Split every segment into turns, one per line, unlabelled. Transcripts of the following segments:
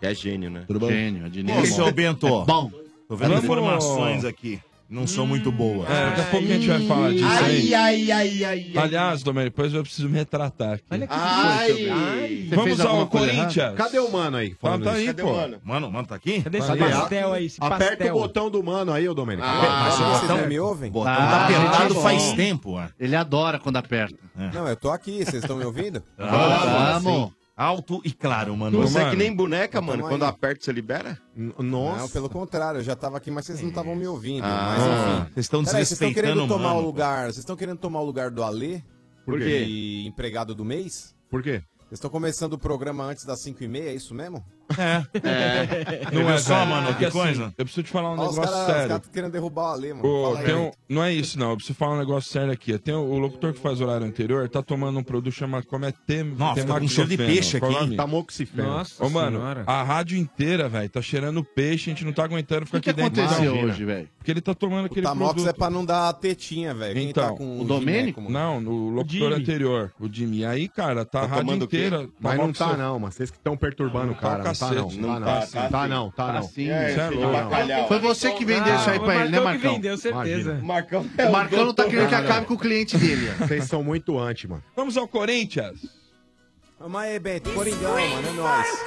É gênio, né?
Tudo bom?
Gênio,
Ô, seu Bento.
É bom.
Tô vendo
Vamos.
informações aqui. Não são muito boas.
É, daqui a pouco a gente vai falar disso aí.
Ai, ai, ai, ai. ai.
Aliás, Domênio, depois eu preciso me retratar aqui. Olha
Ai. Ai. Você
Vamos
fez
ao
alguma coisa
Corinthians.
errada? Cadê o mano aí,
Ah,
falando
tá
isso?
aí,
Cadê
pô.
o mano?
Mano, mano tá aqui?
Cadê esse pastel aí, esse
Aperta
pastel?
o botão do mano aí, ô Domênico.
Ah,
Mas o
ah, vocês
botão
não me
tá ouvem?
Botão
Ah,
tá
gente,
apertado
tá bom.
faz tempo, é.
Ele adora quando aperta. Não, eu tô aqui, vocês estão me ouvindo?
Ah, vamos.
Sim.
Alto e claro, mano.
Você é
Mano.
que nem boneca,
Então,
mano.
aí.
Quando aperta, você libera?
Não, pelo contrário, eu já tava aqui, mas vocês não estavam me ouvindo.
Ah.
mas enfim.
Vocês estão
Peraí, Vocês estão
desrespeitando
querendo
o
tomar
mano,
o lugar. Vocês estão querendo tomar o lugar do Alê?
Por
de
quê?
empregado do mês?
Por quê?
Vocês estão começando o programa antes das 5 e meia, é isso mesmo?
É.
Não é
velho?
só, mano,
Porque,
que
assim,
coisa.
eu preciso te falar um
Ó, os
negócio
caras
sério.
os caras querendo derrubar o Alê, mano.
Ô,
Fala
tem
aí.
um- não é isso, não. Eu preciso falar um negócio sério aqui. Tem o, o locutor que faz horário anterior, tá tomando um produto chamado. Como é tem,
Nossa, tá com cheiro de peixe aqui. Tá moxifeno.
Nossa,
Nossa
Ô, mano,
senhora.
a rádio inteira, velho, tá cheirando peixe, a gente não tá aguentando ficar
que
aqui dentro.
aconteceu
Imagina.
hoje, velho?
Porque ele tá tomando
O
aquele
Tamox
produto.
é pra não dar tetinha, velho. Quem
Então,
tá com
o Domênico?
é?
gineco, mano?
Não, no locutor
Jimmy.
anterior, o Jimmy. Aí, cara, tá, a rádio
tomando o quê?
inteira.
Mas não
tomando
tá
seu-
não, mas vocês que estão perturbando o
Tá
cara. Não tá
cacete,
não, tá
não tá
não.
sim.
assim.
Tá não, tá
Tá
não.
sim. É, Cê é filho louco. de bacalhau.
Foi
você
que vendeu isso aí pra ele, né, Marcão? Imagina.
Marcão,
é o Marcão não tá doutor- querendo que acabe
com o cliente dele.
Vocês são muito anti, mano.
Vamos ao Corinthians.
Vamos aí, Bento. é Coringão, mano, é nóis.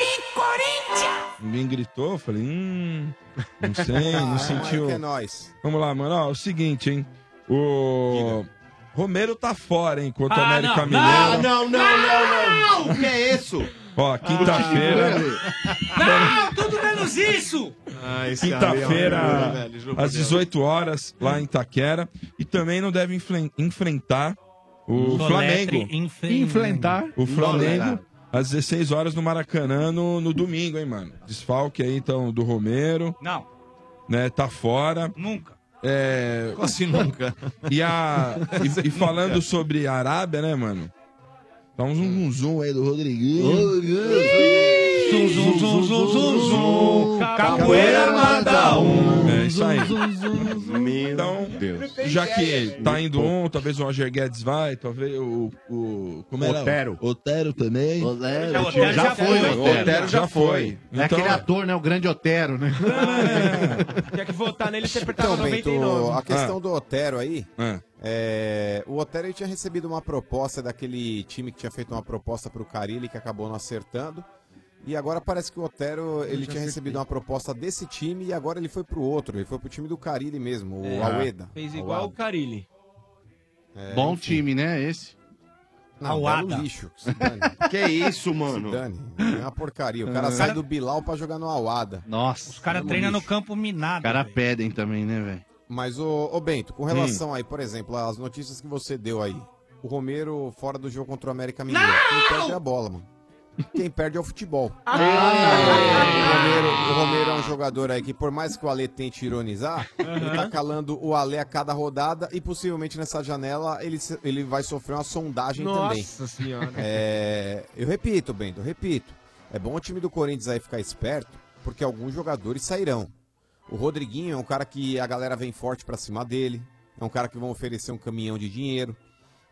Ninguém gritou, eu falei, hum. Não sei, não
Ah,
sentiu.
que é nóis.
Vamos lá, mano. Ó, é o seguinte, hein? O. Romero tá fora, hein? Enquanto o
Ah,
América
não,
Mineiro.
não, não, não, não, não. Que é isso?
Ó, quinta-feira.
Não, tudo menos isso. Ah, é
Quinta-feira, às 18 horas, lá em Itaquera. E também não deve enfren- enfrentar o
Soletre,
Flamengo.
enfren- Enfrentar.
O Flamengo
Enfrentar.
às 16 horas no Maracanã no, no domingo, hein, mano? Desfalque aí, então, do Romero.
Não.
Né, tá fora.
Nunca.
É...
assim
Quase nunca.
E, a... e, e falando sobre a Arábia, né, mano? Dá um zoom, zoom aí do Rodriguinho.
Zum, zum, zum, zum, zum, zum. Capoeira manda um.
É isso aí.
Então,
Já que tá indo um, talvez o Roger Guedes vai, talvez o. o como é era?
Otero.
Otero também.
Já-
Otero.
Otero já já foi, foi, Otero.
Otero já foi.
É aquele
ator, né? O grande Otero, né?
Tinha É que votar nele e
interpretava 99.
Então, A questão
Ah.
do Otero aí. é,
É.
o Otero ele tinha recebido uma proposta daquele time que tinha feito uma proposta pro Carilli que acabou não acertando. E agora parece que o Otero ele tinha recebido uma proposta desse time e agora ele foi pro outro. Ele foi pro time do Carilli mesmo, o Alueda.
Fez igual o Carilli.
É,
Bom
enfim.
time, né? Esse.
Não,
Auada.
belo lixo. que se dane.
Que isso, mano?
Se dane. É uma porcaria. O cara
Ah.
sai do Bilal pra jogar no Awada.
Nossa. Os
caras
treinam
no
campo minado.
Os caras pedem também, né, velho?
Mas, ô, ô Bento, com relação aí, por exemplo, às notícias que você deu aí. O Romero fora do jogo contra o América Mineiro. Quem perde é a bola, mano. Quem perde é o futebol. O, Romero, o Romero é um jogador aí que, por mais que o Ale tente ironizar, ele tá calando o Ale a cada rodada e possivelmente nessa janela ele, se- ele vai sofrer uma sondagem
Nossa
também.
Senhora.
É, eu repito, Bento, eu repito. É bom o time do Corinthians aí ficar esperto, porque alguns jogadores sairão. O Rodriguinho é um cara que a galera vem forte pra cima dele. É um cara que vão oferecer um caminhão de dinheiro.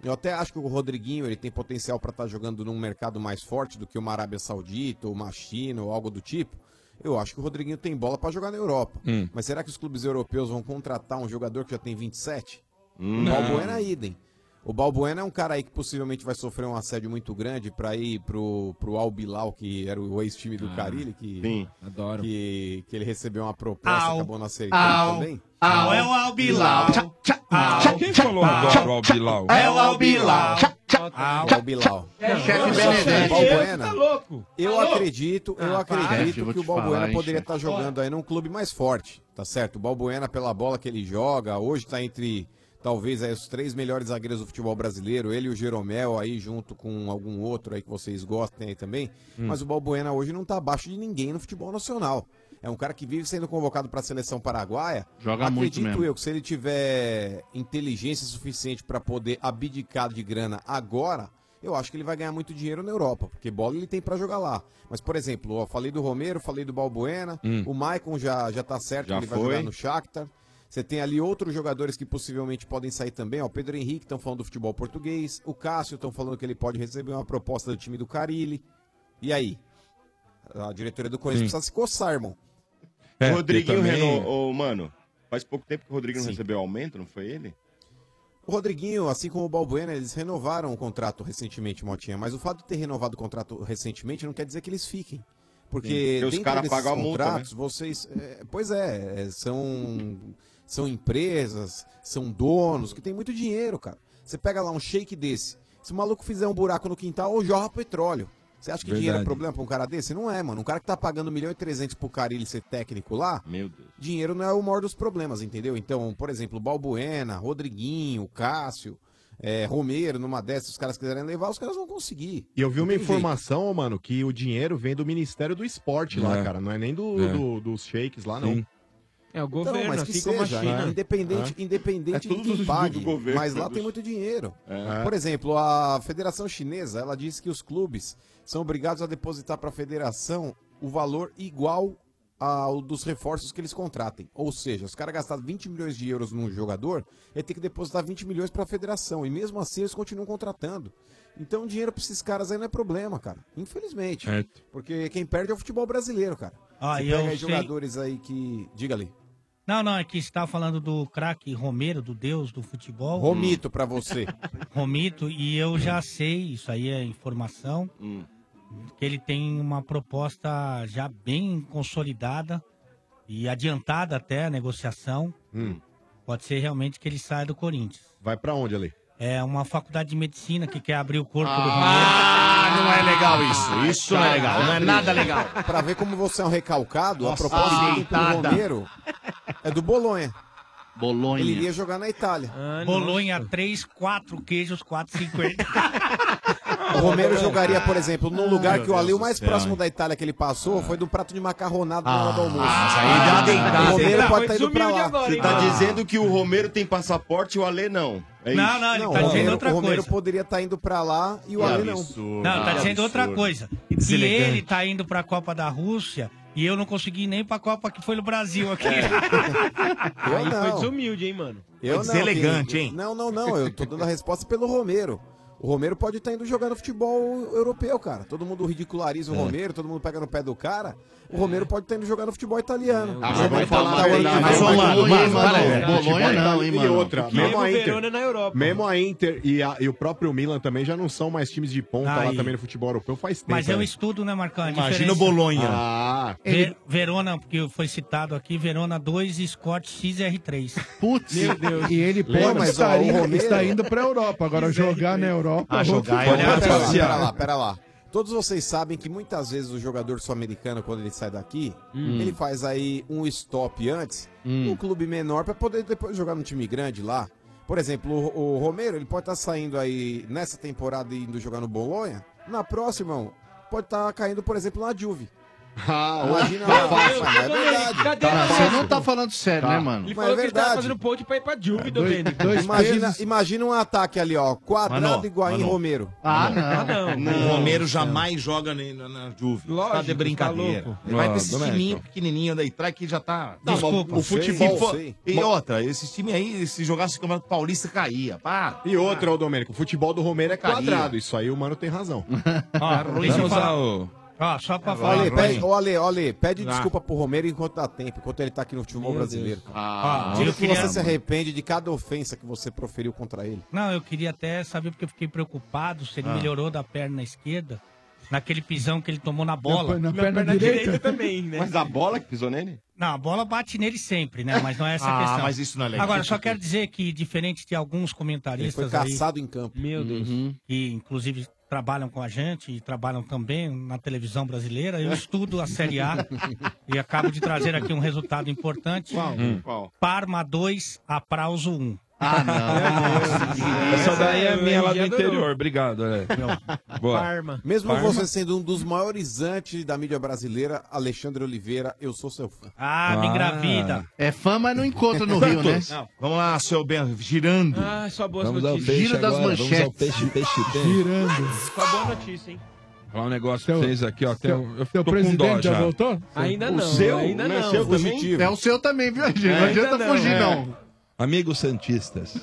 Eu até acho que o Rodriguinho ele tem potencial pra estar jogando num mercado mais forte do que uma Arábia Saudita ou uma China ou algo do tipo. Eu acho que o Rodriguinho tem bola pra jogar na Europa.
Hum.
Mas será que os clubes europeus vão contratar um jogador que já tem 27?
Hum.
O Balbuena é idem. O Balbuena é um cara aí que possivelmente vai sofrer um assédio muito grande pra ir pro, pro Al Bilal, que era o ex-time do Carilli, que,
sim.
Adoro. Que, que ele recebeu uma proposta,
Al.
acabou não aceitando
Au.
também.
Au, é o Al Bilal. Au.
Quem falou adoro o Albilau?
É o Al Bilal.
Al Bilal.
É o chefe
Eu
Benedetti.
acho que o Balbuena.
Tá louco.
Eu
Tá louco.
acredito, eu
Ah, para.
acredito
Chefe, eu vou
que o
te falar,
Balbuena
hein,
poderia estar
chefe.
jogando aí num clube mais forte, tá certo? O Balbuena, pela bola que ele joga, hoje tá entre talvez aí, os três melhores zagueiros do futebol brasileiro, ele e o Jeromel aí junto com algum outro aí que vocês gostem aí também.
Hum.
Mas o Balbuena hoje não tá abaixo de ninguém no futebol nacional. É um cara que vive sendo convocado para a seleção paraguaia.
Joga muito
Acredito
mesmo.
eu que se ele tiver inteligência suficiente para poder abdicar de grana agora, eu acho que ele vai ganhar muito dinheiro na Europa, porque bola ele tem para jogar lá. Mas, por exemplo, ó, falei do Romero, falei do Balbuena,
Hum.
o Maicon já, já tá certo,
Já
ele vai
foi.
jogar no Shakhtar. Você tem ali outros jogadores que possivelmente podem sair também, ó, o Pedro Henrique estão falando do futebol português, o Cássio estão falando que ele pode receber uma proposta do time do Carilli. E aí? A diretoria do Corinthians
Sim.
precisa se coçar, irmão.
É,
É,
O Rodriguinho Renault, ô, mano, faz pouco tempo que o Rodriguinho não recebeu aumento, não foi ele?
O Rodriguinho, assim como o Balbuena, eles renovaram o contrato recentemente, Motinha. Mas o fato de ter renovado o contrato recentemente não quer dizer que eles fiquem. Porque
Sim, porque os
dentro
cara
desses
pagam a multa, né?
contratos, vocês... é, pois é, é, são, são empresas, são donos que têm muito dinheiro, cara. Você pega lá um shake desse. Se o maluco fizer um buraco no quintal, ou jorra petróleo. Você acha que dinheiro é
Verdade.
problema pra um cara desse? Não é, mano. Um cara que tá pagando 1 milhão e 300 pro Carilli ser técnico lá,
Meu Deus.
dinheiro não é o maior dos problemas, entendeu? Então, por exemplo, Balbuena, Rodriguinho, Cássio, eh, Romero, numa dessas, se os caras quiserem levar, os caras vão conseguir.
E eu vi
Não
uma
tem jeito.
informação, mano, que o dinheiro vem do Ministério do Esporte lá,
É.
cara. Não é nem do,
É.
do- dos shakes lá, não.
Sim.
É o
Então,
governo,
mas que
assim como a
seja,
China.
né? independente,
É.
independente
É
de
todos
quem
os
pague,
do governo,
mas lá
todos.
tem muito dinheiro.
É.
Por exemplo, a Federação Chinesa, ela diz que os clubes são obrigados a depositar para a federação o valor igual ao dos reforços que eles contratem. Ou seja, os caras gastaram 20 milhões de euros num jogador, ele tem que depositar 20 milhões para a federação e mesmo assim eles continuam contratando. Então, dinheiro para esses caras aí não é problema, cara. Infelizmente.
Certo.
Porque quem perde é o futebol brasileiro, cara.
Ah,
Você
eu
pega aí
sei.
jogadores aí que, diga ali.
Não, não, é que está falando do craque Romero, do deus do futebol.
Romito pra você.
Romito, e eu já sei, isso aí é informação, que ele tem uma proposta já bem consolidada e adiantada até a negociação. Pode ser realmente que ele saia do Corinthians.
Vai pra onde ali?
É uma faculdade de medicina que quer abrir o corpo do Romero.
Ah,
não é legal
isso.
Isso não é legal, não é nada legal.
Pra ver como você é um recalcado,
Nossa,
a proposta do
deitada.
Romero é do Bolonha.
Bolonha.
Ele iria jogar na Itália.
Bolonha 3, 4 queijos, 4,50.
O Romero jogaria, por exemplo, num lugar
meu
que o ali
Deus
o mais
do céu,
próximo
hein?
da Itália que ele passou foi do prato de
Ah,
macarronado na hora do almoço.
Ah,
Ah, tá.
mas aí deu uma deitada.
O Romero
Ele
pode
tá
estar indo pra lá.
Você tá dizendo que o Romero tem passaporte e o Alê não. É isso?
o Romero, o Romero poderia estar indo pra lá e o
Que
Ale não.
absurdo.
Não, tá
Ah,
dizendo
absurdo.
outra coisa.
Que
Se
deselegante.
ele tá indo pra Copa da Rússia e eu não consegui nem pra Copa que foi no Brasil aqui.
É.
Eu não.
Foi desumilde, hein, mano?
Eu não,
Deselegante,
quem-
hein?
Não, não, não. Eu tô dando a resposta pelo Romero. O Romero pode estar indo jogar no futebol europeu, cara. Todo mundo ridiculariza
É.
o Romero, todo mundo pega no pé do cara. O Romero pode estar indo jogar no futebol italiano.
Ah,
O
mas
Romero
vai
pode
tomar
tá
cuidado,
ano que
mas,
vem.
ô, mano,
Bolonha,
mano,
mano,
pera aí,
velho.
Bolonha
Tipo,
não, hein,
e
mano.
Outra,
Que
mesmo
o
a
Verona
Inter,
na Europa.
mesmo a Inter e, a- e o próprio Milan também já não são mais times de ponta lá
Aí.
também no futebol europeu faz tempo.
Mas é um
né?
estudo, né, Marcão? A
Imagina
diferença-
o Bolonha. Ah.
Ver- Verona, porque foi citado aqui, Verona 2 e Scott XR3.
Putz,
meu Deus.
E ele pode
Lembra,
estar,
ó, o
indo,
Romero-
está indo pra Europa. Agora jogar na Europa.
Ah, jogar
Rodrigo,
pera, lá,
passear.
pera lá, pera lá. Todos vocês sabem que muitas vezes o jogador sul-americano, quando ele sai daqui,
Hum.
ele faz aí um stop antes num clube menor pra poder depois jogar num time grande lá. Por exemplo, o, o Romero, ele pode estar saindo aí nessa temporada e indo jogar no Bolonha. Na próxima, irmão, pode estar caindo, por exemplo, na Juve.
Ah,
Imagina
tá
lá,
fácil.
é verdade.
Tá, você não tá falando sério, né, mano?
Ele
Mas
falou
é
que ele tava
verdade.
fazendo ponte pra ir pra Juve,
Dois-
Domênico.
dois imagina, imagina um ataque ali, ó. Quadrado,
Mano,
Higuaín,
mano.
Romero.
Ah,
não.
O
Um
Romero jamais joga nem na, na Juve.
Lógico,
tá de brincadeira.
tá louco.
Ele vai pra
Ah,
esse
Domenico.
timinho pequenininho da Itália que já tá.
Não,
Desculpa,
mas
o futebol.
sei,
fo-
sei.
E
Bom-
outra, esse time aí, se jogasse o Campeonato Paulista, caía. Pá.
E outra, ô Domênico, o futebol do Romero é
Carinha.
quadrado. Isso aí o mano tem razão. Ah,
Ah, deixa eu falar. Ó, só pra falar.
Olha, pede, olha, olha, pede
Ah.
desculpa pro Romero enquanto dá tempo, enquanto ele tá aqui no futebol
Meu
brasileiro.
Deus.
Ah,
Ah, eu
Diga que
queria-
você se arrepende de cada ofensa que você proferiu contra ele.
Não, eu queria até saber, porque eu fiquei preocupado se ele
Ah.
melhorou da perna esquerda, naquele pisão que ele tomou na bola.
Na,
perna perna direita. direita
também, né?
Mas a bola que pisou nele?
Não, a bola bate nele sempre, né? Mas não é essa a
Ah,
questão.
mas isso não é legal.
Agora, só quero dizer que, diferente de alguns comentaristas
Ele foi caçado
aí,
em campo.
Meu Deus.
Uhum.
Que, inclusive, trabalham com a gente e trabalham também na televisão brasileira. Eu estudo a Série A e acabo de trazer aqui um resultado importante.
Qual? Hum. Qual?
Parma um. 2, Aprauso 1.
Ah,
não.
Essa daí é minha lá do interior. Obrigado, Ale. Boa.
Mesmo
Parma.
você sendo um dos maiores antes da mídia brasileira, Alexandre Oliveira, eu sou seu fã.
Ah,
me engravida. É fã, mas não encontra no Rio, né?
Não.
Vamos lá, seu Ben, girando.
Ah, só boas
Vamos ao
notícias.
peixe Giro das agora, vamos manchetes. ao
peixe, peixe, peixe.
Girando.
Só boa notícia, hein?
Falar um negócio pra vocês aqui, ó.
seu-
Teu, eu tô
seu
com
presidente
dó
já
já.
voltou?
Ainda
O
não,
seu?
ainda
Não é
não.
seu também? Fugitivo.
É o seu também, viu, Gil?
É,
Não adianta
ainda não,
fugir,
é.
não.
Amigos Santistas.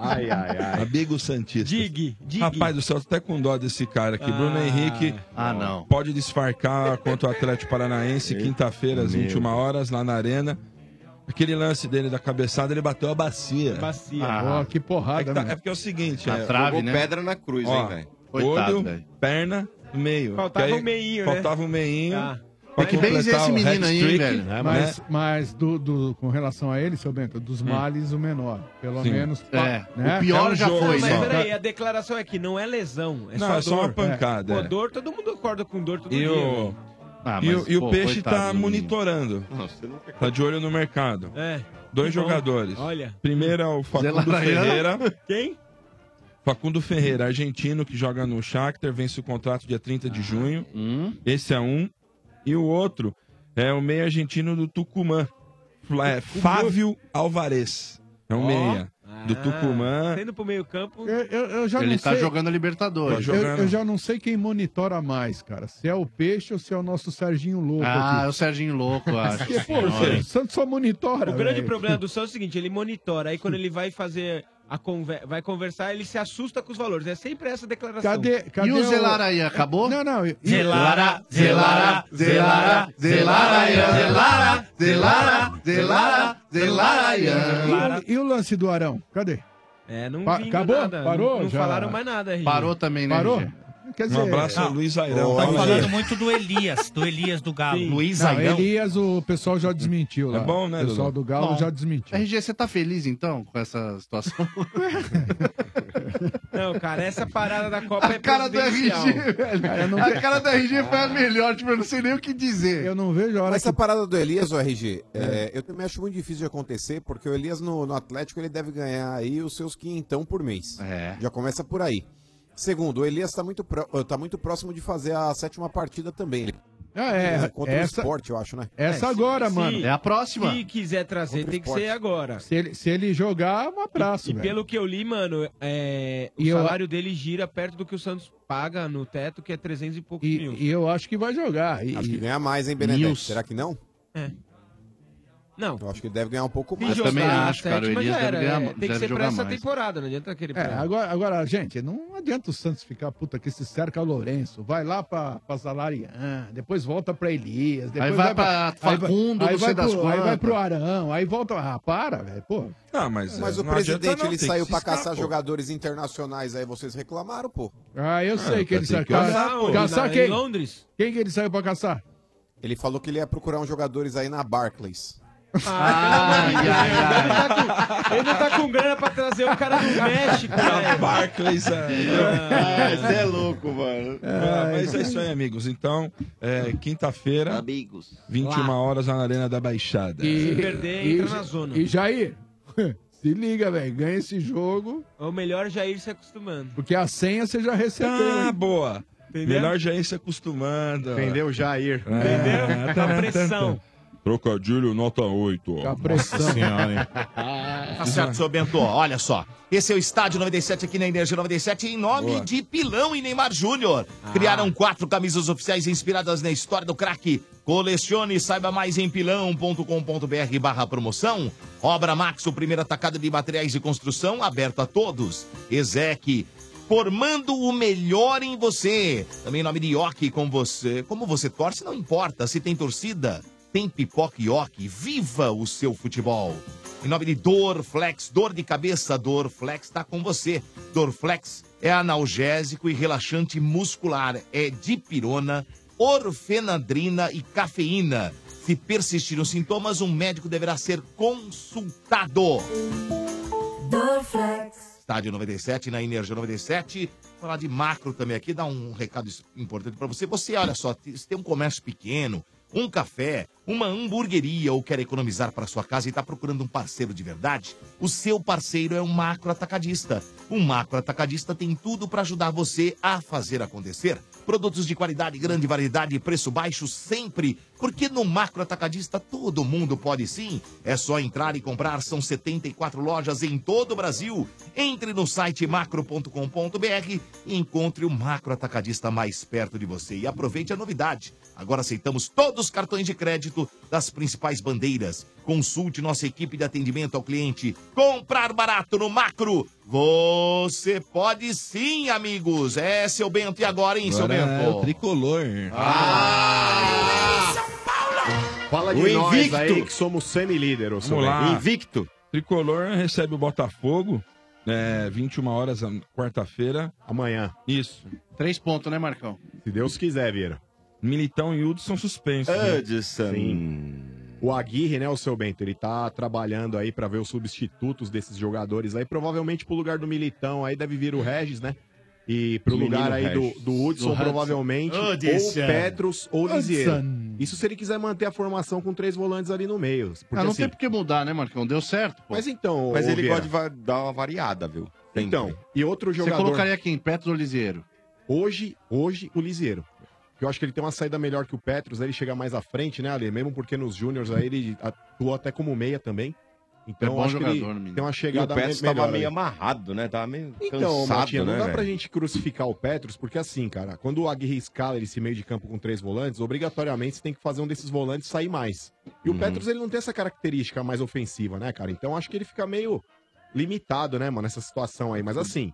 Ai, ai, ai.
Amigos Santistas.
Dig, dig.
Rapaz do céu, tô até com dó desse cara aqui. Bruno
Ah.
Henrique.
Ah, não.
Pode desfarcar contra o Atlético Paranaense, quinta-feira, às
meu.
21 horas, lá na Arena. Aquele lance dele da cabeçada, ele bateu a bacia.
Bacia.
Ó, que porrada,
É, que tá-
mano.
é porque é o seguinte,
Na Ah. trave, né? Ó, coitado,
Olho,
velho.
perna, meio.
Faltava
Que aí
o meinho, né?
Faltava o meinho.
Tá.
pra
Tem que benzer
completar
esse
o
menino aí,
hat-trick,
velho. É,
né?
Mas, mas do, do- com relação a ele, seu Bento, dos
Hum.
males o menor. Pelo
Sim.
menos.
É,
né?
o pior
É um
já
jogo
foi,
só.
né?
Mas peraí, a declaração é que não é lesão. É
Não,
só
é só uma
dor.
pancada,
Pô,
é.
dor, todo mundo acorda com dor todo
E
dia. né?
o,
velho.
e, o- e o
Ah, pô,
peixe
coitado
tá
do menino.
monitorando. Tá de olho no mercado.
É.
Dois
Que bom.
jogadores.
Olha.
Primeiro é o Facundo
Zelarayana.
Ferreira.
Quem?
Facundo Ferreira, argentino, que joga no Shakhtar, vence o contrato dia 30
Ah,
de junho.
hum.
Esse é um. E o outro é o meia argentino do Tucumã. Fla- é, Fávio Alvarez. É um
Ó.
meia. Do
Ah,
Tucumã.
Saindo pro meio campo.
Eu, eu- eu já não sei-
Tá
Eu-
jogando.
Eu, já não sei quem monitora mais, cara. Se é o Peixe ou se é o nosso Serginho Louco.
Ah,
aqui.
é o Serginho Louco, eu acho.
Porque, pô,
Senhora,
o
hein?
Santos só monitora.
O grande
velho.
problema do Santos é o seguinte, ele monitora, aí quando ele vai fazer a conver- vai conversar, ele se assusta com os valores. É sempre essa declaração.
Cadê, cadê Não, não. e-
Zelara, Zelara, Zelara,
Zelarayan, Zelara,
Zelara,
Zelara,
E o- E o lance do Arão? Cadê?
É, não
Pa-
vinga
acabou?
nada.
Parou?
Não, não
Já-
falaram mais nada, RG.
Parou também, né, Parou? RG? Quer dizer-
Um abraço ao
Não.
Luiz Airão.
Ô,
Tá
RG.
falando
Falando muito do Elias, do Elias do Galo.
Não, Elias, o pessoal já desmentiu lá.
É bom, né,
O pessoal
Dudu?
do Galo
Bom.
já desmentiu.
RG, você tá feliz então com essa situação?
Não, cara, essa parada da Copa é
A cara do
presidencial.
RG, velho. A cara do RG foi a melhor, tipo, eu não sei nem o que dizer.
Eu não vejo a hora
Mas essa parada do Elias, o RG, é, eu também acho muito difícil de acontecer, porque o Elias no, no Atlético ele deve ganhar aí os seus quintão por mês.
É.
Já começa por aí. Segundo, o Elias está muito, pró- tá muito próximo de fazer a sétima partida também. Ele-
Ah, é.
Contra
Essa-
o esporte, eu acho, né?
Essa agora, mano.
É,
É
Se quiser trazer,
Contra o
tem que
esporte.
ser agora.
Se ele, se ele jogar, é um abraço,
E
velho.
pelo que eu li, mano, é, o
E eu-
salário dele gira perto do que o Santos paga no teto, que é 300 e poucos mil.
E eu acho que vai jogar. E,
Acho que
e-
ganha mais, hein, Benedetti?
News.
Será que não?
É. Não.
Eu acho que ele deve ganhar um pouco
Se
mais.
jogar a sétima, já era, é, Tem que ser pra essa
mais.
temporada, não adianta aquele
É, agora, agora, gente, não adianta o Santos ficar puta que se cerca o Lourenço. Vai lá pra, pra Zalarian, depois volta pra Elias, depois
Aí vai pra
aí vai-
Facundo,
aí
não
vai
sei das
pro- Aí vai
quantas.
pro Arão, aí volta. Ah, para, velho, pô.
Ah, mas,
Mas
eh,
é,
o
não adianta
presidente,
não,
ele
tem
saiu
que
pra
ciscar,
caçar
pô.
jogadores internacionais, aí vocês reclamaram, pô.
Ah, eu sei que
vai
ele
ter que
saiu.
caçar,
Caçar,
pô.
caçar
Na-
quem?
em Londres?
Quem que ele saiu pra caçar?
Ele falou que ele ia procurar uns jogadores aí na Barclays.
Ah, tá
Ele não tá com grana pra trazer
um
o cara do
É
México, velho.
Barclays,
Ah, você é louco, mano.
Ah, mas é isso aí, amigos. Então, é, quinta-feira,
amigos,
21
Lá.
horas lá na Arena da Baixada.
E- e- E Jair, se liga, velho, ganha esse jogo,
É o melhor já ir se acostumando.
porque a senha você já recebeu.
Ah,
hein?
boa.
Entendeu?
Melhor já ir se acostumando.
Entendeu, Jair?
É, tá,
Entendeu?
Com a pressão.
Trocadilho nota 8.
a
pressão. Nossa senhora, hein? Tá certo, seu Bento. Olha só. Esse é o Estádio 97 aqui na Energia 97 em nome
Boa.
de Pilão e Neymar Júnior. Criaram quatro camisas oficiais inspiradas na história do craque. Colecione e saiba mais em pilão.com.br barra promoção. Obra Max, o primeiro atacado de materiais de construção, aberto a todos. Exec, formando o melhor em você. Também em nome de Yoki, com você. Como você torce, não importa. Se tem torcida, tem pipoca e Yoki. Viva o seu futebol. Em nome de Dorflex, dor de cabeça, Dorflex está com você. Dorflex é analgésico e relaxante muscular, é dipirona, orfenadrina e cafeína. Se persistirem os sintomas, um médico deverá ser consultado. Estádio 97, na Energia 97. Falar de macro também aqui, dar um recado es- importante para você. Você, olha só, te- se tem um comércio pequeno, um café, uma hamburgueria ou quer economizar para sua casa e está procurando um parceiro de verdade, o seu parceiro é um macro atacadista. Um macro atacadista tem tudo para ajudar você a fazer acontecer. Produtos de qualidade, grande variedade e preço baixo sempre, porque no Macro Atacadista todo mundo pode sim. É só entrar e comprar, são 74 lojas em todo o Brasil. Entre no site macro.com.br e encontre o Macro Atacadista mais perto de você. E aproveite a novidade, agora aceitamos todos dos cartões de crédito das principais bandeiras. Consulte nossa equipe de atendimento ao cliente. Comprar barato no macro. Você pode sim, amigos. É, seu Bento, e agora, hein, seu
Agora é o
Bento? Ah!
tricolor.
Fala de
O
nós
invicto.
aí que somos semi-líder, ô seu
Vamos lá.
Bento. Invicto.
Tricolor recebe o Botafogo. É, 21 horas, am- quarta-feira.
Amanhã.
Isso.
Três pontos, né, Marcão?
Se Deus quiser, Vieira.
Militão e Hudson suspensos.
né?
Hudson.
Sim. O Aguirre, né, o seu Bento, ele tá trabalhando aí pra ver os substitutos desses jogadores aí. Provavelmente pro lugar do Militão aí deve vir o Regis, né? E pro
Menino
lugar aí do,
Regis.
do Hudson,
Do Hudson. é.
provavelmente,
Hudson.
ou Petros ou
Hudson.
Lisieiro. Isso se ele quiser manter a formação com três volantes ali no meio. Porque,
ah, não
assim,
tem por que mudar, né, Marcão? Deu certo, pô.
Mas então,
Mas
ô,
ele
Vieira.
gosta de va- dar uma variada, viu?
Então,
É
e outro jogador...
Você colocaria quem? Petros ou Lisieiro?
Hoje, hoje, o Lisieiro. Eu acho que ele tem uma saída melhor que o Petros, aí ele chega mais à frente, né, Ale? Mesmo porque nos Júniors aí ele atuou até como meia também. Então,
É bom
acho que
né,
jogador,
ele
menino.
tem uma chegada
E o Petros
me-
tava
melhor
meio
aí.
amarrado, né? Tava meio
Então,
cansado,
Matinha, não
né,
dá pra
velho?
gente crucificar o Petros, porque assim, cara, quando o Aguirre escala esse meio de campo com três volantes, obrigatoriamente você tem que fazer um desses volantes sair mais. E
Uhum.
o Petros, ele não tem essa característica mais ofensiva, né, cara? Então acho que ele fica meio limitado, né, mano, nessa situação aí. Mas assim,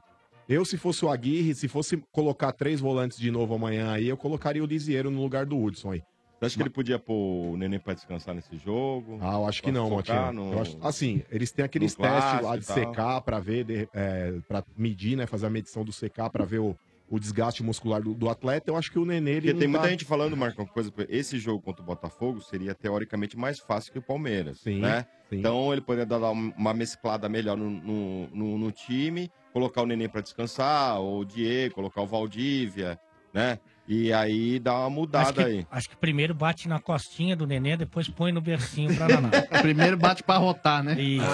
eu se fosse o Aguirre, se fosse colocar três volantes de novo amanhã aí, eu colocaria o Lisieiro no lugar do Hudson aí.
Você acha que ele podia pôr o Nenê pra descansar nesse jogo?
Ah, eu acho que
Pra
não,
focar
Motinha.
no-
Eu acho- Assim, eles têm aqueles
no clássico
testes lá
e
de
tal.
secar pra ver, de, é, pra medir, né? Fazer a medição do secar pra ver o, o desgaste muscular do, do atleta. Eu acho que o Nenê, ele
Porque tem
não
muita
tá-
gente falando, Marcão, que, por exemplo, esse jogo contra o Botafogo seria teoricamente mais fácil que o Palmeiras, né? Então ele poderia dar um- uma mesclada melhor no, no, no- no time, colocar o Nenê pra descansar, ou o Diego, colocar o Valdívia, né? E aí dá uma mudada
Acho que,
aí.
acho que primeiro bate na costinha do neném, depois põe no bercinho pra naná.
Então
primeiro bate pra rotar, né?
Isso.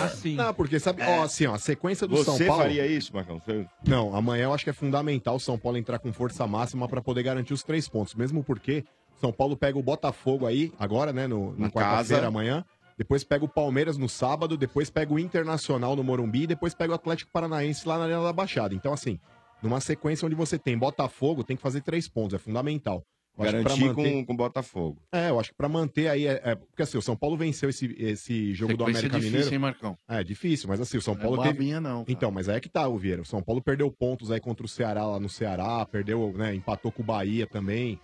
Ah, Não, porque sabe, ó, assim, ó, a sequência do
É. Você
São Paulo.
faria isso, Marcão? Você-
Não, amanhã eu acho que é fundamental o São Paulo entrar com força máxima pra poder garantir os três pontos. Mesmo porque São Paulo pega o Botafogo aí, agora, né, no, na
Em
quarta-feira
casa.
amanhã. Depois pega o Palmeiras no sábado, depois pega o Internacional no Morumbi, depois pega o Atlético Paranaense lá na Arena da Baixada. Então, assim, numa sequência onde você tem Botafogo, tem que fazer três pontos, é fundamental. Eu acho que pra
Garantir
manter-
com, com o Botafogo.
é, eu acho que pra manter aí. É, é- porque assim, o São Paulo venceu esse, esse jogo do
Sequência
América
difícil,
Mineiro.
hein, Marcão?
É, difícil, mas assim, o São
Não é
Paulo
bobinha, não, cara.
Então, mas aí é que tá, o Vieira. O São Paulo perdeu pontos aí contra o Ceará lá no Ceará, perdeu, né? Empatou com o Bahia também.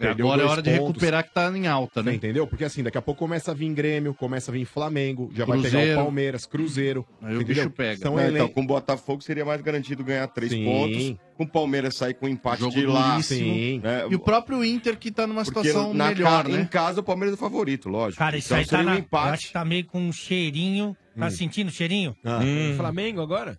É, agora é hora de recuperar que tá em alta, né?
Entendeu? Porque assim, daqui a pouco começa a vir Grêmio, começa a vir Flamengo, já vai pegar
Cruzeiro.
o Palmeiras, Cruzeiro. entendeu? São
Não, então,
elenco-
com o Botafogo seria mais garantido ganhar três
Sim.
pontos. Com o Palmeiras sair com empate
Jogo
de lá.
duríssimo.
né?
E o próprio Inter que tá numa
Porque
situação
na
melhor,
ca-
né?
Em casa, o Palmeiras é o favorito, lógico.
Cara, isso
Então,
aí tá
seria um
na, eu
empate.
acho que tá meio com um cheirinho. Tá
Hum.
sentindo o cheirinho?
Ah.
Hum. Flamengo agora?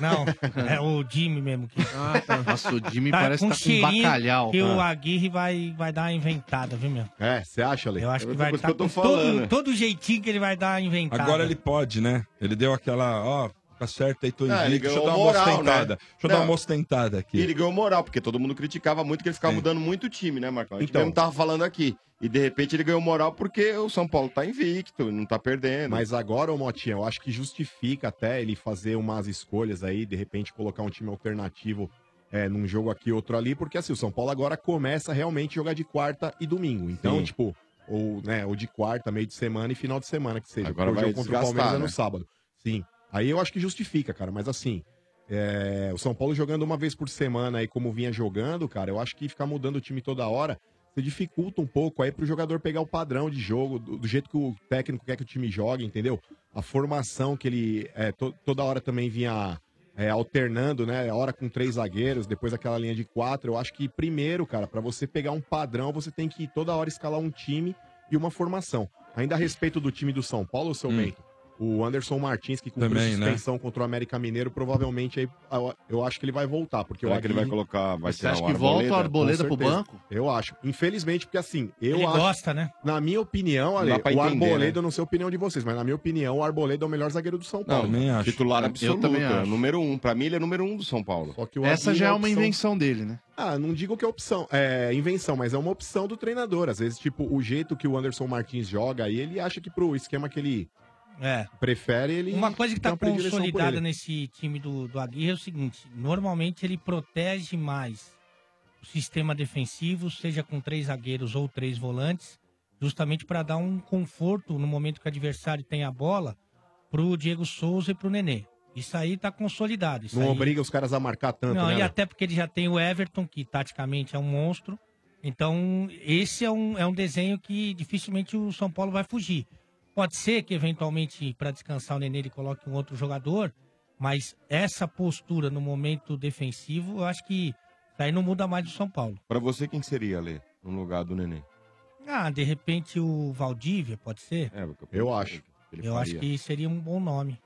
Não, é o Jimmy mesmo. Que...
Ah, tá. Nossa, o Jimmy parece que tá com
cheirinho
bacalhau,
Que o
cara.
Aguirre vai, vai dar uma inventada, viu, meu?
É, você acha, Ale?
Eu acho que
É
vai
coisa
estar
que eu tô
com
falando.
todo, todo jeitinho que ele vai dar uma inventada.
Agora ele pode, né? Ele deu aquela, ó, tá certo aí, tô
Não, ele
invicto. Deixa eu
ganhou
dar uma
moral,
ostentada.
né?
Deixa eu dar
Não.
uma ostentada aqui.
E ele ganhou moral, porque todo mundo criticava muito que ele ficava mudando muito o time, né, Marcão? A gente então, mesmo tava falando aqui. E de repente ele ganhou moral porque o São Paulo tá invicto, não tá perdendo.
Mas agora, ô Motinha, eu acho que justifica até ele fazer umas escolhas aí, de repente colocar um time alternativo é, num jogo aqui, outro ali, porque assim, o São Paulo agora começa realmente a jogar de quarta e domingo. Então,
Sim.
tipo, ou, né, ou de quarta, meio de semana e final de semana, que seja.
Agora
porque o
vai
jogo contra o Palmeiras
desgastar,
é no
né?
sábado. Sim. Aí eu acho que justifica, cara, mas assim. é, o São Paulo jogando uma vez por semana aí, como vinha jogando, cara, eu acho que ficar mudando o time toda hora, você dificulta um pouco aí pro jogador pegar o padrão de jogo, do, do jeito que o técnico quer que o time jogue, entendeu? A formação que ele é, to- toda hora também vinha é, alternando, né? A hora com três zagueiros, depois aquela linha de quatro. Eu acho que primeiro, cara, pra você pegar um padrão, você tem que toda hora escalar um time e uma formação. Ainda a respeito do time do São Paulo, seu Bento, o Anderson Martins, que cumpriu
Também, né?
suspensão contra o América Mineiro, provavelmente aí eu- eu acho que ele vai voltar, porque
Será
o
que ele vai
Aguirre-
colocar. Vai
você
tirar
acha
o
que volta o
Com
Arboleda pro
certeza.
banco? Eu acho. Infelizmente, porque assim, eu
Ele
acho.
gosta, né?
Na minha opinião,
Não
Ale,
dá pra
o
entender,
Arboleda,
né?
eu não sei a opinião de vocês, mas na minha opinião, o Arboleda é o melhor zagueiro do São
Não,
Paulo.
né? titular absoluto.
também
é
acho.
Número um. Pra mim, ele é número um do São Paulo.
Só que o
Essa
Aguirre
já é
a
uma
opção-
invenção dele, né?
Ah, não digo que é opção, é invenção, mas é uma opção do treinador. Às vezes, tipo, o jeito que o Anderson Martins joga aí, ele acha que pro esquema que ele
É.
prefere, ele.
Uma coisa que
tem
tá
uma predileção por
consolidada
ele.
nesse time do, do Aguirre é o seguinte: normalmente ele protege mais o sistema defensivo, seja com três zagueiros ou três volantes, justamente para dar um conforto no momento que o adversário tem a bola pro Diego Souza e pro Nenê. Isso aí tá consolidado. Isso
Não
aí...
obriga os caras a marcar tanto,
Não,
né?
e
Ana?
até porque ele já tem o Everton, que taticamente é um monstro. Então, esse é um, é um desenho que dificilmente o São Paulo vai fugir. Pode ser que, eventualmente, para descansar o Nenê, ele coloque um outro jogador, mas essa postura no momento defensivo, eu acho que isso aí não muda mais do São Paulo.
Pra você, quem seria, Ale, no lugar do Nenê?
Ah, de repente o Valdívia, pode ser?
É,
Eu acho.
eu acho que seria um bom nome.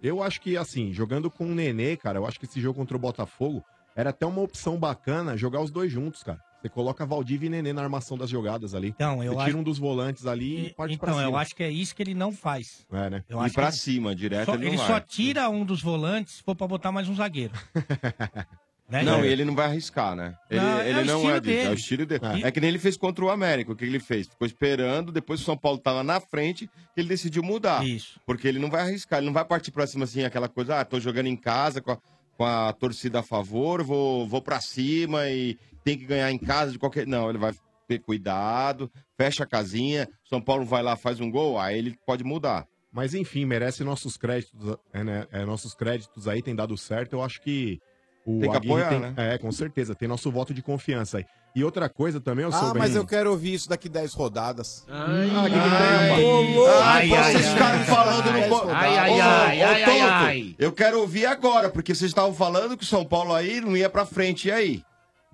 Eu acho que, assim, jogando com o Nenê, cara, eu acho que esse jogo contra o Botafogo era até uma opção bacana jogar os dois juntos, cara. Você coloca Valdívia e Nenê na armação das jogadas ali.
Então, eu
Você tira
acho-
um dos volantes ali e, parte pra
Então,
cima.
eu acho que é isso que ele não faz.
É, né?
Eu acho que- Só- ele só tira um dos volantes se for pra botar mais um zagueiro. Né?
Não, e ele não vai arriscar, né? Ele
Não,
não,
é
ele
o
não
estilo
é, disso, é
dele.
o estilo dele.
Ah.
É que nem ele fez contra o América. O que ele fez? Ficou esperando, depois o São Paulo tava na frente, ele decidiu mudar.
Isso.
Porque ele não vai arriscar, ele não vai partir pra cima assim, aquela coisa, ah, tô jogando em casa com a, com a torcida a favor, vou, vou pra cima e tem que ganhar em casa de qualquer. Não, ele vai ter cuidado, fecha a casinha, São Paulo vai lá, faz um gol, aí ele pode mudar.
Mas enfim, merece nossos créditos, é, né? É, nossos créditos aí, tem dado certo. Eu acho que o
Tem que
Aguirre
apoiar, né?
É, com certeza, tem nosso voto de confiança aí. E outra coisa também, hum. eu sou
Ah, mas eu quero ouvir isso daqui 10 rodadas.
Ah, que que tem, rapaz?
Ai, ai, vocês ficaram falando no po-
Ai, ai,
Ô,
ai,
ô,
ai,
Toto,
ai, ai.
Eu quero ouvir agora, porque vocês estavam falando que o São Paulo aí não ia pra frente, e aí?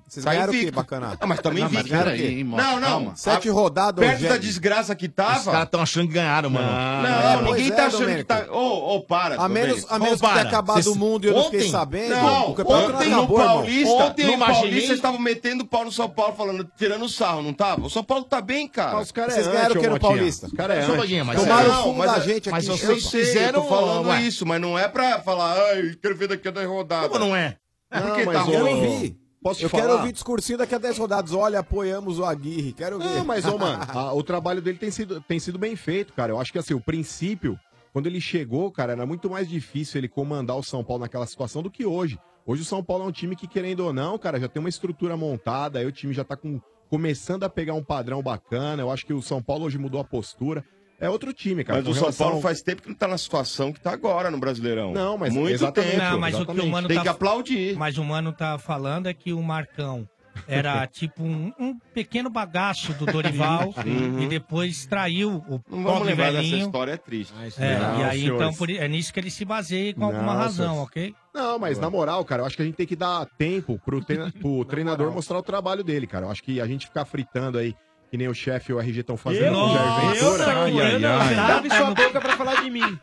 Vocês
Tá
ganharam o quê,
invicto.
bacana?
Ah, mas também
Não, mas
invicto.
ganharam o quê?
Não, não.
Calma. Sete rodadas,
Perto da
Rogério.
desgraça que tava.
Os caras estão achando que ganharam, mano.
Não,
pois
ninguém
é,
tá achando que
Domênico.
tá. Ô, ô, para.
A menos-
Domênico.
a menos
Ô,
que tenha
para.
acabado
Vocês-
o mundo e eu não fiquei
ontem-
sabendo.
Não,
O campeonato
ontem
não
no
acabou, irmão.
Paulista,
Ontem eu
no
imaginei-
Paulista, vocês estavam metendo o pau no São Paulo, falando, tirando sarro, não tava? O São Paulo tá bem, cara.
Mas os caras é Vocês ganharam o quê no anti, ô, Motinha? Paulista? Os caras é
Só um
anti.
pouquinho, mas-
Tomaram
Não,
o fundo
mas-
da gente aqui,
Mas
chupa.
vocês fizeram... Eu tô falando
Ué.
isso, mas não é pra falar, ai, quero ver daqui a 10 rodadas. Como não é? Porque
mas
tá
eu
rolando.
não vi.
Posso
eu
falar?
quero ouvir discursinho daqui a 10 rodadas. Olha, apoiamos o Aguirre. Quero ver.
Não, mas, ô, mano, a- o trabalho dele tem sido, tem sido bem feito, cara. Eu acho que, assim, o princípio, quando ele chegou, cara, era muito mais difícil ele comandar o São Paulo naquela situação do que hoje. Hoje o São Paulo é um time que, querendo ou não, cara, já tem uma estrutura montada, aí o time já tá com, começando a pegar um padrão bacana. Eu acho que o São Paulo hoje mudou a postura. É outro time, cara.
Mas
com
o São
relação
Paulo
ao-
faz tempo que não tá na situação que tá agora no Brasileirão.
Não, mas
Muito
exatamente,
tempo.
Não, mas o que o Mano
Tem
tá,
que aplaudir.
Mas o Mano tá falando é que o Marcão era tipo um, um pequeno bagaço do Dorival
Sim. Uhum.
e depois traiu o
Não vamos
pobre
lembrar dessa
velhinho.
história, é triste.
É,
Não,
e aí
senhores.
então por i- é nisso que ele se baseia com
Não,
alguma razão,
senhores.
ok?
Não, mas na moral, cara, eu acho que a gente tem que dar tempo pro, treina- pro treinador mostrar o trabalho dele, cara. Eu acho que a gente ficar fritando aí, que nem o chefe e o RG estão fazendo
Eu
com o
não,
Jair
eu
Ventura.
não, eu não. Você
um
abre
sua
boca pra falar de mim.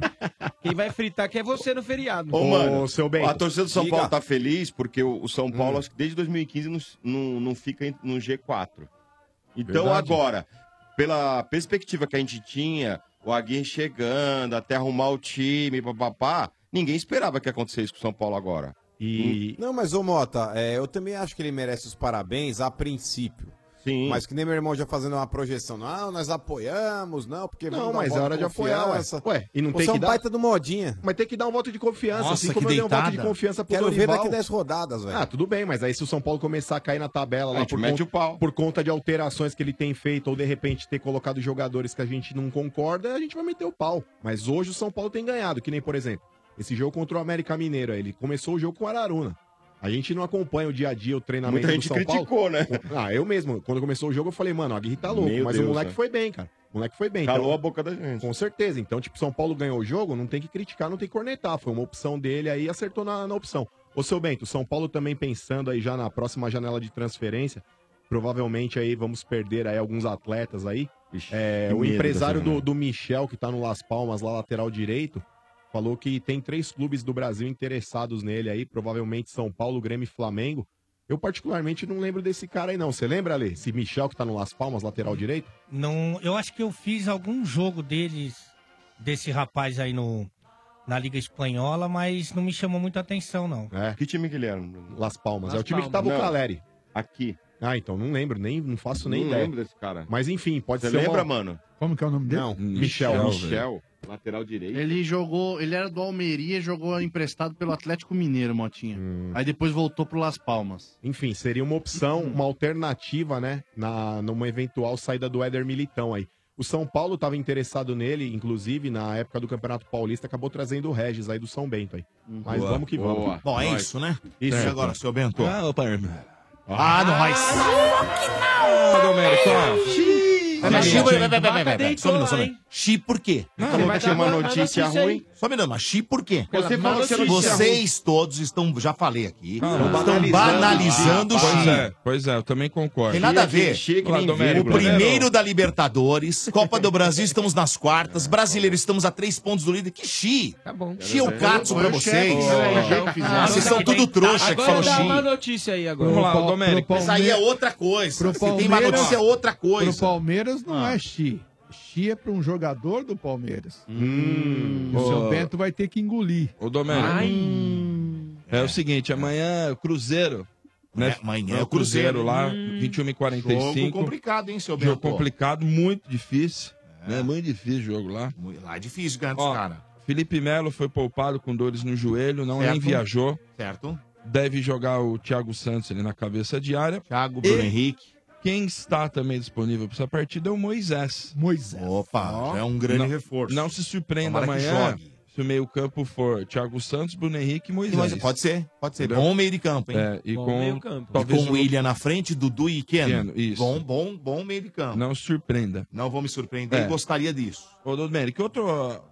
Quem vai fritar aqui é você no feriado.
Ô, mano,
seu bem.
a torcida do São
Diga.
Paulo tá feliz porque o o São Paulo, acho que desde 2015, não, não, não fica em- no G4. Então
Verdade.
agora, pela perspectiva que a gente tinha, o Aguirre chegando, até arrumar o time, papapá, ninguém esperava que acontecesse com o São Paulo agora. Hum.
E...
Não, mas, ô Mota, é, eu também acho que ele merece os parabéns a princípio.
Sim.
Mas que nem meu irmão já fazendo uma projeção. Não, nós apoiamos, não, porque
Não,
vamos dar
mas
voto
é hora de apoiar, ué.
confiança.
Ué, e não
Você
tem
é
que
um
dar-
baita do modinha.
Mas tem que dar um voto de confiança,
Nossa,
assim
que
como eu dei um voto de
deitada.
confiança pro
Quero ver
Dorival.
daqui 10 rodadas, velho.
Ah, tudo bem, mas aí se o São Paulo começar a cair na tabela
A
lá
gente
por,
mete o pau.
por conta de alterações que ele tem feito ou de repente ter colocado jogadores que a gente não concorda, a gente vai meter o pau. Mas hoje o São Paulo tem ganhado, que nem, por exemplo, esse jogo contra o América Mineiro, aí, ele começou o jogo com o Araruna. A gente não acompanha o dia a dia, o treinamento
Muita gente
do São
criticou,
Paulo.
né?
Ah, eu mesmo, quando começou o jogo, eu falei, mano, a Aguirre tá louco,
Meu
mas
Deus,
o moleque
né?
foi bem, cara. O moleque foi bem. então
Calou a boca da gente.
Com certeza. Então, tipo, São Paulo ganhou o jogo, não tem que criticar, não tem que cornetar. Foi uma opção dele aí, acertou na, na opção. Ô, seu Bento, São Paulo também pensando aí já na próxima janela de transferência. Provavelmente aí vamos perder aí alguns atletas aí. É,
que
o
medo
empresário
dessa
do, do Michel, que tá no Las Palmas, lá lateral direito, falou que tem três clubes do Brasil interessados nele aí, provavelmente São Paulo, Grêmio e Flamengo. Eu particularmente não lembro desse cara aí não. Você lembra, Ale? Esse Michel que tá no Las Palmas,
Uhum.
lateral direito?
Não, eu acho que eu fiz algum jogo deles, desse rapaz aí no, na Liga Espanhola, mas não me chamou muita atenção, não.
Que time que ele era?
Né? Las Palmas.
Las
é o time que
Palmas.
tava o
Não.
Caleri.
Aqui.
Ah, então não lembro, nem, não faço nem
Não
ideia.
lembro desse cara.
Mas enfim, pode
Você
ser.
lembra, mano?
Como que é o nome dele?
Não,
Michel,
Michel. Michel.
lateral direito.
Ele jogou, ele era do Almeria, jogou emprestado pelo Atlético Mineiro, Motinha.
Hum.
Aí depois voltou pro Las Palmas.
Enfim, seria uma opção, uma alternativa, né? Na, numa eventual saída do Éder Militão aí. O São Paulo estava interessado nele, inclusive, na época do Campeonato Paulista, acabou trazendo o Regis aí do São Bento aí.
Uhum.
Mas
Boa,
vamos que vamos.
boa. Bom, é isso, né? Isso. E agora, seu Bento?
Ah, opa, irmão.
Ah, não, mas... Ah,
Domérico,
Mas Xi, Tá vai, vai, vai, vai,
Vaca
vai, vai.
deitou
Só um minuto, só um
lá,
minuto. Xi, por quê?
Não, Você vai dar uma notícia ruim.
Só um minuto, mas Xi, por quê?
Pela má notícia
Vocês todos estão, já falei aqui, estão banalizando, o
Pois é,
Xi.
pois é, eu também concordo.
Ah, Tem nada a ver.
Lá, né, Domérico.
o primeiro da Libertadores, Copa do Brasil, estamos nas quartas, Brasileiro, estamos a três pontos do líder. Que Xi! Tá
bom.
Xi é o catso pra
Eu
vocês.
chego. Eu fiz
Ah, Vocês
isso.
são tudo trouxa que
Agora
falam
dá uma
Xi.
notícia aí agora.
Vamos lá,
Pro-
Domérico.
pro
Mas aí é
Palmeiras-
outra coisa.
Pro
Se tem má
Palmeiras-
notícia, é outra coisa.
Pro Palmeiras não é Xi. Xi é pra um jogador do Palmeiras. E o seu
Ô,
Bento vai ter que engolir.
Ô, Domérico. É, o seguinte, amanhã é o Cruzeiro. Né?
Amanhã
é o Cruzeiro, lá, 21h45.
Jogo complicado, hein, seu Bento?
Jogo complicado, muito difícil. Né? Muito difícil o jogo lá.
É. Lá é difícil ganhar dos
Ó,
caras.
Felipe Melo foi poupado com dores no joelho, não nem
Certo.
viajou.
Certo.
Deve jogar o Thiago Santos ali na cabeça de área.
Thiago,
Bruno
Henrique.
Quem está também disponível para essa partida é o Moisés.
Moisés.
Opa, já é um grande
não,
reforço.
Não se surpreenda
Tomara que
amanhã
jogue.
se o meio-campo for Thiago Santos, Bruno Henrique e Moisés.
Mas pode ser, pode ser. Bom meio de campo, hein?
É, e
Bom
com,
meio campo.
talvez um
E com o William na frente, Dudu e Keno.
isso.
Bom, bom, bom meio de campo.
Não surpreenda.
Não vou me surpreender
É.
e gostaria disso.
Ô, Domérico, outra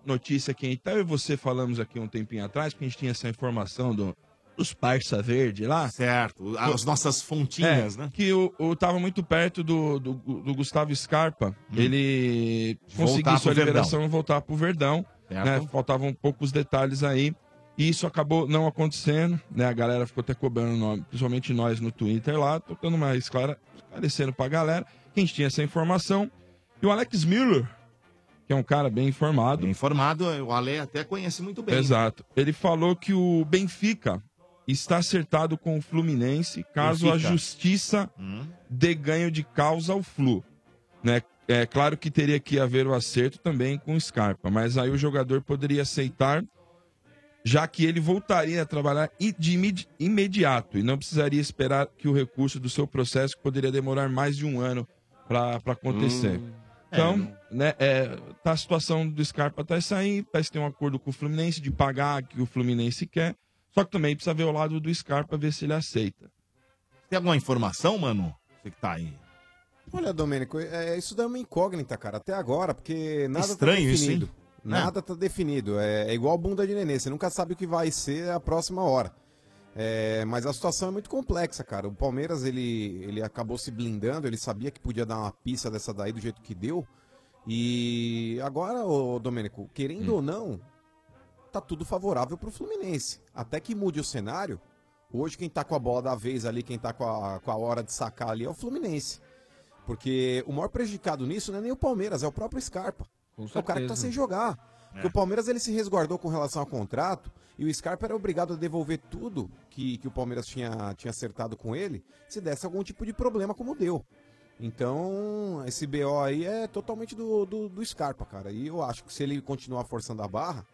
notícia que então eu e você falamos aqui um tempinho atrás, porque a gente tinha essa informação do, dos Parça Verde lá. É,
Certo, as nossas fontinhas, né?
Que o, o tava muito perto do, do, do Gustavo Scarpa.
Hum.
Uhum.
Ele
Voltar
conseguiu sua
pro Verdão.
liberação e voltar pro Verdão.
Certo.
né? Faltavam poucos detalhes aí. E isso acabou não acontecendo, né? A galera ficou até cobrando o nome, principalmente nós no Twitter lá, tô dando uma esclara, esclarecendo pra galera. Quem tinha essa informação. E o Alex Miller, que é um cara bem informado.
informado, o Ale até conhece muito bem. né?
Exato. Ele falou que o Benfica está acertado com o Fluminense caso
Benfica. Hum.
a justiça dê ganho de causa ao Flu. Né? É claro que teria que haver o acerto também com o Scarpa, mas aí o jogador poderia aceitar, já que ele voltaria a trabalhar i- de imedi- imediato e não precisaria esperar que o recurso do seu processo, que poderia demorar mais de um ano para acontecer.
Hum.
Então, né, é, tá a situação do Scarpa tá essa aí, parece que tem um acordo com o Fluminense de pagar o que o Fluminense quer, só que também precisa ver o lado do Scarpa, ver se ele aceita.
Tem alguma informação, mano? Você que tá aí.
Olha, Domênico, é, isso daí é uma incógnita, cara, até agora, porque nada
Estranho
tá
isso,
definido.
hein?
Nada tá definido. É, é igual bunda de nenê, você nunca sabe o que vai ser a próxima hora. É, mas a situação é muito complexa, cara. O Palmeiras, ele, ele acabou se blindando, ele sabia que podia dar uma pista dessa daí do jeito que deu. E agora, ô Domênico,
Hum.
querendo ou não, tá tudo favorável pro Fluminense. Até que mude o cenário, hoje quem tá com a bola da vez ali, quem tá com a, com a hora de sacar ali é o Fluminense. Porque o maior prejudicado nisso não é nem o Palmeiras, é o próprio Scarpa. é o cara que tá
certeza.
sem jogar. Porque o Palmeiras ele se resguardou com relação ao contrato e o Scarpa era obrigado a devolver tudo que, que o Palmeiras tinha, tinha acertado com ele se desse algum tipo de problema, como deu. Então, esse BO aí é totalmente do, do, do Scarpa, cara. E eu acho que se ele continuar forçando a barra,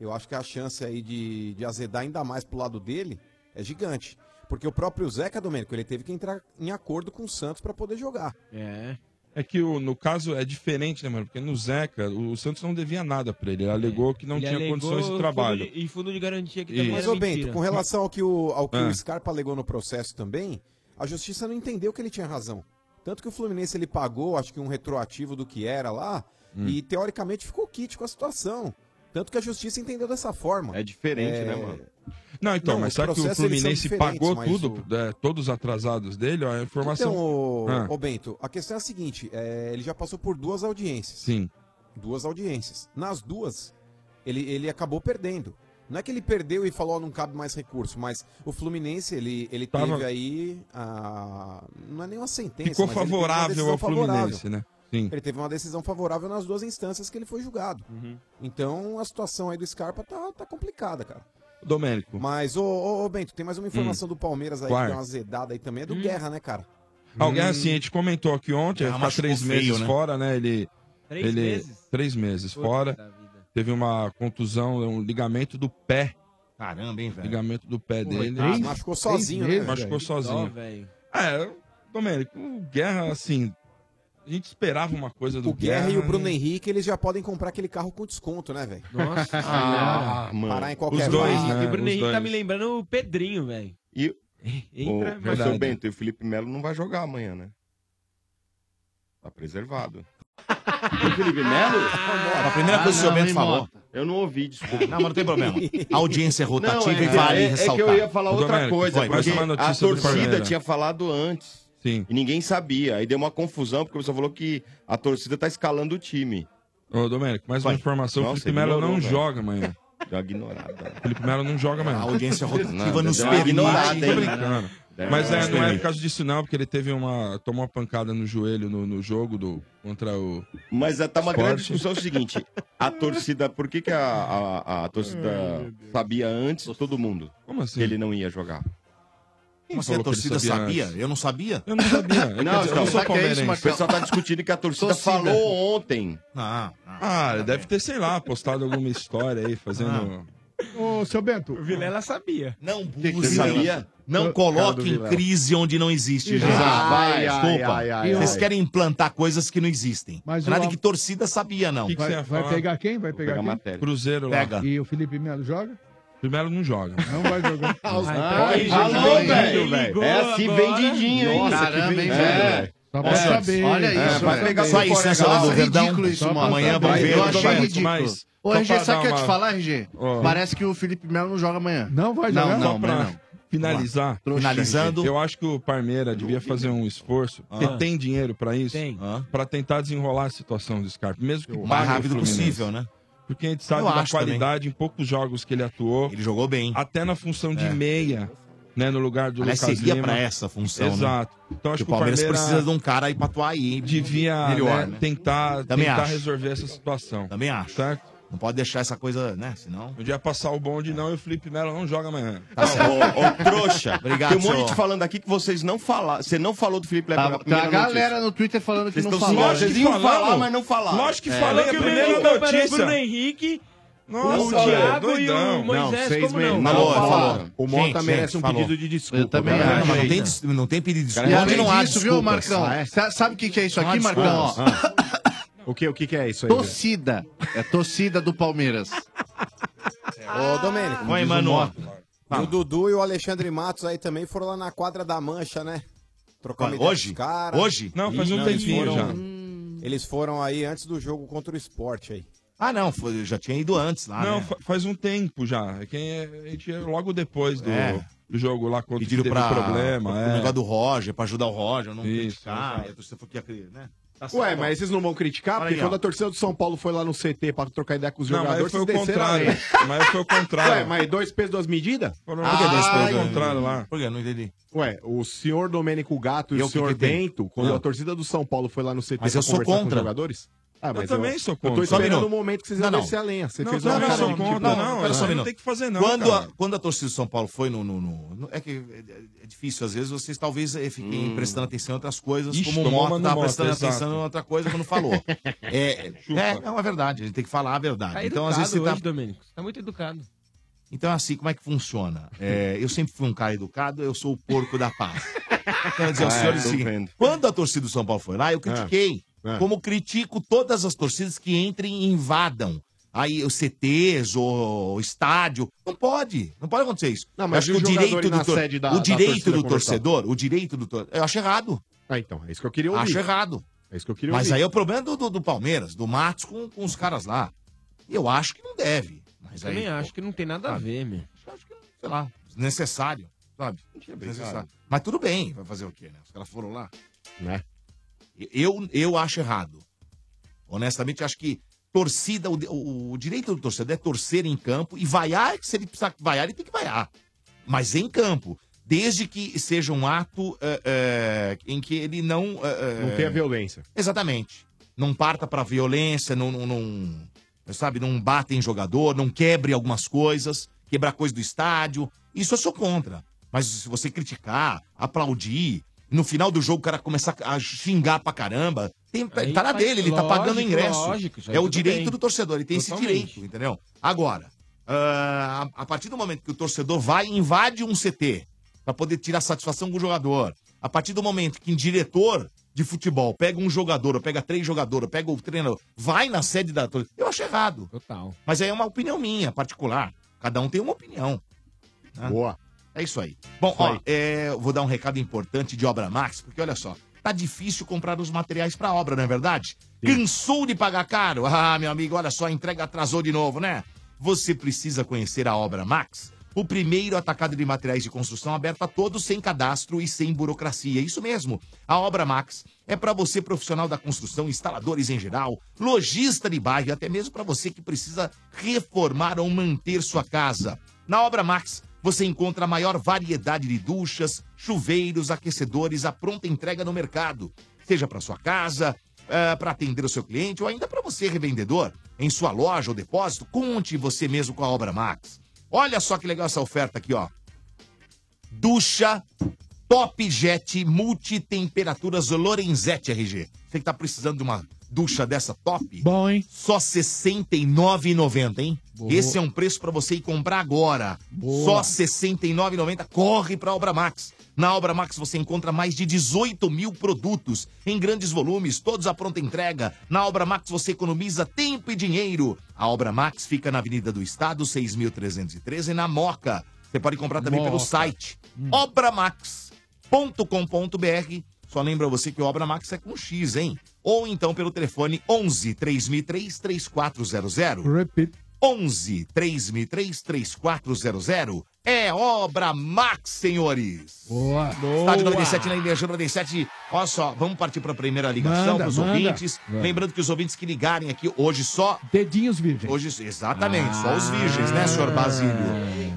eu acho que a chance aí de, de azedar ainda mais pro lado dele é gigante. Porque o próprio Zeca Domênico, ele teve que entrar em acordo com o Santos pra poder jogar.
É. É que o- no caso é diferente, né, mano? Porque no Zeca, o Santos não devia nada pra ele. Ele alegou que não
Ele
tinha
alegou
condições de
fundo
trabalho.
de- e fundo de garantia que
Isso.
também
Mas,
era
ô Bento,
mentira.
com relação ao que, o, ao que
Ah.
o Scarpa alegou no processo também, a justiça não entendeu que ele tinha razão. Tanto que o Fluminense ele pagou, acho que um retroativo do que era lá, e teoricamente ficou kit com a situação. Tanto que a justiça entendeu dessa forma. É
diferente, né, mano?
Não, então,
Não,
mas
os
sabe que o
processos, eles são
Fluminense
diferentes,
pagou
mas
tudo, é, todos os atrasados dele, ó, a informação.
Então, ô,
Ah,
ô Bento, a questão é a seguinte: é, ele já passou por duas audiências.
Sim.
Duas audiências. Nas duas, ele, ele acabou perdendo. Não é que ele perdeu e falou, "Ó, não cabe mais recurso, mas o Fluminense, ele, ele
Tava-
teve aí. a- Não é nenhuma sentença.
ficou
mas ele teve uma decisão
favorável ao Fluminense,
favorável.
né? Sim.
Ele teve uma decisão favorável nas duas instâncias que ele foi julgado. Então a situação aí do Scarpa tá, tá complicada, cara.
Domênico. Hum.
Mas, ô, ô, ô, Bento, tem mais uma informação do Palmeiras aí
Claro.
que deu uma azedada aí também. É do Guerra, né, cara?
Alguém assim, a gente comentou aqui ontem,
Ah,
ia ficar
machucou
três
feio,
meses
né?
fora, né? Ele.
Três
ele-
meses?
Três meses
Puta
fora. Teve uma contusão, um ligamento do pé.
Caramba, hein, velho?
Ligamento do pé
Pô,
dele.
três- Ah, machucou três sozinho, né, meses,
Machucou
velho? Que dó,
sozinho.
velho.
É, Domênico, o Guerra, assim. A gente esperava uma coisa do
O Guerra e o Bruno
né?
Henrique, eles já podem comprar aquele carro com desconto, né, velho?
Nossa,
Ah,
senhora.
Parar em qualquer
Os dois,
bar.
né? E o Bruno Henrique tá me lembrando o Pedrinho, velho.
E
Entra,
o,
mas-
seu Bento, e o Felipe Melo não vai jogar amanhã, né? Tá preservado. o Felipe Melo?
A primeira coisa que o seu Bento falou.
Eu não ouvi, desculpa.
Não, mas não tem problema. A audiência é rotativa
Não, é
e
que-
vale
é,
ressaltar.
É que eu ia falar
Ô,
outra
Domênico,
coisa,
vai,
porque
mais uma
a
notícia do
torcida
Palmeiras.
tinha falado antes.
Sim.
E ninguém sabia. Aí deu uma confusão, porque o pessoal falou que a torcida tá escalando o time.
Ô, Domênico, mais uma informação: o Felipe Melo não joga amanhã.
Já ignorada.
Felipe Melo não joga amanhã.
A audiência rotativa
Não,
nos
deu uma
permite.
ignorada, hein?
Tô brincando.
Deu Mas
uma-
é, não é
permite.
por causa disso, não, porque ele teve uma. tomou uma pancada no joelho no, no jogo do, contra o.
Mas tá uma
Sport.
grande discussão é o seguinte: a torcida, por que, que a, a- a torcida sabia antes todo mundo
Como assim?
que ele não ia jogar?
Como assim a torcida sabia? Eu não sabia?
Eu não sabia.
Não, então, sabe que é isso, Marcão? O pessoal tá discutindo que a torcida, falou ontem.
Ah,
ah, deve ter, sei lá, postado alguma história aí, fazendo.
Ô, seu Bento.
O Vilela sabia.
Não
que
Você
que
sabia?
Vilela?
Não
Cara do
coloque em
Vilela.
crise onde não existe.
Ai,
gente.
ai,
Desculpa.
ai, ai,
Vocês
ai.
querem implantar coisas que não existem.
Mas
Nada
o-
que torcida sabia, não.
vai, vai pegar quem? Vai pegar, quem?
Cruzeiro lá.
Pega.
E o Felipe Melo joga?
Primeiro não joga.
Não vai jogar.
tá
tá
Ah, alô, velho, velho. É assim, vendidinho, hein?
Nossa,
Caramba,
que
hein,
vendidinho,
velho?
velho. Só pra
É.
saber.
Olha
É,
isso,
vai
velho.
pegar
Só
seu
isso, né,
colega
seu
lá.
Lando Verdão?
Ridículo isso, mano.
Amanhã vamos ver.
Eu achei
Mas-
ridículo.
mas-
Ô,
só
RG,
pra
sabe o que eu
dar
ia te
uma-
falar, RG?
Ó.
Parece que o Felipe Melo não joga amanhã.
Não vai
Não,
Só
não,
pra
não.
Finalizar.
Trouxa, Finalizando.
Eu acho que o Parmeira devia fazer um esforço, porque
Ah.
tem dinheiro pra isso,
Tem.
pra tentar desenrolar a situação do Scarpa, mesmo que
O
pague
Ah. mais
o
rápido
Fluminense.
possível, né?
Porque a gente sabe
Eu
da
acho também.
qualidade em poucos jogos que ele atuou.
Ele jogou bem.
Até na função de
É.
meia, né, no lugar do
Aliás,
Lucas
seria
Lima.
pra essa função, né?
Exato. Então
Que
acho
o Palmeiras precisa de um cara aí pra atuar aí, hein?
Devia
Melhor,
né,
né?
tentar,
Também
tentar
acho.
resolver essa situação.
Também acho.
Certo?
Não pode deixar essa coisa, né? Senão.
Um dia passar o bonde, não, e o Felipe Melo não joga amanhã.
Tá certo.
Ô, ô, trouxa.
Obrigado,
Tem um monte
senhor.
de gente falando aqui que vocês não falaram. Você não falou do Felipe Melo.
Tá,
na
tem
primeira
a galera
notícia.
no Twitter falando que
Vocês
não
tão
falou.
zoando, vocês iam falar, mas não falaram.
Lógico que
É. Falou
falei,
que
a
o
primeira
Mengão
notícia.
Bruno Henrique, o
Nossa,
Thiago
velho,
e
doidão.
o Moisés,
seis
como
meses.
não?
Falou,
Não
falou.
falaram.
O
Gente,
Mota merece
gente,
um
falou.
pedido de desculpa,
Eu também
cara.
acho. Não, mas não, tem,
Ajeita.
des- não tem pedido de
E
desculpa.
além
Onde não há
disso, viu,
desculpas.
Marcão?
Ah, é?
Sa- Sabe o que, que é isso
Não há
aqui,
desculpas.
Marcão? Ó,
O que, o que, que é isso aí? velho?
Torcida. É torcida do Palmeiras.
Ô, Domênico.
Vai,
diz o
Manu.
Mota. E O Dudu e o Alexandre Matos aí também foram lá na quadra da Mancha, né? Trocar uma
Quando?
ideia
Hoje?
com os caras.
Hoje? Não, faz um
eles
tempinho
foram-
já.
Eles foram aí antes do jogo contra o esporte aí.
Ah, não, foi- eu já tinha ido antes lá.
não,
né?
fa- faz um tempo já. É Quem é, a gente é logo depois do,
É.
do jogo lá contra
Pediram
que teve
pra.
problema.
pro
É.
negócio do Roger, pra ajudar o Roger, não
Isso,
criticar.
exato.
E a torcida falou que ia crer, né? Tá
Ué,
certo.
mas vocês não vão criticar?
Olha
Porque
aí, ó.
quando a torcida do São Paulo foi lá no CT pra trocar ideia com os
Não, mas
jogadores,
foi o
vocês desceram a
contrário.
lenha.
Mas foi o contrário.
Ué, mas dois pesos, duas medidas?
Foram
Por que dois pesos, duas
contrário
medidas?
lá.
Ah, Por que? Não entendi.
Ué, o senhor Domênico Gato e,
E
o
o que
senhor
que tem?
Bento, quando
Não.
a torcida do São Paulo foi lá no CT
Mas eu sou
conversar com os
contra.
jogadores... Ah,
Eu
mas
também sou
Eu
contra.
tô
Só um
esperando
minuto.
o momento que vocês
Não,
iam
não.
descer é a lenha. Você
Não,
fez
não,
uma
não,
cara
sou
de-
contra,
Não,
não.
pera
Não,
só um
não
minuto.
tem que fazer, não,
Quando a,
cara.
quando a torcida do São Paulo foi no. no- no- no- é que é- é difícil, às vezes vocês talvez eh, fiquem
Hum.
prestando atenção em outras coisas,
Ixi,
como o
tomou
Mota
uma no
estava
Mota,
prestando
exato.
atenção em outra coisa quando falou. é, é, não, é verdade, a gente tem que falar a verdade.
Tá
então, às vezes você
educado
tá
hoje, Domênico. Você tá muito educado.
Então, assim, como é que funciona? É, eu sempre fui um cara educado, eu sou o porco da paz. Então, Quero dizer,
Ah,
aos
é,
senhores,
tô
o seguinte,
vendo.
assim, quando a torcida do São Paulo foi lá, eu critiquei.
Ah,
é.
Como critico todas as torcidas que entrem e invadam. Aí, os CTs, o estádio. Não pode. Não pode acontecer isso.
Não,
Eu
mas
acho
e
que
os
o direito
jogadores
do,
na
tor-
sede da-
o
da
direito
torcida
do
conversar?
torcedor, o direito do torcedor. Eu acho errado.
Ah, então, é isso que eu queria ouvir.
Acho errado.
É isso que eu queria
Mas
ouvir.
aí é o problema do, do- do Palmeiras, do Matos com, com os caras lá. Eu acho que não deve. Mas aí,
Também acho que não tem nada a ver, meu.
sei lá, desnecessário, sabe? Desnecessário. Mas tudo bem, vai fazer o quê, né? Os caras foram lá.
Né?
Eu, eu acho errado. Honestamente, acho que torcida, o, o- o direito do torcedor é torcer em campo e vaiar, se ele precisar vaiar, ele tem que vaiar. Mas em campo. Desde que seja um ato é, é, em que ele não. é, é,
Não tem a violência.
Exatamente. Não parta pra violência, não, não, não- sabe, não bata em jogador, não quebre algumas coisas, quebrar coisa do estádio. Isso eu sou contra. Mas se você criticar, aplaudir, no final do jogo o cara começar a xingar pra caramba. Tem-
Aí
tá na
faz-
dele, ele tá
lógico,
pagando o ingresso.
lógico, isso aí
é o
tudo
direito
bem.
do torcedor, ele tem esse
Totalmente.
direito, entendeu? Agora, ah, a, a partir do momento que o torcedor vai e invade um CT pra poder tirar satisfação com o jogador, a partir do momento que um diretor de futebol pega um jogador, ou pega três jogadores, ou pega o treinador, vai na sede da torcida, eu acho errado.
Total.
Mas aí é uma opinião minha, particular. Cada um tem uma opinião. Boa. É isso aí. Bom, ó, é, eu vou dar um recado importante de Obra Max, porque olha só, tá difícil comprar os materiais pra obra, não é verdade? Cansou de pagar caro? Ah, meu amigo, olha só, a entrega atrasou de novo, né? Você precisa conhecer a Obra Max, o primeiro atacado de materiais de construção aberto a todos sem cadastro e sem burocracia. Isso mesmo. A Obra Max é para você profissional da construção, instaladores em geral, lojista de bairro, e até mesmo para você que precisa reformar ou manter sua casa. Na Obra Max você encontra a maior variedade de duchas, chuveiros, aquecedores, a pronta entrega no mercado, seja para sua casa, para atender o seu cliente ou ainda para você revendedor em sua loja ou depósito. Conte você mesmo com a Obra Max. Olha só que legal essa oferta aqui, ó. Ducha Top Jet Multitemperaturas Lorenzetti RG. Você que tá precisando de uma ducha dessa top? Bom, hein? Só R$ 69,90, hein? Esse é um preço para você ir comprar agora. Só R$ 69,90. Corre para Obra Max. Na Obra Max você encontra mais de 18 mil produtos em grandes volumes, todos à pronta entrega. Na Obra Max você economiza tempo e dinheiro. A Obra Max fica na Avenida do Estado, 6.313, na Moca. Você pode comprar também pelo
Moca.
site obramax.com.br. Só lembra você que o Obra Max é com X, hein? Ou então pelo telefone 11 3003 3400.
Repito.
11 3003 3400. É Obra Max, senhores.
Boa.
Estádio 97 na Ilha 97. Olha só, vamos partir para a primeira ligação
Manda,
para os
manda.
ouvintes.
Vai.
Lembrando que os ouvintes que ligarem aqui hoje só
Dedinhos virgens. Ah.
Hoje, exatamente, só os virgens, né, senhor Basílio?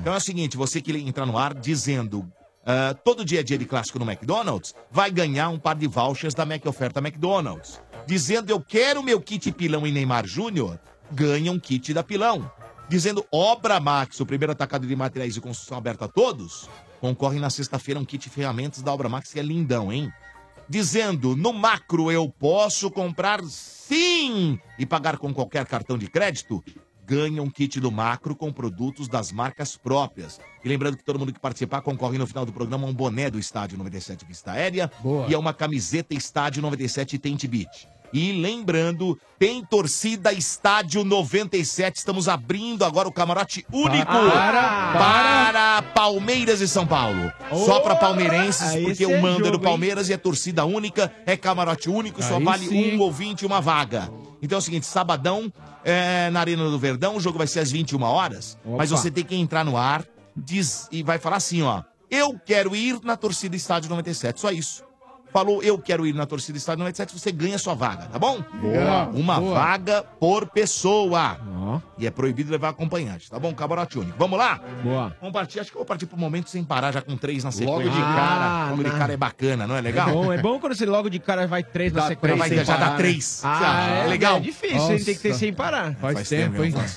Então é o seguinte, você que entrar no ar dizendo ah, todo dia é dia de clássico no McDonald's, vai ganhar um par de vouchers da Mac Oferta McDonald's. Dizendo eu quero meu kit Pilão e Neymar Júnior, ganha um kit da Pilão. Dizendo Obra Max, o primeiro atacado de materiais de construção aberto a todos, concorre na sexta-feira um kit ferramentas da Obra Max que é lindão, hein? dizendo: no macro eu posso comprar sim e pagar com qualquer cartão de crédito. Ganha um kit do macro com produtos das marcas próprias. E lembrando que todo mundo que participar concorre no final do programa a um boné do Estádio 97 Vista Aérea
Boa.
e a uma camiseta Estádio 97 Tente Beat. E lembrando, tem torcida Estádio 97. Estamos abrindo agora o camarote único
Para,
para Palmeiras e São Paulo. Só para palmeirenses,
Aí
porque
esse
o
é
mando do
jogo, hein?
Palmeiras. Palmeiras e é torcida única, é camarote único, só
Aí
vale
sim,
um ouvinte e uma vaga. Então é o seguinte, sabadão, é, na Arena do Verdão, o jogo vai ser às 21 horas, mas
Opa.
você tem que entrar no ar diz, e vai falar assim, ó, eu quero ir na torcida Estádio 97, só isso. Falou, eu quero ir na torcida Estádio 97, você ganha sua vaga, tá bom?
Legal,
Uma
boa.
vaga por pessoa. E é proibido levar acompanhante, tá bom? Camarote único. Vamos lá?
Boa.
Vamos partir, acho que eu vou partir pro momento sem parar, já com três na sequência.
Logo de cara.
Ah, Logo de
não.
cara é bacana, não é legal?
É bom, é bom quando você logo de cara vai três na
Já,
sequência.
vai,
sem
já dá
parar. né?
três. Você acha?
Ah, é,
legal?
É difícil, hein? tem que ter sem parar.
Que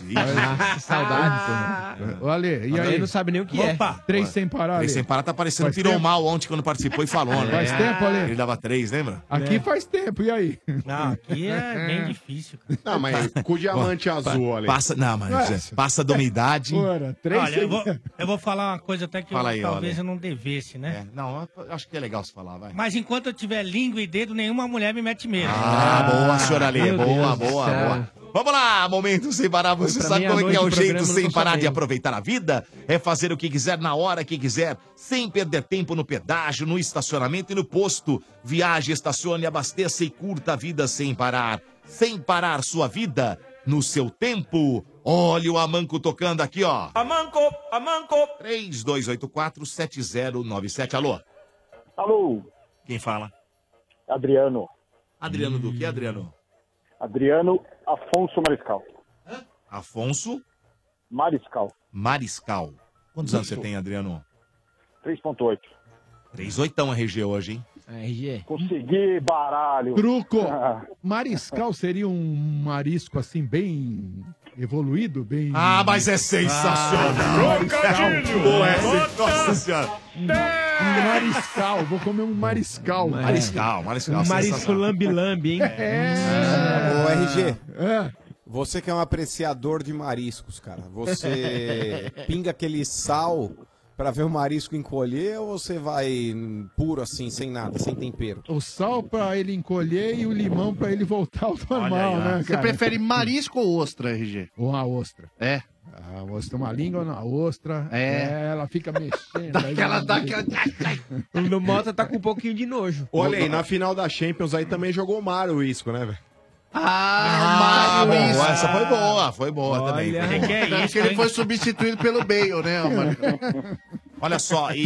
saudade. pô. Ô, Ale, e
Mas
aí?
Ah, ele não sabe nem o que é. Opa.
Três sem parar, Ale.
Ah. Três sem parar tá parecendo
Faz
pirou
tempo.
mal ontem quando participou e falou, né?
Faz tempo, Ale.
Ele dava três, lembra?
Aqui faz tempo, e aí?
Não, aqui é bem difícil, cara.
Não, mas com o diamante azul, Ale.
Passa, não, mas
Não é?
é, passa de uma idade.
Ora,
Olha, eu vou, eu vou falar uma coisa até que eu-
Fala aí,
talvez
olha.
eu não devesse, né?
Não, eu acho que é legal você falar, vai.
Mas enquanto eu tiver língua e dedo, nenhuma mulher me mete medo.
Ah, boa, senhora Lê.
Meu
Boa,
Deus do
boa,
céu.
boa. Ah, Vamos lá, momento sem parar. Você
Pra
sabe
mim,
como
à
é que é
noite
o
o
jeito
programa, eu
sem
não tô
parar de
sabendo.
aproveitar a vida? É fazer o que quiser na hora que quiser, sem perder tempo no pedágio, no estacionamento e no posto. Viaje, estacione, abasteça e curta a vida sem parar. Sem parar sua vida no seu tempo. Olha o Amanco tocando aqui, ó.
Amanco, amanco.
3284-7097. Alô?
Alô,
Quem fala?
Adriano.
Adriano do
Hum.
que, Adriano?
Adriano Afonso Mariscal.
Afonso
Mariscal,
Mariscal. Quantos
Isso.
anos você tem, Adriano?
3.8.
38 RG hoje, hein?
é. Consegui baralho.
Truco.
Ah,
Mariscal seria um marisco assim, bem evoluído, bem...
Ah, mas é sensacional.
Ah, mariscal.
Pô, é, nossa senhora.
Um mariscal, vou comer um mariscal.
Mariscal, mariscal.
Um marisco lambi-lambi,
É.
hein?
É. Ô, RG.
É.
Você que é um apreciador de mariscos, cara. Você pinga aquele sal pra ver o marisco encolher ou você vai hum, puro assim, sem nada, sem tempero?
O sal pra ele encolher e o limão pra ele voltar ao normal, né, cara?
Você prefere marisco ou ostra, RG?
Ou a ostra.
É. né?
A ostra, uma língua na ostra.
É.
ela fica mexendo. aí
Aquela
vai-
daquela.
O Mota tá com um pouquinho de nojo.
Olha aí, na final da Champions aí também jogou o Mário o Isco, né, velho?
Ah,
bom,
Mário Isco.
essa foi boa, foi boa
também.
foi boa.
Que é isso, ele foi substituído pelo Bale, né, Marcão?
Olha só, e.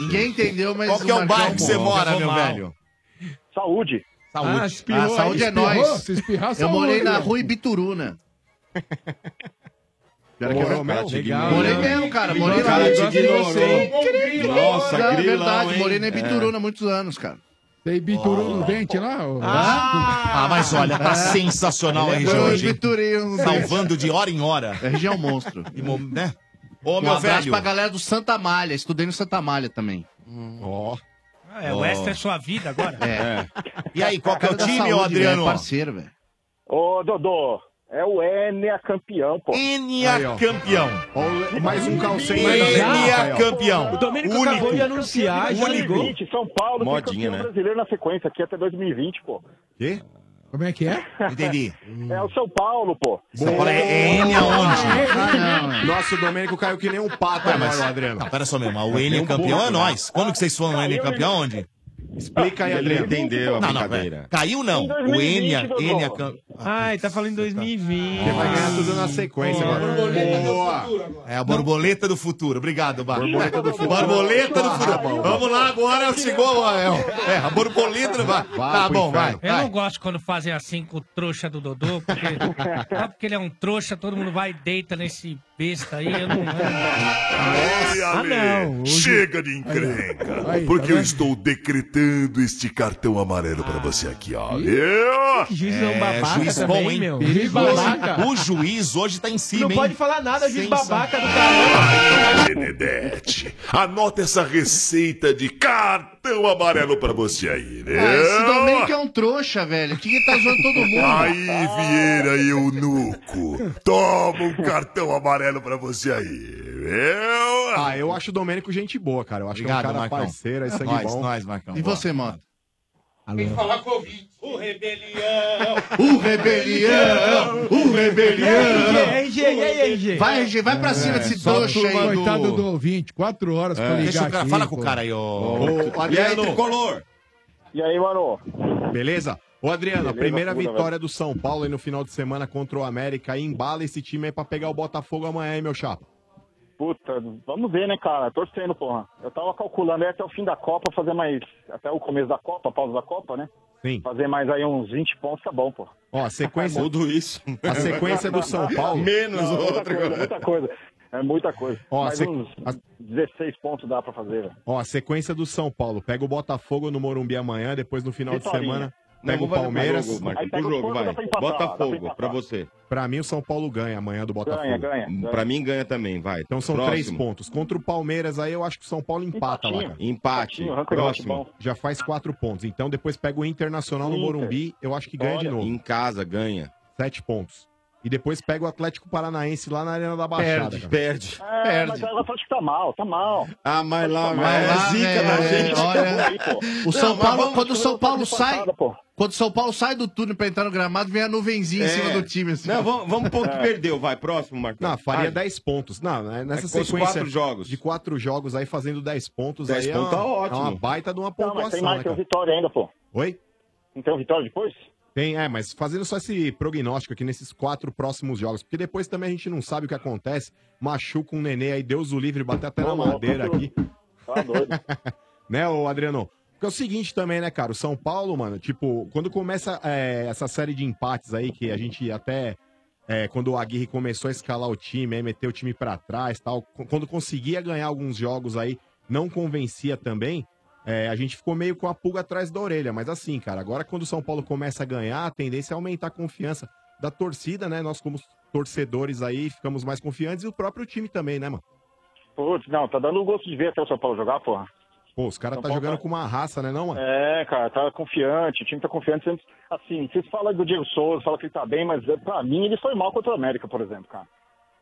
Ninguém entendeu, mas.
Qual que é o
Marcão
bairro que você
jogou
mora, meu
mal.
velho?
Saúde.
Saúde.
Ah, espirrou, Ah, saúde aí. é Espirrou? nóis. Se espirrar,
Eu
Eu morei
morei
na rua né? Ibituruna. Pior que eu- Morei mesmo, cara. Morei lá.
Nossa,
Não, é
grilão,
verdade.
hein?
Morei na Ibituruna há muitos anos, cara.
Tem bituru no dente lá? ô?
Ah, mas olha, tá sensacional a
Ele é
RG
doido,
hoje.
Vitorino.
Salvando de hora em hora.
RG né? é um monstro.
E mo- né? Ô,
um
meu
abraço
velho.
pra galera do Santa Malha. Estudei no Santa Malha também.
Ó.
É, o extra é sua vida agora.
É.
E aí, qual que é o
Cara da
time,
saúde,
ô
né?
Adriano?
Parceiro, velho.
Ô, Dodô, é o Enia campeão, pô.
Enia campeão.
Mais um calcinho.
Enia campeão.
O Domênico
Único.
acabou de anunciar e já
Único.
ligou. São Paulo tem
Modinha,
campeão
né?
brasileiro na sequência aqui até 2020, pô.
Quê?
Como é que é?
Entendi.
É o São Paulo, pô.
São Paulo é- é N aonde?
Ah,
Nossa, o Domênico caiu que nem um pato
Ué,
agora,
mas,
o Adriano.
não, pera só mesmo. O
Tem
N
um
campeão é
burro,
nós. Quando que vocês foram o N campeão? Onde?
Explica aí,
Ele
Adriano.
entendeu a
Não, não,
brincadeira.
velho.
Caiu não. O
Em
N,
2020,
N é campeão.
Ai, tá falando em 2020.
Ele vai ganhar tudo
Ah.
na sequência.
É a borboleta do futuro. Obrigado, Bá.
Borboleta do futuro.
Borboleta do futuro.
Tá bom.
Vamos lá agora, chegou. É, é, a borboleta do Bá. Tá bom, vai.
Eu não gosto quando fazem assim com o trouxa do Dodô, porque só porque ele é um trouxa, todo mundo vai e deita nesse besta aí. Eu não.
Ah, não. Chega de encrenca.
Aí, tá
porque eu
vendo?
estou decretando este cartão amarelo pra você aqui, ó.
Ih.
Eu!
Que juiz é um babaca
juiz
também,
bom, hein?
meu?
Juiz
Babaca.
hoje- O juiz hoje tá em cima,
Não
hein?
pode
falar nada,
juiz
babaca do
Ai, Benedete, anota essa receita de cartão amarelo pra você aí. né?
Ah, esse Domênico é um trouxa, velho. Que que tá zoando todo mundo?
Aí, Vieira e Eunuco, toma um cartão amarelo pra você aí. Eu...
Ah, eu acho o Domênico gente boa, cara. Eu acho
Obrigado,
que é um cara
Marcão.
parceiro, é sangue
Nós,
bom.
nós,
Marcão.
E você, mano?
Alô.
Fala Covid, o rebelião.
O rebelião! O
é,
rebelião!
RG, e aí, RG?
Vai, RG, vai pra cima desse trouxa aí.
É, Coitado do ouvinte, quatro horas
É.
pra ligar
Deixa o cara-
aqui,
fala com o
pô.
cara aí,
Ô, Adriano.
E aí, mano?
Beleza? Ô, Adriano, a
Beleza,
primeira
tudo, né?
vitória do São Paulo aí no final de semana contra o América. Aí embala esse time aí pra pegar o Botafogo amanhã, hein, meu chapa?
Puta, vamos ver, né, cara? Torcendo, porra. Eu tava calculando aí até o fim da Copa fazer mais. Até o começo da Copa, pausa da Copa, né?
Sim.
Fazer mais aí uns 20 pontos, tá bom, porra.
Ó, a sequência. Tudo
isso.
A sequência do São Paulo.
Não, muita coisa, muita coisa. É muita coisa.
Ó,
Mas
se-
uns 16 pontos dá pra fazer, velho.
Ó, a sequência do São Paulo. Pega o Botafogo no Morumbi amanhã, depois no final de
Vitória.
semana.
Não,
Pega o
vamos fazer
Palmeiras.
mais jogo, Marcos. Aí pega O jogo, o Santos, vai. dá pra empatar, Botafogo, dá pra empatar. pra você.
Pra mim, o São Paulo ganha amanhã do Botafogo.
Ganha, ganha, ganha.
Pra mim,
ganha também, vai.
Então são
Próximo.
três pontos. Contra o Palmeiras, aí eu acho que o São Paulo empata lá. Cara.
Empate. Próximo.
Já faz quatro pontos. Então depois pega o Internacional no
Inter.
Morumbi, eu acho que ganha de
Olha.
novo.
Em casa, ganha.
Sete pontos. E depois pega o Atlético Paranaense lá na Arena da Baixada.
Perde,
cara.
perde.
É, mas o Atlético tá mal, tá mal.
Ah, mas lá,
Tá
mas
mal.
é zica da
É,
gente.
olha, o São
é. Não, mas
Paulo,
vamos-
quando o São Paulo sai,
passada, pô.
quando o São Paulo sai do túnel pra entrar no gramado, vem a nuvenzinha
É.
em cima do time. Assim.
Não, vamos, vamos pôr que perdeu, vai. Próximo, Marcão.
Não, faria
Vai.
10 pontos. Não, né, nessa
É, com os
sequência
quatro jogos.
de quatro jogos aí fazendo 10 pontos
10
aí
pontos
é,
tá
uma,
ótimo.
é uma baita de uma
Não,
pontuação,
mas tem mais,
né,
tem o
cara?
Vitória ainda, pô.
Oi?
Não tem o Vitória depois?
Tem, é, mas fazendo só esse prognóstico aqui nesses quatro próximos jogos, porque depois também a gente não sabe o que acontece. Machuca um nenê aí, Deus o livre, bater até na
Não, não,
madeira
tranquilo.
aqui.
Tá doido.
né, ô Adriano? Porque é o seguinte também, né, cara? O São Paulo, mano, tipo, quando começa é, essa série de empates aí, que a gente até. é, quando o Aguirre começou a escalar o time, aí meter o time pra trás tal, co- quando conseguia ganhar alguns jogos aí, não convencia também. é, a gente ficou meio com a pulga atrás da orelha, mas assim, cara, agora quando o São Paulo começa a ganhar, a tendência é aumentar a confiança da torcida, né? Nós, como torcedores aí, ficamos mais confiantes e o próprio time também, né, mano?
Putz, não, tá dando gosto de ver até o São Paulo jogar, porra.
Pô, os caras
São
tá
Paulo
jogando
tá-
com uma raça, né, não, mano?
É, cara, tá confiante, o time tá confiante. Sempre, assim, vocês falam do Diego Souza, falam que ele tá bem, mas eh, pra mim ele foi mal contra o América, por exemplo, cara.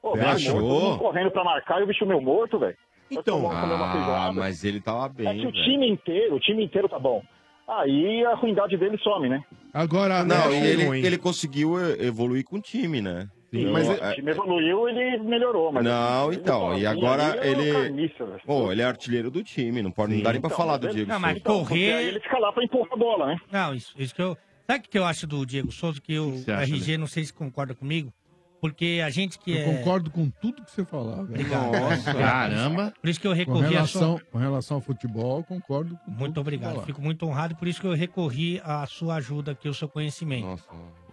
Pô,
Você
meio
achou?
morto, todo mundo correndo pra marcar e o bicho meio morto, velho. Então,
Ah, mas ele tava bem,
é que o
velho.
time inteiro, o time inteiro tá bom. Aí a ruindade dele some, né?
Agora,
não,
é
né,
e ele,
ruim.
ele conseguiu eh, evoluir com o time, né?
Sim,
Então,
mas
é-
o time evoluiu, ele melhorou, mas. é
Não,
ele
então, e
sozinho
agora
ali é uma
ele-
carniça, velho.
Pô, ele é artilheiro do time, não, pode, não dá nem pra
Então,
falar do
ele-
Diego
Não, mas
Souza.
correr.
Ele fica lá pra empurrar a bola, né?
Não, isso, isso que eu. Sabe o que eu acho do Diego Souza? Que o
você acha,
RG, não sei se concorda comigo. Porque a gente que
Eu
é.
concordo com tudo que você falar, velho.
Obrigado. Nossa. Caramba. Por isso que eu
com
recorri à
relação,
sua-
com relação ao futebol, eu concordo com
Muito obrigado.
falar.
Fico muito honrado, por isso que eu recorri à sua ajuda aqui, o seu conhecimento.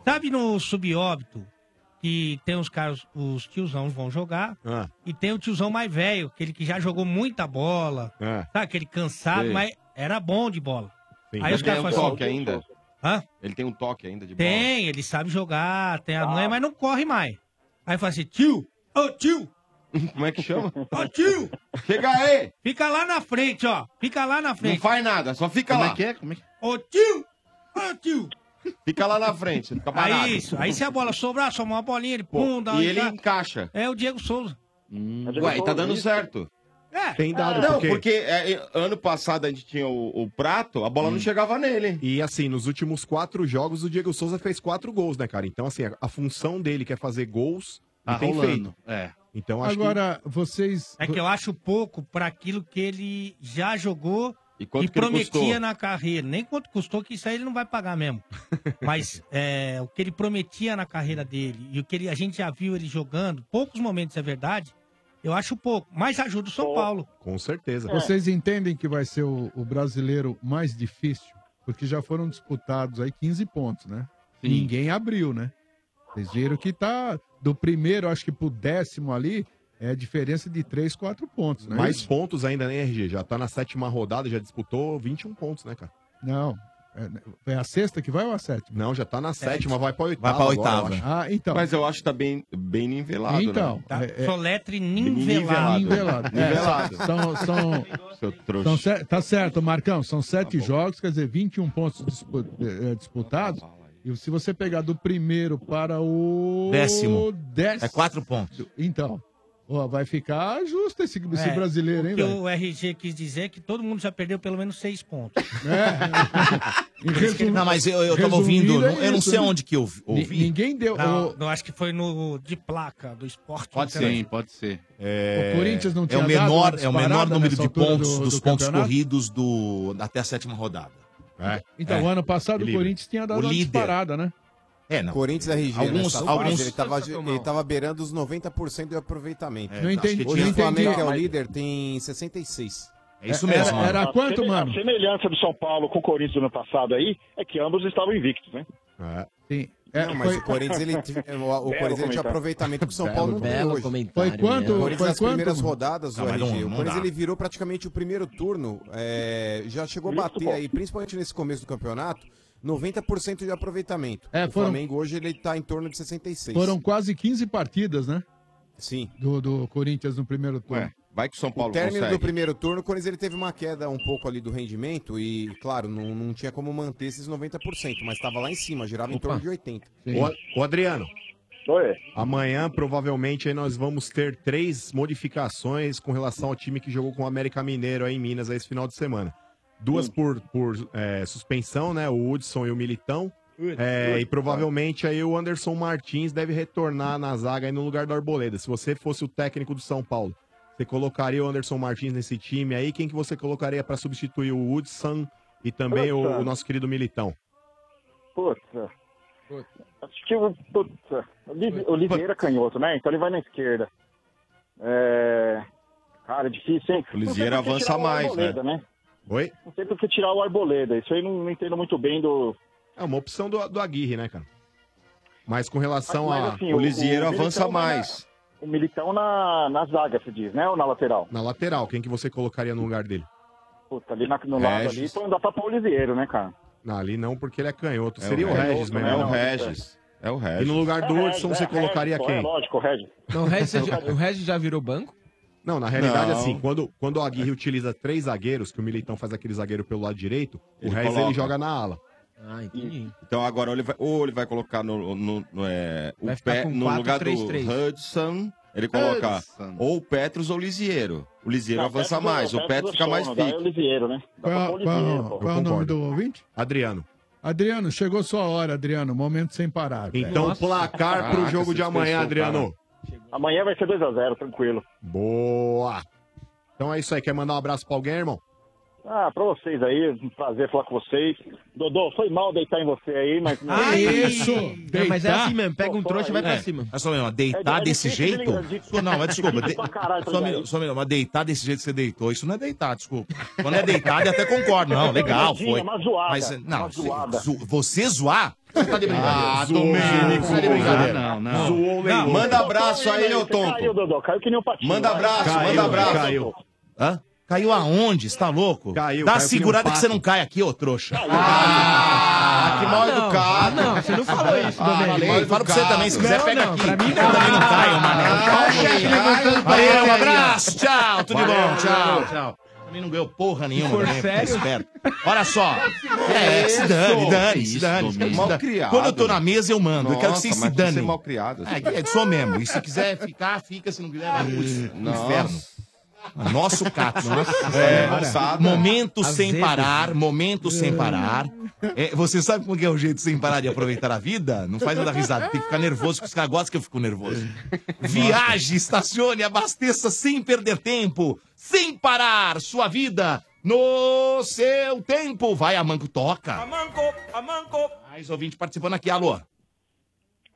Sabe no subóbito que tem os caras, os tiozão vão jogar, e tem o tiozão mais velho, aquele que já jogou muita bola,
Ah.
sabe? Aquele cansado,
Sei.
mas era bom de bola.
Sim.
Aí os
Ele tem
caras
um
falam assim,
toque ainda?
Hã?
Ele tem um toque ainda de bola?
Tem, ele sabe jogar, tem a mãe, mas não corre mais. Aí fala assim, tio, ô tio!
Como é que chama?
Ô tio!
Chega aí!
Fica lá na frente, ó. Fica lá na frente.
Não faz nada, só fica
Como
lá.
é que é?
Como é que
Ô tio! Ô tio!
Fica lá na frente, fica parado.
Aí isso, aí se a bola sobrar, só uma bolinha, ele
Pô,
pum, dá um
e ele
enca-
encaixa.
É o Diego Souza.
Ué, e tá dando certo.
É.
Tem dado,
Não,
porque-
porque é, é, ano passado a gente tinha o, o prato, a
Hum.
bola não chegava nele.
E assim, nos últimos quatro jogos, o Diego Souza fez quatro gols, né, cara? Então, assim, a, a função dele, que é fazer gols,
Tá
e tem
rolando,
feito. É. Então, acho que...
Agora, vocês.
É que eu acho pouco pra aquilo que ele já jogou
e,
quanto que ele
prometia
custou?
na carreira. Nem quanto custou, que isso aí ele não vai pagar mesmo. Mas é, o que ele prometia na carreira dele e o que ele- a gente já viu ele jogando, poucos momentos é verdade, eu acho pouco. Mas ajuda o São Paulo.
Com
É.
certeza.
Vocês entendem que vai ser o, o brasileiro mais difícil? Porque já foram disputados aí 15 pontos, né? Ninguém abriu, né? Vocês viram que tá do primeiro, acho que pro décimo ali, é a diferença de 3, 4 pontos, né?
Mais pontos ainda, né, RG? Já tá na sétima rodada, já disputou 21 pontos, né, cara?
Não. É, é a sexta que vai ou a sétima?
Não, já tá na sétima, vai pra oitava.
Vai pra
agora,
oitava.
eu acho.
Ah, então.
Mas eu acho que tá bem, bem nivelado,
Então,
né?
Tá. é- é-
Soletre nivelado.
Nivelado. É,
Nivelado.
são- são-
Seu trouxa.
São se- tá certo, Marcão. São sete
Tá
jogos, quer dizer, 21 pontos dispu- eh, eh, disputados. E se você pegar do primeiro para o.
Décimo.
décimo-
É quatro pontos.
Então, ó, vai ficar justo esse, esse
É,
brasileiro, hein,
O que
velho?
o RG quis dizer é que todo mundo já perdeu pelo menos seis pontos.
É.
Não, mas eu, eu tava ouvindo, não- eu não sei onde que eu vi- ouvi.
Ninguém deu.
Não,
o-
não, acho que foi no de placa do esporte. então, né?
Pode
Não sei
ser.
lá.
Pode ser.
É,
O Corinthians não
é
tinha
o menor,
dado
é o
disparada
menor número
nessa
de
altura
pontos
do-
dos
do
pontos
campeonato?
corridos do até a sétima rodada.
Então,
É.
o ano passado o
Equilíbrio.
Corinthians tinha dado
O
uma
líder.
disparada, né?
É, não.
Corinthians RG,
Alguns-
nessa
alguns-
fase, ele, tava, ele tava beirando os 90% de aproveitamento.
É, Não acho que entendi,
Hoje
não
o Flamengo
entendi.
é o
Mas-
líder, tem 66.
É isso
mesmo,
mano. era quanto,
semel-
mano?
A semelhança do São Paulo com o Corinthians no ano passado aí é que ambos estavam invictos, né?
Sim.
Não, mas o Corinthians, ele, é, o, o
Belo
Corinthians ele tinha
comentário.
aproveitamento que o São
Belo
Paulo não tem
belo
hoje.
comentário, Foi quanto- né?
O Corinthians
foi
nas
quanto?
primeiras rodadas,
Não,
o
mas não-
RG.
não
o Corinthians
dá.
ele virou praticamente o primeiro turno. é, já chegou a bater aí, principalmente nesse começo do campeonato, 90% de aproveitamento.
É,
o
foram-
Flamengo hoje ele tá em torno de 66.
Foram quase 15 partidas, né?
Sim.
Do, do Corinthians no primeiro turno.
vai que o São
O
Paulo
término
consegue.
do primeiro turno, o Corinthians ele teve uma queda um pouco ali do rendimento e, claro, não, não tinha como manter esses 90%, mas estava lá em cima, girava em torno de 80%.
Ô, ô, Adriano.
Oi.
Amanhã, provavelmente, aí nós vamos ter três modificações com relação ao time que jogou com o América Mineiro aí em Minas aí esse final de semana. Duas
Hum.
por, por é, suspensão, né? O Hudson e o Militão.
Hudson,
É, e
Hudson.
provavelmente aí o Anderson Martins deve retornar na zaga aí no lugar do Arboleda. Se você fosse o técnico do São Paulo, você colocaria o Anderson Martins nesse time aí? Quem que você colocaria pra substituir o Hudson e também o,
Hudson.
o nosso querido Militão?
Puta. Acho que o. Puta. O Li- o Oliveira é canhoto, né? Então ele vai na esquerda. É. Cara, é difícil, hein?
O
Não sei
Lisieiro
por que
avança
tirar o
mais,
Arboleda, né?
Oi?
Não sei por que tirar o Arboleda. Isso aí não, não entendo muito bem do.
É uma opção do, do Aguirre, né, cara? Mas com relação
Mas,
a.
assim, Militão na- o Militão na, na zaga, se diz, né? Ou na lateral?
Na lateral, quem que você colocaria no lugar dele?
Puta, ali na- no
É,
lado ali.
justo.
Então dá pra pôr o Lisieiro, né, cara?
Não, ali não, porque ele é canhoto.
É
Seria
o
o
Regis,
Regis,
né?
mesmo.
É o Regis. É o Regis.
E no lugar do
É,
Hudson,
é,
você
é,
colocaria
é,
quem?
É lógico, o Regis.
Não, o Regis, já, o Regis já virou banco?
Não, na realidade,
Não.
assim, quando, quando o Aguirre utiliza três zagueiros, que o Militão faz aquele zagueiro pelo lado direito, o
Ele
Reis
coloca.
ele joga na ala.
Ah, entendi.
Então agora ele vai, ou ele vai colocar no, no- no, é, o
Vai ficar
pé,
com
no
4-3-3.
lugar do Hudson, ele coloca
Hudson.
ou Petros ou Lisiero. O Lisiero
Não,
avança
Petros-
mais, o
Petros
Petro
é
fica mais
sono, daí é o
fixo.
Lisieiro, né?
Qual, é- qual é- qual é o nome do ouvinte?
Adriano.
Adriano, chegou sua hora, Adriano. Momento sem parar. velho.
Então, placar pro jogo de amanhã, Adriano.
Amanhã vai ser 2x0, tranquilo.
Boa! Então é isso aí. Quer mandar um abraço pra alguém, irmão?
Ah, pra vocês aí, um prazer falar com vocês. Dodô, foi mal deitar em você aí, mas... é
Ah, isso! Não, mas é assim mesmo, pega um trouxa e vai pra
É,
cima.
mas só mesmo, deitar
É, é
desse
difícil de
jeito.
ligar, de-
Só- Não, mas desculpa.
Difícil
De...
pra caralho pra
Só
ligar
mesmo,
isso.
só mesmo, mas deitar desse jeito que você deitou, isso não é deitar, desculpa. Quando é deitar, eu até concordo. Não, legal,
Imagina,
foi.
uma zoada,
Mas, não,
uma zoada.
zo- você zoar? Você tá de brincadeira.
Ah, Domênico,
Você tá de brincadeira.
não, não.
Zoou o Leilão.
Não,
Manda abraço aí, ô
Você Caiu,
Tonto.
Dodô, caiu que nem um patinho.
Manda
vai.
abraço, manda abraço. Hã? Caiu aonde? Você tá louco? Caiu.
caiu que
Dá
nem um
segurada que
pato.
você não cai aqui, ô trouxa.
Ah,
Tá que mal educado.
Não, você não falou isso,
Ah,
Domênico.
falei, fala pra você também, se quiser, pega aqui.
Pra mim,
não. Também não cai, ô Mané.
Ah, chefe levantando pra
Valeu,
ele
um
aí, ó.
abraço, tchau, tudo de bom,
Valeu,
tchau,
valeu.
tchau. Também não ganhou porra
Se for
nenhuma, né? Fica
sério-
esperto. Olha só. É, se dane, dane, se
Isso,
dane.
Domênico.
se dane.
Malcriado.
Quando eu tô na mesa, eu mando. eu quero né? que vocês
Nossa,
se
mas você é
danem.
malcriado.
É, que é, sou mesmo. E se quiser ficar, fica. Se não quiser, vai pro inferno.
Nossa.
Nosso Cato.
Nossa
É,
Senhora.
moçada. momento sem
Azedo.
parar, momento sem parar. É, você sabe como que é o jeito sem parar de aproveitar a vida? Não faz eu dar risada, tem que ficar nervoso, que os caras gostam que eu fico nervoso. Viaje, estacione, abasteça sem perder tempo, sem parar sua vida no seu tempo. Vai, Amanco, toca. Amanco, Amanco. Mais ouvinte participando aqui, alô.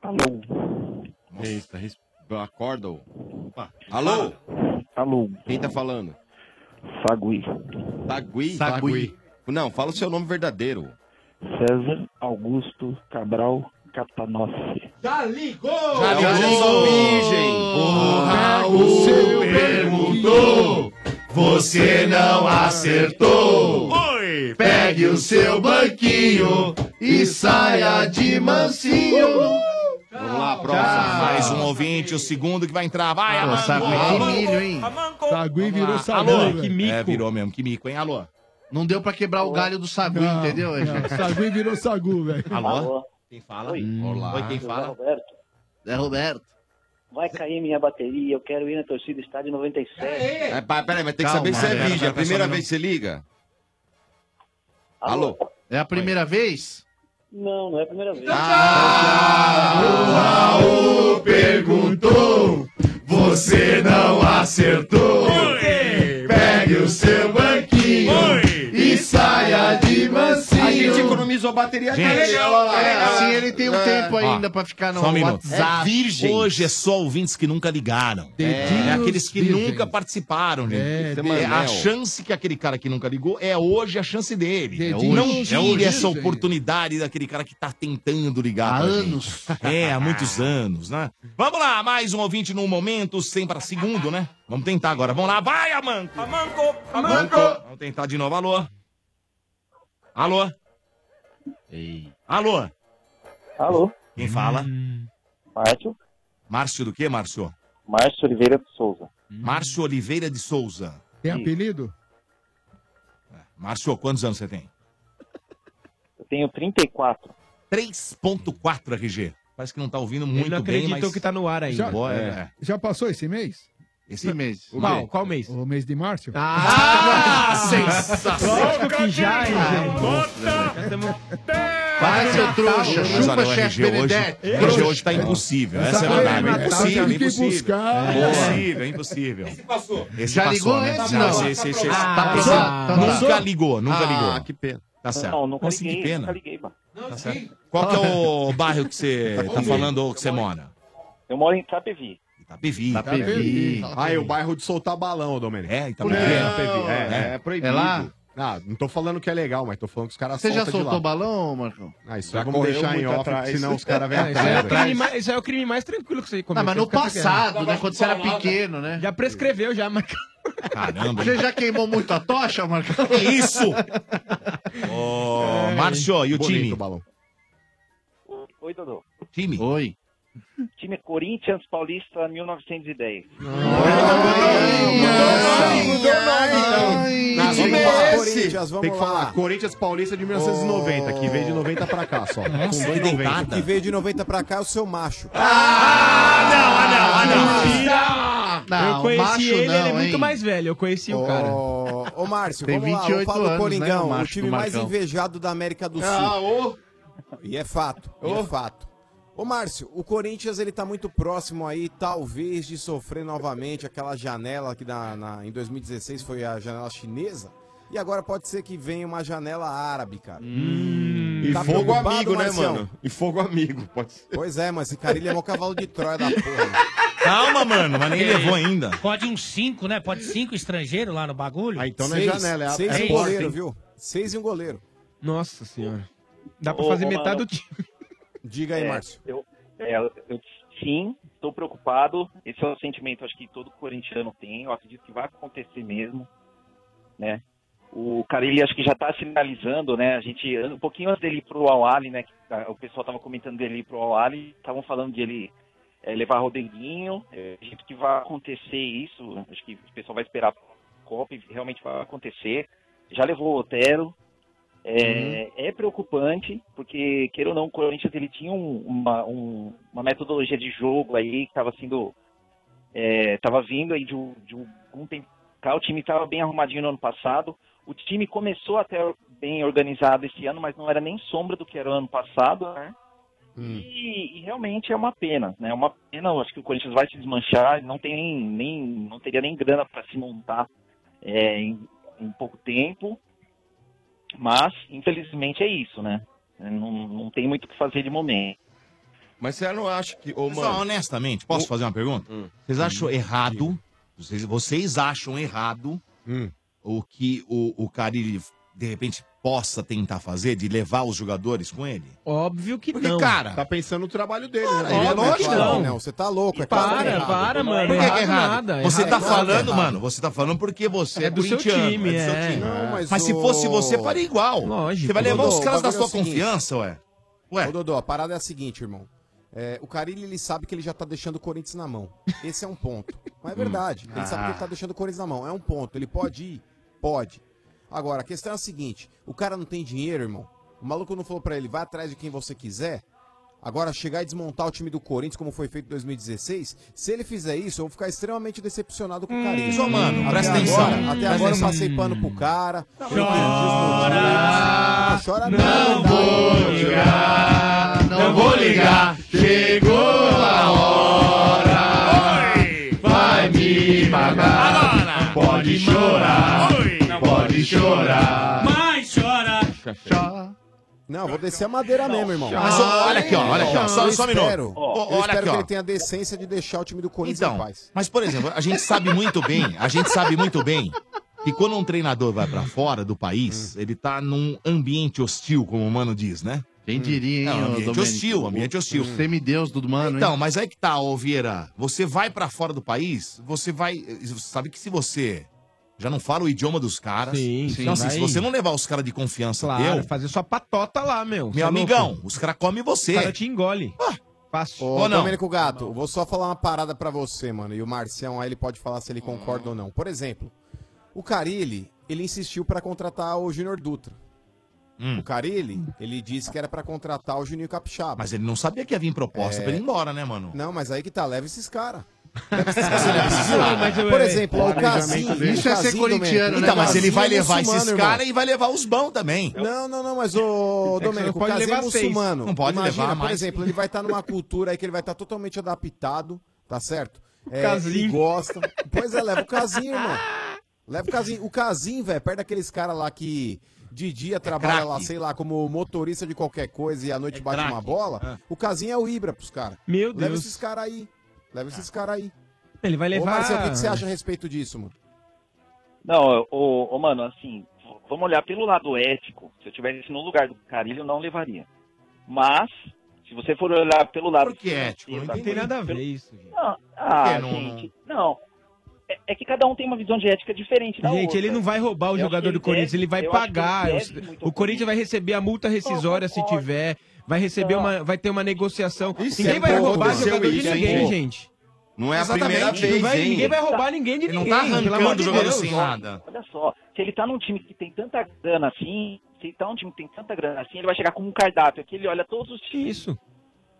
Alô.
Eita, res- acorda. ô. Alô?
Alô.
Quem tá falando?
Sagui.
Sagui?
Sagui.
Não, fala o seu nome verdadeiro.
César Augusto Cabral Catanossi.
Já ligou!
Já ligou!
Porra, o seu perguntou, você não acertou. Oi! Pegue o seu banquinho e saia de mansinho.
Vamos lá, próximo. Mais um ouvinte, o segundo que vai entrar.
Ah,
Vai,
Pô,
Amanco.
Sagui, que
Amanco.
milho,
hein?
Amanco.
Sagui
Vamos
virou
lá.
Sagui,
Alô,
velho.
que mico. É, virou mesmo, que mico, hein? Alô.
Não deu pra quebrar o galho do Sagu,
Não,
entendeu?
não, Sagu virou Sagu, velho.
Quem fala?
Oi.
Olá. Oi, quem fala?
Roberto.
É Roberto.
Vai cair minha bateria, eu quero ir na torcida estádio 97.
É, pa- peraí, mas tem que
Calma, tá
saber se é
pera,
vídeo. É
tá
pera,
a primeira
pera,
vez que você liga? Alô?
É a primeira vez?
Não, não é a primeira vez.
Ah.
Raul perguntou, você não acertou. Pegue o seu banquinho e saia de mansinho.
A gente economizou
tá
bateria tá
Gente, tá
dele. Olha lá, olha lá.
assim ele tem um
É.
tempo
Ó,
ainda pra ficar no
Só um minuto.
WhatsApp.
É virgem. Hoje é só ouvintes que nunca ligaram.
Dedinhos
É, aqueles que
virgens.
nunca participaram, gente.
É,
É, a
Manel.
chance que aquele cara que nunca ligou é hoje a chance dele.
É hoje.
Não
É
tire
hoje.
essa oportunidade daquele cara que tá tentando ligar.
Há
pra
anos.
gente. É, há muitos anos, né? Vamos lá, mais um ouvinte num momento, sem para segundo, né? Vamos tentar agora. Vamos lá, vai, Amanco. Amanco, Amanco. Vamos tentar de novo. Alô? Alô? Alô?
Alô? Hum.
Quem fala?
Márcio?
Márcio do que, Márcio? Hum.
Márcio Oliveira de Souza.
Márcio Oliveira de Souza. É.
Tem apelido?
Márcio, quantos anos você tem?
Eu tenho 34.
3.4 RG. Parece que não tá ouvindo muito
não
bem,
acreditou
mas...
que tá no ar ainda.
Já,
Boa, é.
é. já passou esse mês?
Esse mês.
O
Qual?
quê?
Qual mês?
O mês de março?
Ah,
sensacional!
Lógico que já, hein, gente?
Vai, seu trouxa,
Mas
chupa,
olha, o
chefe
RG hoje,
Benedetti.
o RG
Trouxa.
hoje tá impossível.
Essa
Essa é a
foi
verdade.
Natal,
Impossível,
tive que
impossível.
buscar.
É.
Boa.
Impossível, impossível. Esse passou. né?
Já ligou esse, não?
Esse, esse, esse,
Ah,
tá
tá
aprovado.
aprovado, tá aprovado.
Nunca ligou, nunca
Ah,
ligou.
que
pena.
Tá certo.
Não, nunca
Nossa,
liguei,
que pena.
nunca liguei, mano.
Tá certo. Qual que é o bairro que você tá
comigo.
falando ou que você mora? Tá
Eu moro em Itapevi.
Itapevi.
Tá
Itapevi. Ah, é o bairro de soltar balão, Domênico.
É,
Itapevi. É, é,
então É.
proibido.
É lá?
Ah, não tô falando que é legal, mas tô falando que os
Tá
caras
Você já
soltam de lá.
soltou balão, Marcão?
Ah, isso aí vamos deixar em off, porque senão os caras vêm
Isso
Tá
aí é o crime
atrás.
mais- Isso aí é o crime mais tranquilo que você
Tá,
cometeu.
mas no
fica
passado,
pequeno.
né, quando você era pequeno, né?
Já prescreveu, já, mas...
Caramba.
Você já queimou muito a tocha, Marcão?
Que isso? Ô, Márcio, e o
Bonito
time?
o balão.
Oi, Dodô.
Time?
Oi.
Time Corinthians Paulista 1910.
Não,
Que
tem
time
que
é
falar
esse?
Corinthians, vamos Tem que
lá.
falar Corinthians Paulista de 1990, que veio de 90 pra cá só.
Nossa,
Com
que
2,90.
deitada. que veio de 90 pra cá é o seu macho.
Ah, não, ah, não,
um
eu conheci ele, ele é muito mais velho. Eu conheci o cara.
Ô, ô, Márcio,
Tem
vamos lá, vamos
28
falar do
anos, né,
Coringão,
o
o
macho
time
do
mais
Marcão.
invejado da América do Sul.
Ah, ô.
E é fato, e é fato. Ô, Márcio, o Corinthians, ele tá muito próximo aí, talvez, de sofrer novamente aquela janela que na, na- em 2016 foi a janela chinesa. E agora pode ser que venha uma janela árabe, cara.
Hum. E
Tá
fogo
preocupado,
amigo, né,
Marcião?
mano? E fogo amigo, pode ser.
Pois é, mas esse cara, ele é o cavalo de Troia da porra.
Calma, mano, mas nem
Que
levou
isso?
ainda.
É, Pode uns cinco, né? Pode cinco estrangeiros lá no bagulho. Ah,
então não é Seis. janela, é a- Seis é e um porta, goleiro, hein? viu? Seis e um goleiro.
Nossa senhora. Dá pra
Ô,
fazer
ô,
metade do
mano.
time.
Diga
É, Eu, é, eu- eu- sim, estou preocupado. Esse é um sentimento acho que todo corintiano tem. Eu acredito que vai acontecer mesmo, né? O Carilli acho que já está sinalizando, né? A gente um pouquinho antes dele ir pro Al Ahly, né? que, ah, O pessoal tava comentando dele ir pro Al Ahly, estavam falando de ele eh, levar Rodriguinho. É, acredito que vai acontecer isso. Acho que o pessoal vai esperar a Copa e realmente vai acontecer. Já levou o Otero. É, é preocupante, porque, queira ou não, o Corinthians ele tinha um- uma, um- uma metodologia de jogo aí que estava sendo. Estava vindo aí de, um- de um- um tempo. cá. O time estava bem arrumadinho no ano passado. O time começou até bem organizado esse ano, mas não era nem sombra do que era o ano passado, né?
Hum.
E, e realmente é uma pena, né? É uma pena, eu acho que o Corinthians vai se desmanchar, não tem nem, nem não teria nem grana para se montar é, em- em pouco tempo. Mas, infelizmente, é isso, né? Não, não tem muito o que fazer de momento.
Mas você não acha que. Ô,
Pessoal, honestamente, posso fazer uma pergunta? Vocês acham errado? Vocês, vocês acham errado o que o, o Carilli, de repente, possa tentar fazer de levar os jogadores com ele?
Óbvio que
Porque,
não.
cara.
Tá
pensando no trabalho dele,
Claro,
Ele é
óbvio
louco,
que
é claro,
não.
né? Você tá louco, é claro. que é
Para,
errado.
para,
Por
mano.
que que é
errado
errado?
nada,
você
errado.
tá
Errado,
falando,
errado.
mano, você tá falando porque você é,
É do seu
corintiano,
time,
do seu
é.
time.
Não,
mas
mas
se
o-
fosse você, faria igual.
Lógico.
Você vai levar
Ô,
os
Dodô,
caras
o
da sua
bagulho é o seguinte.
confiança, ué. Ué.
Ô, Dodô, a parada é a seguinte, irmão. É, o Carilli, ele sabe que ele já tá deixando o Corinthians na mão. Esse é um ponto. Mas é verdade. Ele sabe que ele tá deixando o Corinthians na mão. É um ponto. Ele pode ir? Pode. Agora, a questão é a seguinte. O cara não tem dinheiro, irmão. O maluco não falou pra ele, vai atrás de quem você quiser. Agora, chegar e desmontar o time do Corinthians, como foi feito em 2016, se ele fizer isso, eu vou ficar extremamente decepcionado com o Carilli.
Só, mano,
Até
Hum, presta
agora-
atenção.
Até
Presta
agora
atenção.
eu passei pano pro cara. eu
Chora.
perdi os motivos. Chora não,
vou
Ah,
ligar, não vou ligar. Chegou a hora, vai me matar. Pode chorar, pode chorar.
Mas chora.
Não, vou descer a madeira mesmo, irmão.
Mas, ó, olha aqui, ó, olha aqui, ó, só-
Eu
só um
espero,
minuto.
Eu
Ó, olha
espero
aqui,
que
ó.
ele tenha a decência de deixar o time do Corinthians em
Então,
paz.
mas por exemplo, a gente sabe muito bem, a gente sabe muito bem que quando um treinador vai pra fora do
Hum.
país, ele tá num ambiente hostil, como o mano diz, né?
Hum.
Quem diria, hein,
É um
ô,
ambiente
Domênico? Hum.
hostil, ambiente
O-
hostil.
o semideus do mano,
Então,
hein?
mas aí que tá, ô Vieira, você vai pra fora do país, você vai, você sabe que se você já não fala o idioma dos caras,
Sim,
então
sim,
assim, se
vai.
você não levar os caras de confiança
Claro,
teu,
fazer sua patota lá, meu. Cê é
meu amigão,
louco.
os caras comem você. Ah.
O cara te engole. Fácil.
Ô, Domênico Gato, vou só falar uma parada pra você, mano. E o Marcião aí ele pode falar se ele concorda ou não. Por exemplo, o Carilli, ele insistiu pra contratar o Júnior Dutra.
Hum.
O Carilli, ele disse que era pra contratar o Juninho Capixaba.
Mas ele não sabia que ia vir proposta
É.
pra ele ir embora, né, mano?
Não, mas aí que tá, leva esses caras.
Mas eu-
Por exemplo, ó, o
Planejamento
Casim.
dele. Isso é ser corintiano, né, Então, mas ele vai levar esses cara e vai levar os bons também.
é Não, não, não, mas o
É que
Domênico,
você
o
pode
Casim é
levar seis.
muçulmano.
Não pode
Imagina,
levar
por
mais.
exemplo, ele vai estar numa cultura aí que ele vai estar totalmente adaptado, tá certo? É,
Casim.
ele gosta. Pois é, leva o Casim, irmão. Leva o Casim. O Casim, velho, perto daqueles caras lá que de
É
dia trabalha lá, sei lá, como motorista de qualquer coisa e à
É
noite bate uma bola.
Ah.
O Casim é o Ibra pros caras.
Meu
Leva
Deus.
esses caras aí. Leva esses caras aí.
Ele vai
Ô,
levar.
Marcelo, o que que você acha a respeito disso, mano?
Não, ô, ô, mano, assim, v- vamos olhar pelo lado ético. Se eu tivesse no lugar do Carilho, eu não levaria. Mas, se você for olhar pelo lado. Por que ético?
Não tem nada a ver isso.
Não,
Por
ah,
que não-
gente, não. É, é que cada um tem uma visão de ética diferente da
Gente,
é outra.
ele não vai roubar o
Eu acho que
jogador do
ele
Corinthians,
deve-
ele vai
eu acho que ele
pagar.
deve
O Corinthians vai receber a multa rescisória se tiver. vai receber uma. Vai ter uma negociação. ninguém
é
sempre
vai roubar
aconteceu
jogador de
isso, hein,
ninguém,
Rô?
gente.
Não é a
Exatamente.
primeira
Não
vez,
vai-
hein?
Ninguém vai roubar ninguém de
Ele não
ninguém.
tá
pelo
arrancando
amor de
jogando
Deus.
sem nada.
Olha só, se ele tá num time que tem tanta grana assim, se ele tá num time que tem tanta grana assim, ele vai chegar com um cardápio aqui, ele olha todos os times.
Isso.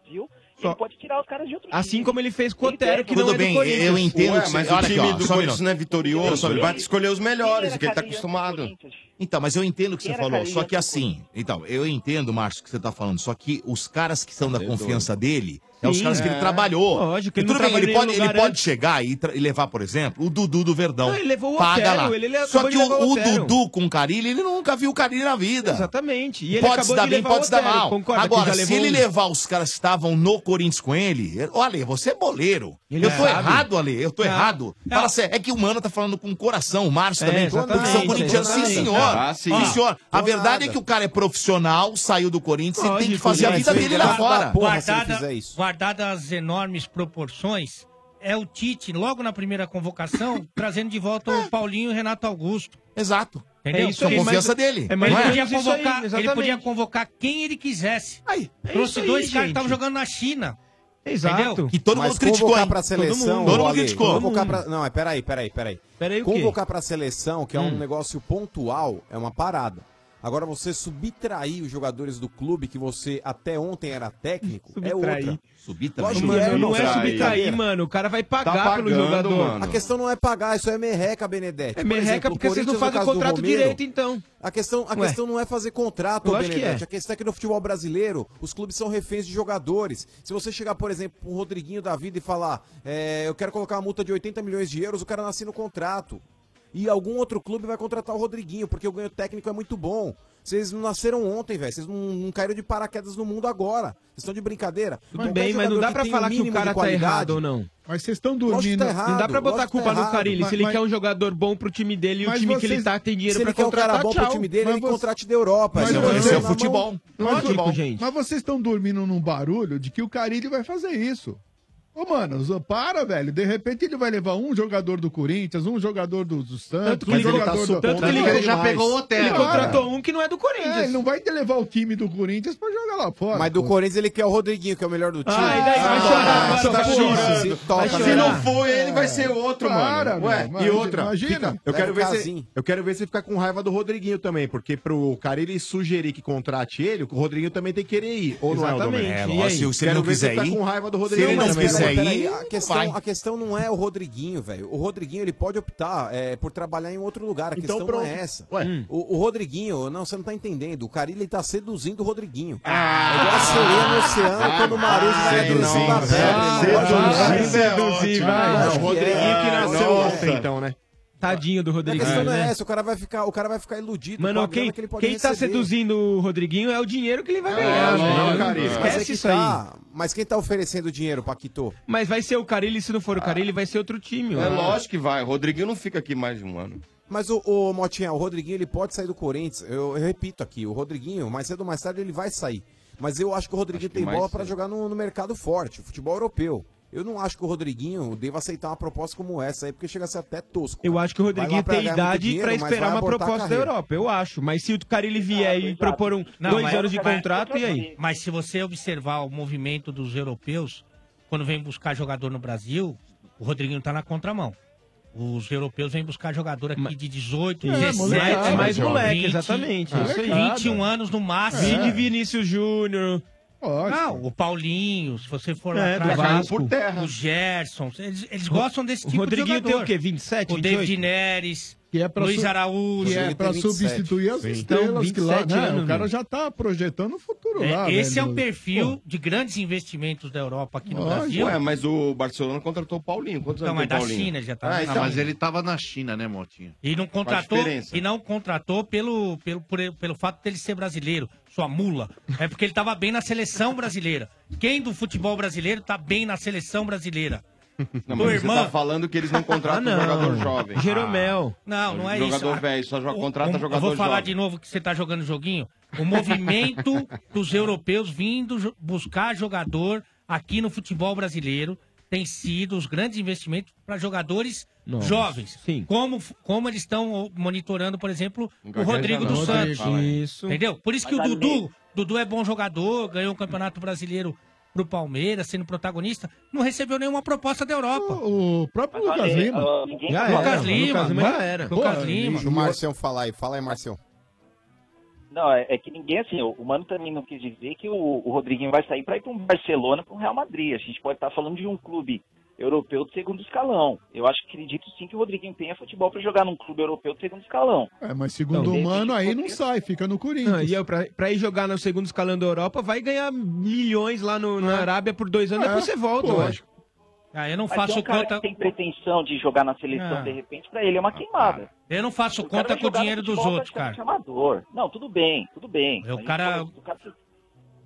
Viu? E
Só-
Ele pode tirar os caras de outro
Assim como ele fez com o
Ele
Otero,
deve-
que
Tudo
não é
bem,
do Corinthians.
eu entendo
Ué, mas o time
um
do Corinthians não é vitorioso, ele vai escolher os melhores,
Quem
que ele tá
era
acostumado.
um Então, mas eu entendo o que
Quem
você
era
falou,
carinha
só
do
que assim, então, eu entendo, Márcio, o que você tá falando, só que os caras que são da confiança dele, é os
Sim,
caras que
é.
ele trabalhou.
Lógico, ele
E
não
tudo bem, ele
trabalhou em
pode,
lugar
ele pode
antes.
chegar e, tra- e levar, por exemplo, o Dudu do Verdão.
Não, ele levou o
Paga
Otero,
lá.
ele- ele
só
acabou
que
de levar
o,
o
o
Otero.
Dudu com o Carilli, ele nunca viu o Carilli na vida.
Exatamente. E ele
pode se
acabou
dar
de
bem,
levar
pode
o
se dar
Otero,
mal.
concorda que
Agora,
já
se
levou
ele
um.
levar os caras que estavam no Corinthians com ele, ele- olha, você é boleiro.
Ele
eu tô
sabe.
errado, Ale, eu tô
Não.
errado. Fala sério, é que o Mano tá falando com o coração, o Márcio
É,
também, com
exatamente,
convicção corintiana. Sim,
exatamente.
senhor.
Ah, sim.
Sim, senhor. A
Tô
verdade
nada. né?
é que o cara é profissional, saiu do Corinthians e tem que
Lógico,
fazer né? a
gente,
vida dele lá fora.
Guardada, guardada as enormes proporções, é o Tite, logo na primeira convocação, trazendo de volta o Paulinho e o Renato Augusto.
É. Exato.
Entendeu?
É isso aí, mas- é mais
ele,
ou
podia
menos isso
convocar,
aí,
ele
exatamente.
podia convocar quem ele quisesse.
é
Trouxe
isso aí,
dois caras que
gente.
estavam jogando na China.
Exato.
Entendeu?
Que todo
Mas
mundo criticou,
convocar
hein?
pra seleção,
Todo mundo, todo mundo
Ale,
criticou.
Convocar pra... Não, é peraí, peraí, peraí.
peraí o quê?
convocar pra seleção, que é um
Hum.
negócio pontual, é uma parada. Agora, você subtrair os jogadores do clube que você até ontem era técnico, é
Subtrair.
outra.
Subtrair.
Lógico que
Mano,
é,
não é
cara.
subtrair, mano. O cara vai pagar
Tá
pelo jogador.
A questão não é pagar, isso é merreca, Benedetti.
É
Por
merreca
exemplo,
porque vocês não
Corinthians, no
fazem o
caso do
contrato
Romero,
direito, então.
A questão, a
Ué.
questão não é fazer contrato,
Lógico que
Benedetti.
é.
A questão é que no futebol brasileiro, os clubes são reféns de jogadores. Se você chegar, por exemplo, pro Rodriguinho da vida e falar, é, eu quero colocar uma multa de 80 milhões de euros, o cara não assina o contrato. E algum outro clube vai contratar o Rodriguinho, porque o ganho técnico é muito bom. Vocês não nasceram ontem, velho. Vocês não, não caíram de paraquedas no mundo agora. Vocês estão de brincadeira.
Mas
Então,
bem,
qualquer
mas não
jogador
dá pra
tem
falar que o
mínimo de
cara tá
qualidade-
errado ou não.
Mas vocês estão
Lógico que
dormindo.
tá errado,
Não dá pra botar a
lógico que
culpa
tá
no
errado,
Carilli.
mas-
se ele
mas-
quer um jogador bom pro time dele e o
Mas
time que
vocês-
ele tá tem dinheiro
se ele
pra
quer um
contratar,
cara bom pro
tchau.
time dele,
Ele
Mas você-
contrate da Europa.
Mas
ele vai
você-
jogar
é
na
futebol.
mão.
Lógico, gente.
Mas vocês estão dormindo num barulho de que o Carilli vai fazer isso. Ô, mano, zo- para, velho. De repente ele vai levar um jogador do Corinthians, um jogador do, do Santos,
Tanto que
um
ele
jogador
tá
do...
supondo Tanto que ele demais. já pegou o Otero. Ele
Cara,
contratou um que não é do Corinthians.
É, ele não vai te levar o time do Corinthians pra jogar lá fora.
Mas do
pô.
Corinthians ele quer o Rodriguinho, que é o melhor do time.
Ah, e daí vai chorar agora,
essa
tá
porra,
chorando.
se
Vai
toca,
chorar.
né?
Se não for ele, vai ser outro,
Para,
mano. Ué,
meu,
e
mano,
outra.
Imagina.
Eu
Leva
quero,
o
ver se,
Casim.
eu quero ver se ficar com raiva do Rodriguinho também, porque pro cara ele sugerir que contrate ele, o Rodriguinho também tem que querer ir. Ou não é o Domênico?
É,
E aí?
lógico, se ele
Quero
não
ver
quiser
ele tá
ir-
com raiva do
se
Rodriguinho. né,
ele não
também.
quiser
Peraí,
ir,
peraí,
Peraí,
a
a
vai.
questão, a questão não é o Rodriguinho, velho. O Rodriguinho ele pode optar é, por trabalhar em outro lugar. A
Então,
questão
pronto.
não é essa.
Ué.
O, o Rodriguinho, não, você não tá entendendo. O Carilli ele tá seduzindo o Rodriguinho.
Ah,
é igual a sereia no oceano quando o marujo vai
seduzindo,
não, tá
velho. Seduzindo,
certo. Eu acho que
seduzindo,
é ótimo.
vai.
Eu acho
Não,
que
Rodriguinho
é.
que nasceu
Não,
ontem,
é.
então, né?
Tadinho do
A
Rodriguinho,
questão não é
né?
essa, o cara vai ficar, o cara vai ficar iludido. com a
Mano, quem,
grana que ele pode
quem tá
receber.
seduzindo o Rodriguinho é o dinheiro que ele vai ganhar,
É,
velho.
não, Carilli. Mas, é
Esquece
que
isso aí.
tá, mas quem tá oferecendo dinheiro, Paquito?
Mas vai ser o Carilli, se não for o Carilli, vai ser outro time.
É
mano.
lógico que vai. Rodriguinho não fica aqui mais de um ano.
Mas o, o Motinha, o Rodriguinho ele pode sair do Corinthians. Eu, eu repito aqui, o Rodriguinho, mais cedo ou mais tarde ele vai sair. Mas eu acho que o Rodriguinho tem
mais
bola pra
cedo.
jogar no, no mercado forte, futebol europeu. Eu não acho que o Rodriguinho deva aceitar uma proposta como essa aí, porque chega a ser até tosco.
Eu acho que o
Vai lá
Rodriguinho
pra
tem
ganhar muito
idade
dinheiro,
pra
mas
esperar
vai
uma
abortar a
proposta da
carreira.
Europa, eu acho. Mas se o Carilli vier e propor um,
Não,
dois
mas-
anos de
mas-
contrato, e aí?
Mas se você observar o movimento dos europeus, quando vem buscar jogador no Brasil, o Rodriguinho tá na contramão. Os europeus vêm buscar jogador aqui de 18,
É,
17,
molecada, é mais
20,
moleque, exatamente, isso aí.
21 anos no máximo.
É.
Vini Vinícius Júnior.
Não, o Paulinho, se você for lá
É, do
atrás,
Vasco.
o- o Gerson, eles, eles gostam desse
O
tipo
Rodriguinho
de jogador.
tem o quê? 27,
O David
28?
Neres,
Que é pra
Luiz
su-
Araújo. Então,
Que é pra substituir as
Então,
estrelas que lá, né? O cara já tá projetando o futuro
É,
lá.
esse
velho.
é o perfil de grandes investimentos da Europa aqui no Brasil.
Ué, mas o Barcelona contratou o Paulinho. Quantos
Não,
anos
mas
tem o
da
Paulinho?
China já tá.
Ah,
Ah,
então.
mas ele
tava na China, né, Motinha?
E não contratou,
Faz diferença.
e não contratou pelo, pelo, por ele- pelo fato dele ser brasileiro, sua mula. É porque ele estava bem na seleção brasileira. Quem do futebol brasileiro tá bem na seleção brasileira?
Não,
Tua
mas você
irmã.
tá falando que eles não contratam
Ah, não.
jogador jovem.
Jeromel.
Não, não é isso.
Jogador
Ah,
velho, só jo-
o-
contrata
o-
jogador
Eu vou falar
jovem.
de novo que você tá jogando joguinho. O movimento dos europeus vindo jo- buscar jogador aqui no futebol brasileiro tem sido os grandes investimentos para jogadores
Nossa,
jovens. Como, f- como eles estão monitorando, por exemplo, o
Gagueja
Rodrigo
não,
dos
Rodrigo.
Santos.
Fala aí. Isso.
tá
Entendeu? Por isso que o
Mas
Dudu, Dudu é bom jogador, ganhou o Campeonato Brasileiro pro Palmeiras, sendo protagonista, não recebeu nenhuma proposta da Europa.
O, próprio Lucas Lima.
Já era. Lucas Lima. Lucas Lima.
Deixa o Marcião falar aí. Fala aí, Marcião.
Não, é, é que ninguém, assim, o o Mano também não quis dizer que o, o Rodriguinho vai sair para ir para um Barcelona, para um Real Madrid. A gente pode estar falando de um clube europeu de segundo escalão. Eu acho que acredito sim que o Rodriguinho tenha futebol para jogar num clube europeu de segundo escalão.
É, mas segundo
Então,
o Mano, aí não sai, fica no Corinthians.
Não, e eu, pra, pra ir jogar no segundo escalão da Europa, vai ganhar milhões lá no,
É.
na Arábia por dois anos, depois você volta, eu acho.
Ah, eu não
Mas
faço
tem um cara
conta.
que tem pretensão de jogar na seleção,
Ah.
de repente, para ele é uma queimada.
Eu não faço
cara
conta
vai
com o
jogar
dinheiro
no
dos
futebol
outros, cara.
praticamente amador. Não, tudo bem, tudo bem.
É, o
A gente
cara-
fala isso, o cara-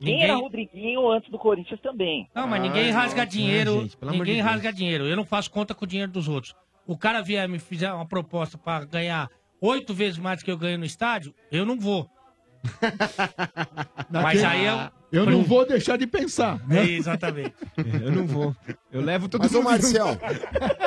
Quem era
Ninguém-
Rodriguinho antes do Corinthians também.
Ah, Não, mas
Ah,
ninguém
né,
rasga dinheiro. ninguém rasga dinheiro. Eu não faço conta com o dinheiro dos outros. O cara vier me fizer uma proposta pra ganhar oito vezes mais que eu ganho no estádio, eu não vou. mas aí
é
eu.
um-
Eu não vou deixar de pensar. né?
É, exatamente.
Eu não vou. Eu levo todo
Mas, ô
mundo.
Marcial,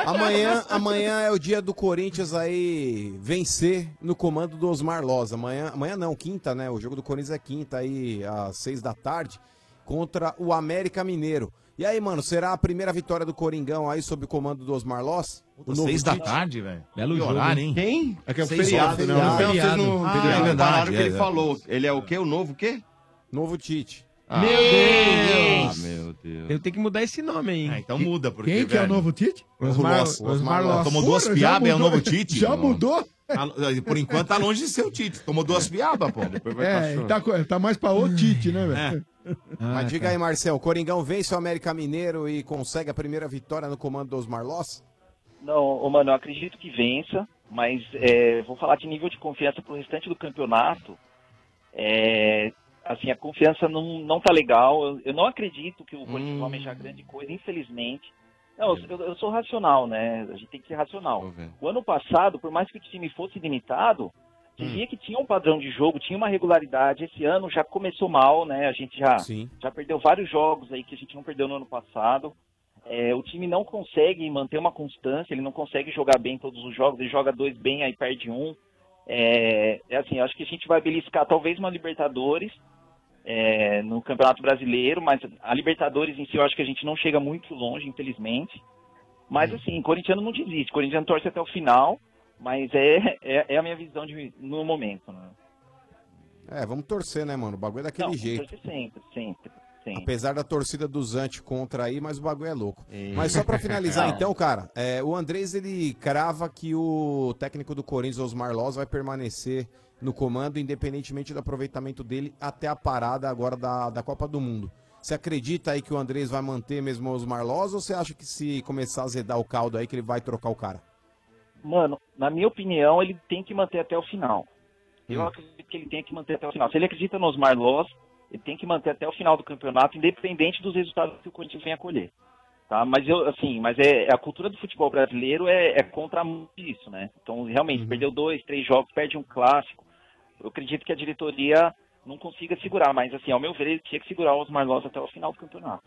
amanhã, amanhã é o dia do Corinthians aí vencer no comando do Osmar Loz. Amanhã, amanhã não, quinta, né? O jogo do Corinthians é quinta aí, às seis da tarde, contra o América Mineiro. E aí, mano, será a primeira vitória do Coringão aí sob o comando do Osmar Loz? O novo
Seis da
Tite?
tarde, velho. Belo jogo. horário, hein?
Quem?
É que é o
Seis
feriado,
horas,
né?
Não,
É o
vocês
feriado.
não
Ah,
entenderam
é
a
verdade,
palavra que
é.
ele falou. Ele é o quê? O novo quê?
Novo Tite.
Ah.
Meu Deus!
Ah, meu Deus.
Eu tenho que mudar esse nome aí.
então muda,
porque.
Quem que é o novo Tite?
Osmar- Osmar Loss.
Tomou duas
Porra, já
piabas, é o
mudou.
novo Tite.
Já mudou?
Tá- Por enquanto tá longe de ser o Tite. Tomou duas piabas, pô.
É, tá, co- tá mais pra o Tite, né, velho?
É. Ah,
Mas diga aí, Marcel, o Coringão vence o América Mineiro e consegue a primeira vitória no comando do Osmar Loz?
Não, ô, mano, eu acredito que vença, mas é, vou falar de nível de confiança pro restante do campeonato. É, assim, a confiança não, não tá legal. Eu, eu não acredito que o Corinthians vai almejar grande coisa, infelizmente. Não, eu, eu sou racional, né? A gente tem que ser racional. O ano passado, por mais que o time fosse limitado, você via que tinha um padrão de jogo, tinha uma regularidade. Esse ano já começou mal, né? A gente já,
Sim.
já perdeu vários jogos aí que a gente não perdeu no ano passado. É, o time não consegue manter uma constância, ele não consegue jogar bem todos os jogos, ele joga dois bem, aí perde um. É, é assim, eu acho que a gente vai beliscar talvez uma Libertadores é, no Campeonato Brasileiro, mas a Libertadores em si eu acho que a gente não chega muito longe, infelizmente.
Hum.
Mas assim, corintiano não desiste, corintiano torce até o final, mas é, é, é a minha visão de, no momento. Né?
É, vamos torcer, né, mano? O bagulho é daquele
Não,
jeito.
torce sempre, sempre, sempre.
Apesar da torcida do Zante contra aí, mas o bagulho é louco. Mas só pra finalizar,
Não.
então, cara, é, o Andrés ele crava que o técnico do Corinthians, Osmar Loz, vai permanecer no comando, independentemente do aproveitamento dele até a parada agora da, da Copa do Mundo. Você acredita aí que o Andrés vai manter mesmo o Osmar Loz ou você acha que se começar a azedar o caldo aí que ele vai trocar o cara?
Mano, na minha opinião, ele tem que manter até o final.
Hum.
Eu acredito que ele tem que manter até o final. Se ele acredita nos Marlós, ele tem que manter até o final do campeonato, independente dos resultados que o Corinthians venha colher. Tá? Mas eu, assim, mas é a cultura do futebol brasileiro é, é contra muito isso, né? Então, realmente, perdeu dois, três jogos, perde um clássico. Eu acredito que a diretoria não consiga segurar, mas assim, ao meu ver, ele tinha que segurar os Marlós até o final do campeonato.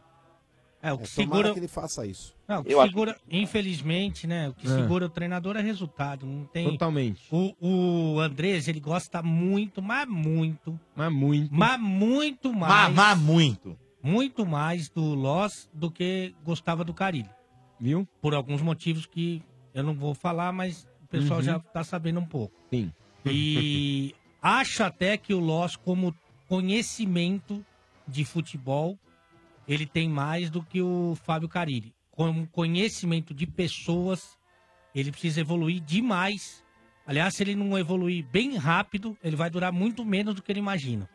É, o que
tomara
segura.
que ele faça isso.
Não, o que
Eu acho
segura, infelizmente, né? O que
É.
segura o treinador é resultado. Não tem.
Totalmente.
O, o Andrés, ele gosta muito, mas muito.
Mas muito.
Mas muito mais. Mas muito. Muito mais do Loss do que gostava do Carilho.
Viu?
Por alguns motivos que eu não vou falar, mas o pessoal
Uhum.
já tá sabendo um pouco.
Sim.
E acho até que o Loss, como conhecimento de futebol, ele tem mais do que o Fábio Carilli. Como conhecimento de pessoas, ele precisa evoluir demais. Aliás, se ele não evoluir bem rápido, ele vai durar muito menos do que ele imagina.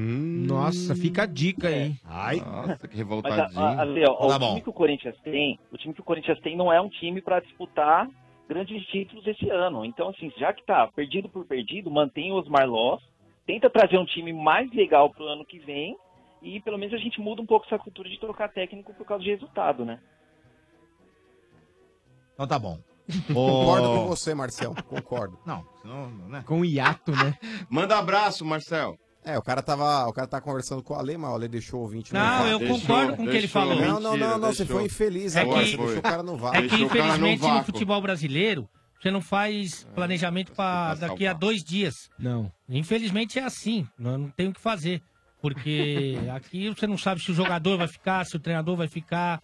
Nossa, fica a dica aí.
Ai. Hum? Nossa, que
Mas a- a- assim, ó,
Tá
o time que o Corinthians tem, o time que o Corinthians tem não é um time para disputar grandes títulos esse ano. Então, assim, já que tá perdido por perdido, mantém os Marlós, tenta trazer um time mais legal pro ano que vem e pelo menos a gente muda um pouco essa cultura de trocar técnico por causa de resultado, né?
Então tá bom.
Concordo com você, Marcel. Concordo.
Não,
Com o hiato, né?
Manda abraço, Marcel.
É, o cara tava, o cara tá conversando com o Ale, mas o Ale deixou o ouvinte
Não, eu concordo com o que ele falou.
Não, não, não, não, você foi infeliz
é
agora,
que,
você deixou o cara no vácuo.
É que, infelizmente, no futebol brasileiro, você não faz planejamento para daqui a dois dias.
Não.
Infelizmente é assim, não, não tem o que fazer. Porque aqui você não sabe se o jogador vai ficar, se o treinador vai ficar,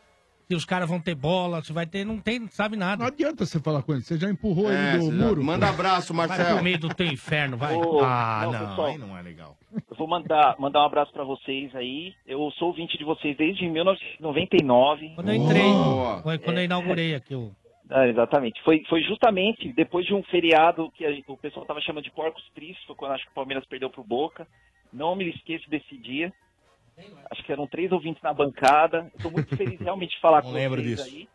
se os caras vão ter bola, se vai ter. Não tem, não sabe nada.
Não adianta você falar com ele, você já empurrou
É,
ele do
você já-
muro.
manda
pô.
abraço,
Vai pro meio do teu inferno, vai.
Ô,
ah,
não,
não.
pessoal.
aí não é legal.
Eu vou mandar, mandar um abraço pra vocês aí. Eu sou ouvinte de vocês desde 1999.
Quando eu entrei, foi
É.
quando eu inaugurei aqui o.
Ah, exatamente. Foi, foi justamente depois de um feriado que a gente- o pessoal tava chamando de porcos tristes, foi quando acho que o Palmeiras perdeu pro Boca. Não me esqueço desse dia. Acho que eram três ouvintes na bancada. Estou muito feliz realmente de falar
Não
com
lembro
vocês
disso.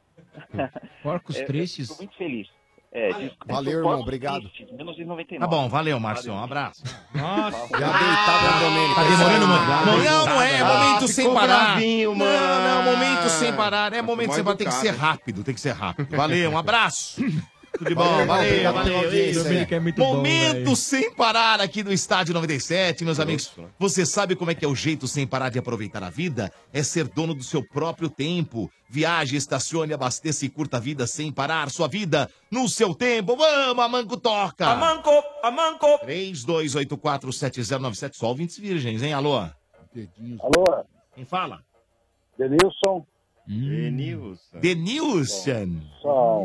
aí.
Porcos
É, eu
tristes?
Estou muito feliz. É,
Valeu.
desculpa,
Valeu,
porcos
irmão, obrigado.
tristes, 1999.
Tá bom, valeu, Márcio. Um abraço.
Nossa.
Já deitado no Domênico. Tá demorando muito. Não, não, não é. É momento sem parar. Não, não, momento sem parar. É momento sem parar. Tem que ser rápido, tem que ser rápido. Valeu, um abraço. Tudo de bom,
Valeu,
valeu,
obrigado pela
valeu.
audiência,
isso,
Domênico é muito bom,
Momento
velho.
sem parar aqui do Estádio 97, meus amigos. Você sabe como é que é o jeito sem parar de aproveitar a vida? É ser dono do seu próprio tempo. Viaje, estacione, abasteça e curta a vida sem parar sua vida no seu tempo. Vamos, a Manco toca! A Manco, a Manco! 32847097, só ouvintes virgens, hein? Alô? Hum.
Alô?
Quem fala?
Denilson.
Denilson.
Denilson.
Só.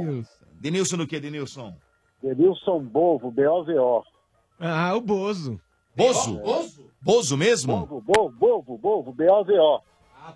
Denilson do que, Denilson?
Denilson Bovo, B-O-V-O.
Ah, o Bozo. Bozo? Bozo? mesmo?
Bovo, Bovo, Bovo, Bovo, B-O-V-O.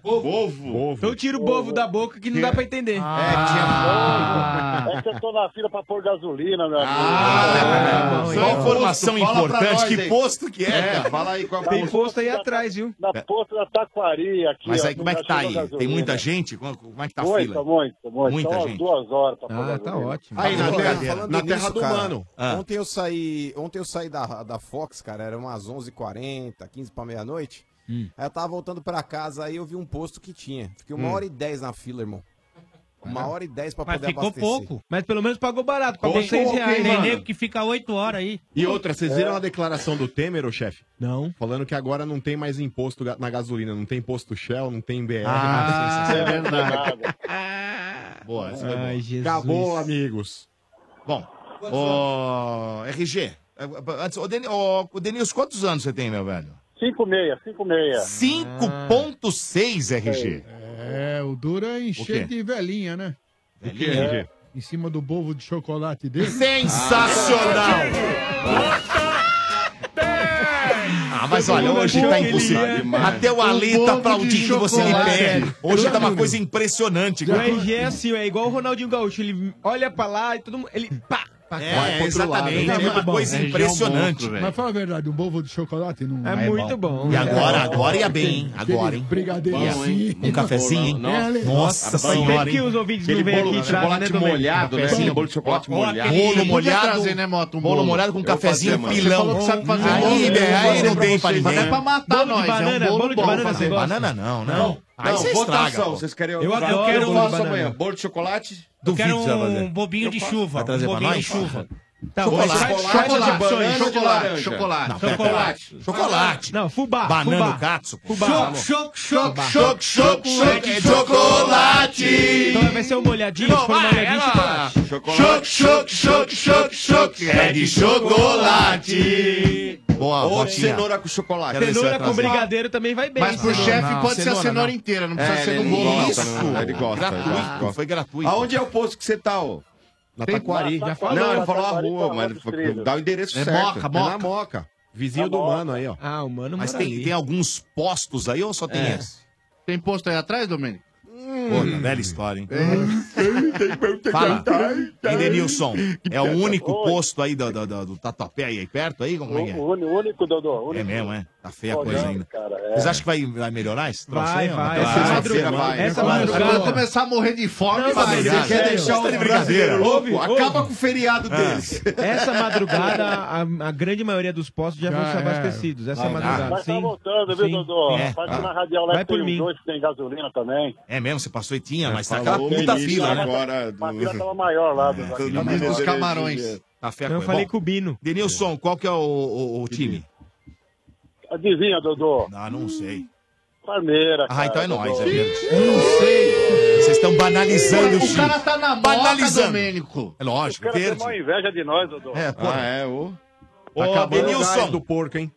Bovo.
Eu tiro Então o bovo da boca que não dá pra entender.
Ah.
É que eu tô na fila pra pôr gasolina, meu amigo.
Só informação importante, que posto que é, cara?
fala aí qual
Tem posto aí atrás, viu?
Na posto da Taquaria aqui.
Mas
ó,
aí, como é que tá
achando
aí? Tem
gasolina.
muita gente? Como, como é que tá a
né? muita,
fila?
Muita, muita.
Muita
São umas
gente.
duas horas pra pôr
Ah, tá
gasolina.
ótimo. Aí, na
Agora,
terra-
falando
na terra do
cara,
humano. Ah.
Ontem eu saí, ontem eu saí da, da Fox, cara, era umas 11h40, 15 para meia-noite.
Hum.
Aí eu tava voltando pra casa, aí eu vi um posto que tinha. Fiquei uma
Hum.
hora e dez na fila, irmão.
É.
Uma hora e dez pra
Mas
poder
ficou
abastecer.
pouco. Mas pelo menos pagou barato,
Pouco,
pagou 6
pouco, hein,
reais.
mano?
Porque fica oito horas aí.
E outra, vocês
É.
viram a declaração do Temer, ô chefe? Não. Falando que agora não tem mais imposto ga- na gasolina, não tem imposto Shell, não tem BR.
Ah,
não tem
é
essas coisas.
verdade.
Boa, essa
Ai,
foi boa.
Jesus. é Acabou, amigos.
Bom, ô, RG, eh, antes, ô, Deni- ô, ô, Denilson, quantos anos você tem, meu velho?
5,6, 5,6.
5.6, RG.
É, o Dura
Ah. O quê?
encheu de velhinha, né? é
O quê, RG?
Em cima do bovo de chocolate dele.
Sensacional! Ah, mas olha, hoje tá impossível.
é.
Até
Um
o Ale tá aplaudindo você de pé. Hoje tá uma coisa impressionante,
O
cara.
RG é assim, é igual o Ronaldinho Gaúcho. Ele olha pra lá e todo mundo. Ele pá! pá
É,
vai pro outro lado.
exatamente,
Ele
é uma
muito bom.
coisa impressionante.
Mas fala a verdade, um bovo de chocolate não
É muito bom.
E agora, agora ia bem, hein? Agora, hein?
Brigadeiro
Ia.
assim.
Um cafezinho, hein?
Não, não.
Nossa
Rapaz,
senhora,
tem que
hein?
os ouvintes não veem aqui atrás, né, Domênico? Cafezinho.
Bolo de chocolate
Ó, ó,
molhado.
aquele
Podia
bolo molhado.
trazer, né, Mota, um
bolo, molhado com
Eu
cafezinho
fazia, mano.
pilão.
Você falou que sabe fazer
aí,
bolo, eu vou
velho, aí
fazer
não
pra
tem pra
vocês,
ninguém.
né? É pra matar
Bolo de
nós, é um
banana,
bolo bom pra
você
fazer.
gosta? Banana não, não.
Não,
Aí
não,
você
votação,
estraga. pô.
vocês querem-
Eu
Eu
adoro
quero
bolo de
faço
banana.
amanhã. Bolo de chocolate?
Eu quero
Duvido, você vai fazer.
um bobinho de chuva.
Vai trazer
um
pra
bobinho
nós?
de chuva.
Tá, Chocolate.
vai-
Chocolate,
vai-
chocolate,
vai-
banana, chocolate,
chocolate, chocolate,
Não, pera,
chocolate.
pera. Chocolate.
Não, fubá.
Banana
fubá.
no gatso.
Fubá. Choc, choc, choc,
Choc, choc, choc, é chocolate.
Então vai ser um molhadinho,
Não,
se for um
vai,
molhadinho,
ela-
chocolate.
Choc, choc, choc, choc, choc, é de chocolate. Boa,
Ou
Botinha.
cenoura com chocolate.
Quero ver se vai
Cenoura com
trazer.
brigadeiro também vai bem.
Mas pro
Não,
chefe
não,
pode ser a cenoura
não.
inteira, não
É,
precisa ser
ele
do
não
bolo.
gosta, não, não, ele gosta, ele
Gratuito,
gosta.
foi
gratuito.
Aonde é o posto que você tá, ô?
Na
Tem-
Taquari,
Tá,
Na
já
Taquari,
falou.
Não, ele falou a
Taquari,
rua, mas
Taquari, Taquari.
dá o endereço
É
certo.
Moca, Moca. Vizinho do mano aí, ó.
Ah, o mano
Mas tem, tem alguns postos aí ou só tem
É.
esse?
Tem posto aí atrás, Domênico?
Hum,
Pô, velha história, hein?
É.
Fala, Edenilson, é o único posto aí do, do, do, do Tatuapé aí perto aí? Como é que é?
O uni- único, Dodô.
É
único.
mesmo, é? Tá feia a
Olhando,
coisa ainda.
cara, é.
Vocês acham que vai, vai melhorar esse
é
troço
Vai,
aí? Tá
vai.
Claro.
Essa madrugada-
essa
Claro.
madrugada-
Claro.
Vou começar a morrer de fome,
Não,
mano.
mas
Você
é
quer
sério,
deixar
você tá
o
de
brasileiro
brincadeira.
louco?
Ouve,
Acaba
ouve.
com o feriado
Ah.
deles.
É. Essa madrugada, a, a grande maioria dos postos já
Ah,
vão ser abastecidos. Essa
Vai,
madrugada.
Mas tá
Sim.
voltando, viu,
Sim.
Dodô?
É.
Faz
Ah.
que Tá na radial lá
Vai
que tem
por mim.
uns dois que tem gasolina também.
É mesmo, você passou e tinha, mas tá
falou
aquela
o
puta
ministro
fila. né?
agora
A fila tava né? maior lá. do- aqui na
Menino
radial.
dos camarões. Tá feia a
Eu
coisa.
falei
Bom, Denilson, qual que é o, o- o time?
Adivinha, Dodô?
Ah, não sei.
Palmeira,
Ah, então é
Dodô.
nós, é mesmo. Não sei. Vocês estão banalizando
O cara
time.
tá na moca,
Domênico. É lógico,
Os caras têm
verde.
maior inveja de nós, Dodô.
É, pô.
Ah, é, ô.
Ô,
Acabou o
Denilson.
gás do porco, hein?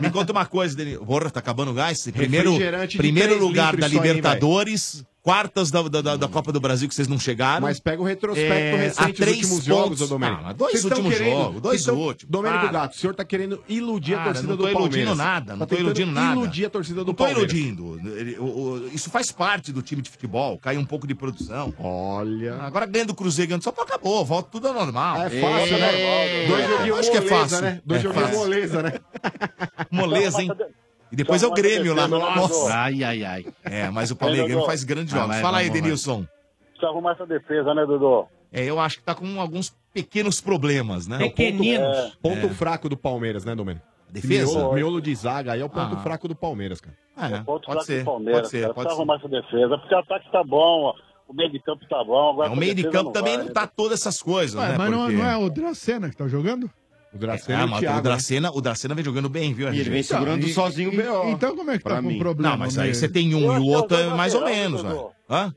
Me conta uma coisa, Denilson. Porra, tá acabando o gás? Primeiro,
Refrigerante de
primeiro
três
lugar da
litros só aí,
Libertadores, quartas da, da- da- da Copa do Brasil que vocês não chegaram.
Mas pega o retrospecto
É,
recente
a
dos
três
últimos
pontos.
jogos, ô Domênico.
Ah, mas dois
Vocês tão
últimos
querendo-
jogos, dois
vocês tão-
últimos.
Domênico
Para.
Gato, o senhor tá querendo iludir a
Cara,
torcida
não
do
tô
Palmeiras.
iludindo nada,
Tá
não tô
tentando
iludindo nada.
iludir a torcida do
não tô
Palmeiras.
iludindo. Ele- o- o- Isso faz parte do time de futebol, cai um pouco de produção.
Olha.
Agora ganha do Cruzeiro, ganha do São Paulo, acabou, volta tudo ao normal.
É fácil, né? Dois joguinhos
Eu Acho que é
moleza,
fácil.
né? Dois
É
joguinhos
fácil.
moleza, né?
Moleza, hein? E depois é o Grêmio lá. Nossa.
Ai, ai, ai.
É, mas o Palmeiras
Ei, Dodô.
faz grandes
Ah,
jogos.
vai,
Fala aí,
vamos lá.
Denilson.
Precisa arrumar essa defesa, né, Dudu?
É, eu acho que tá com alguns pequenos problemas, né?
É o ponto- é, Ponto, fraco do Palmeiras, né, Domênico?
Defesa?
Miolo, miolo de zaga aí é o ponto
Ah.
fraco do Palmeiras, cara.
É,
Ponto fraco do Palmeiras,
pode ser,
cara. Precisa
pode ser.
arrumar essa defesa, porque o ataque tá bom, ó. o meio de campo tá bom. Agora
É, o meio de campo também
né?
não tá todas essas coisas,
Ué,
né?
mas não,
Porque-
não é o Dracena que tá jogando?
O
É, ah, mas o Dracena, o Dracena vem jogando bem, viu?
E ele
RG?
vem segurando Então, e- sozinho o e- BO, então como é que tá pra com mim. problema
Não, mas aí
nele?
você tem um e o
Eu acho
outro
que é
é
o
mais ou
lateral,
menos,
né,
né?
Dudu?
Hã?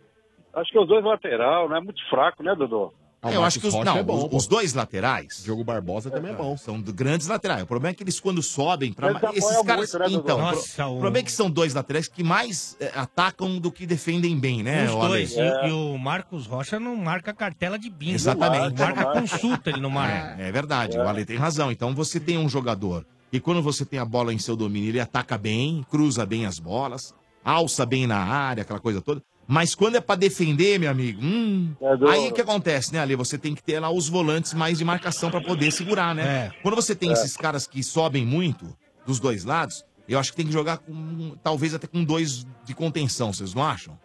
Acho que os dois lateral, né? Muito fraco, né, Dudu?
É, eu acho que os,
é
não, os- os dois laterais.
Jogo Barbosa
também é bom. São do- grandes laterais. O problema é que eles quando sobem para
tá
Eles apoiam
esses caras
muito, né, Dudu?
então,
Nossa,
pro-
o-
o problema é que são dois laterais que mais eh, atacam do que defendem bem, né?
Os
o Ale?
dois.
É.
E, e o Marcos Rocha não marca cartela de bingo.
Exatamente.
Marca consulta, ele não marca.
É, é verdade, o Ale tem razão. Então você tem um jogador e quando você tem a bola em seu domínio, ele ataca bem, cruza bem as bolas, alça bem na área, aquela coisa toda. Mas quando é pra defender, meu amigo, hum,
do-
aí o que acontece, né, Ale? Você tem que ter lá os volantes mais de marcação pra poder segurar, né? Quando você tem
É.
esses caras que sobem muito dos dois lados, eu acho que tem que jogar com talvez até com dois de contenção, vocês não acham?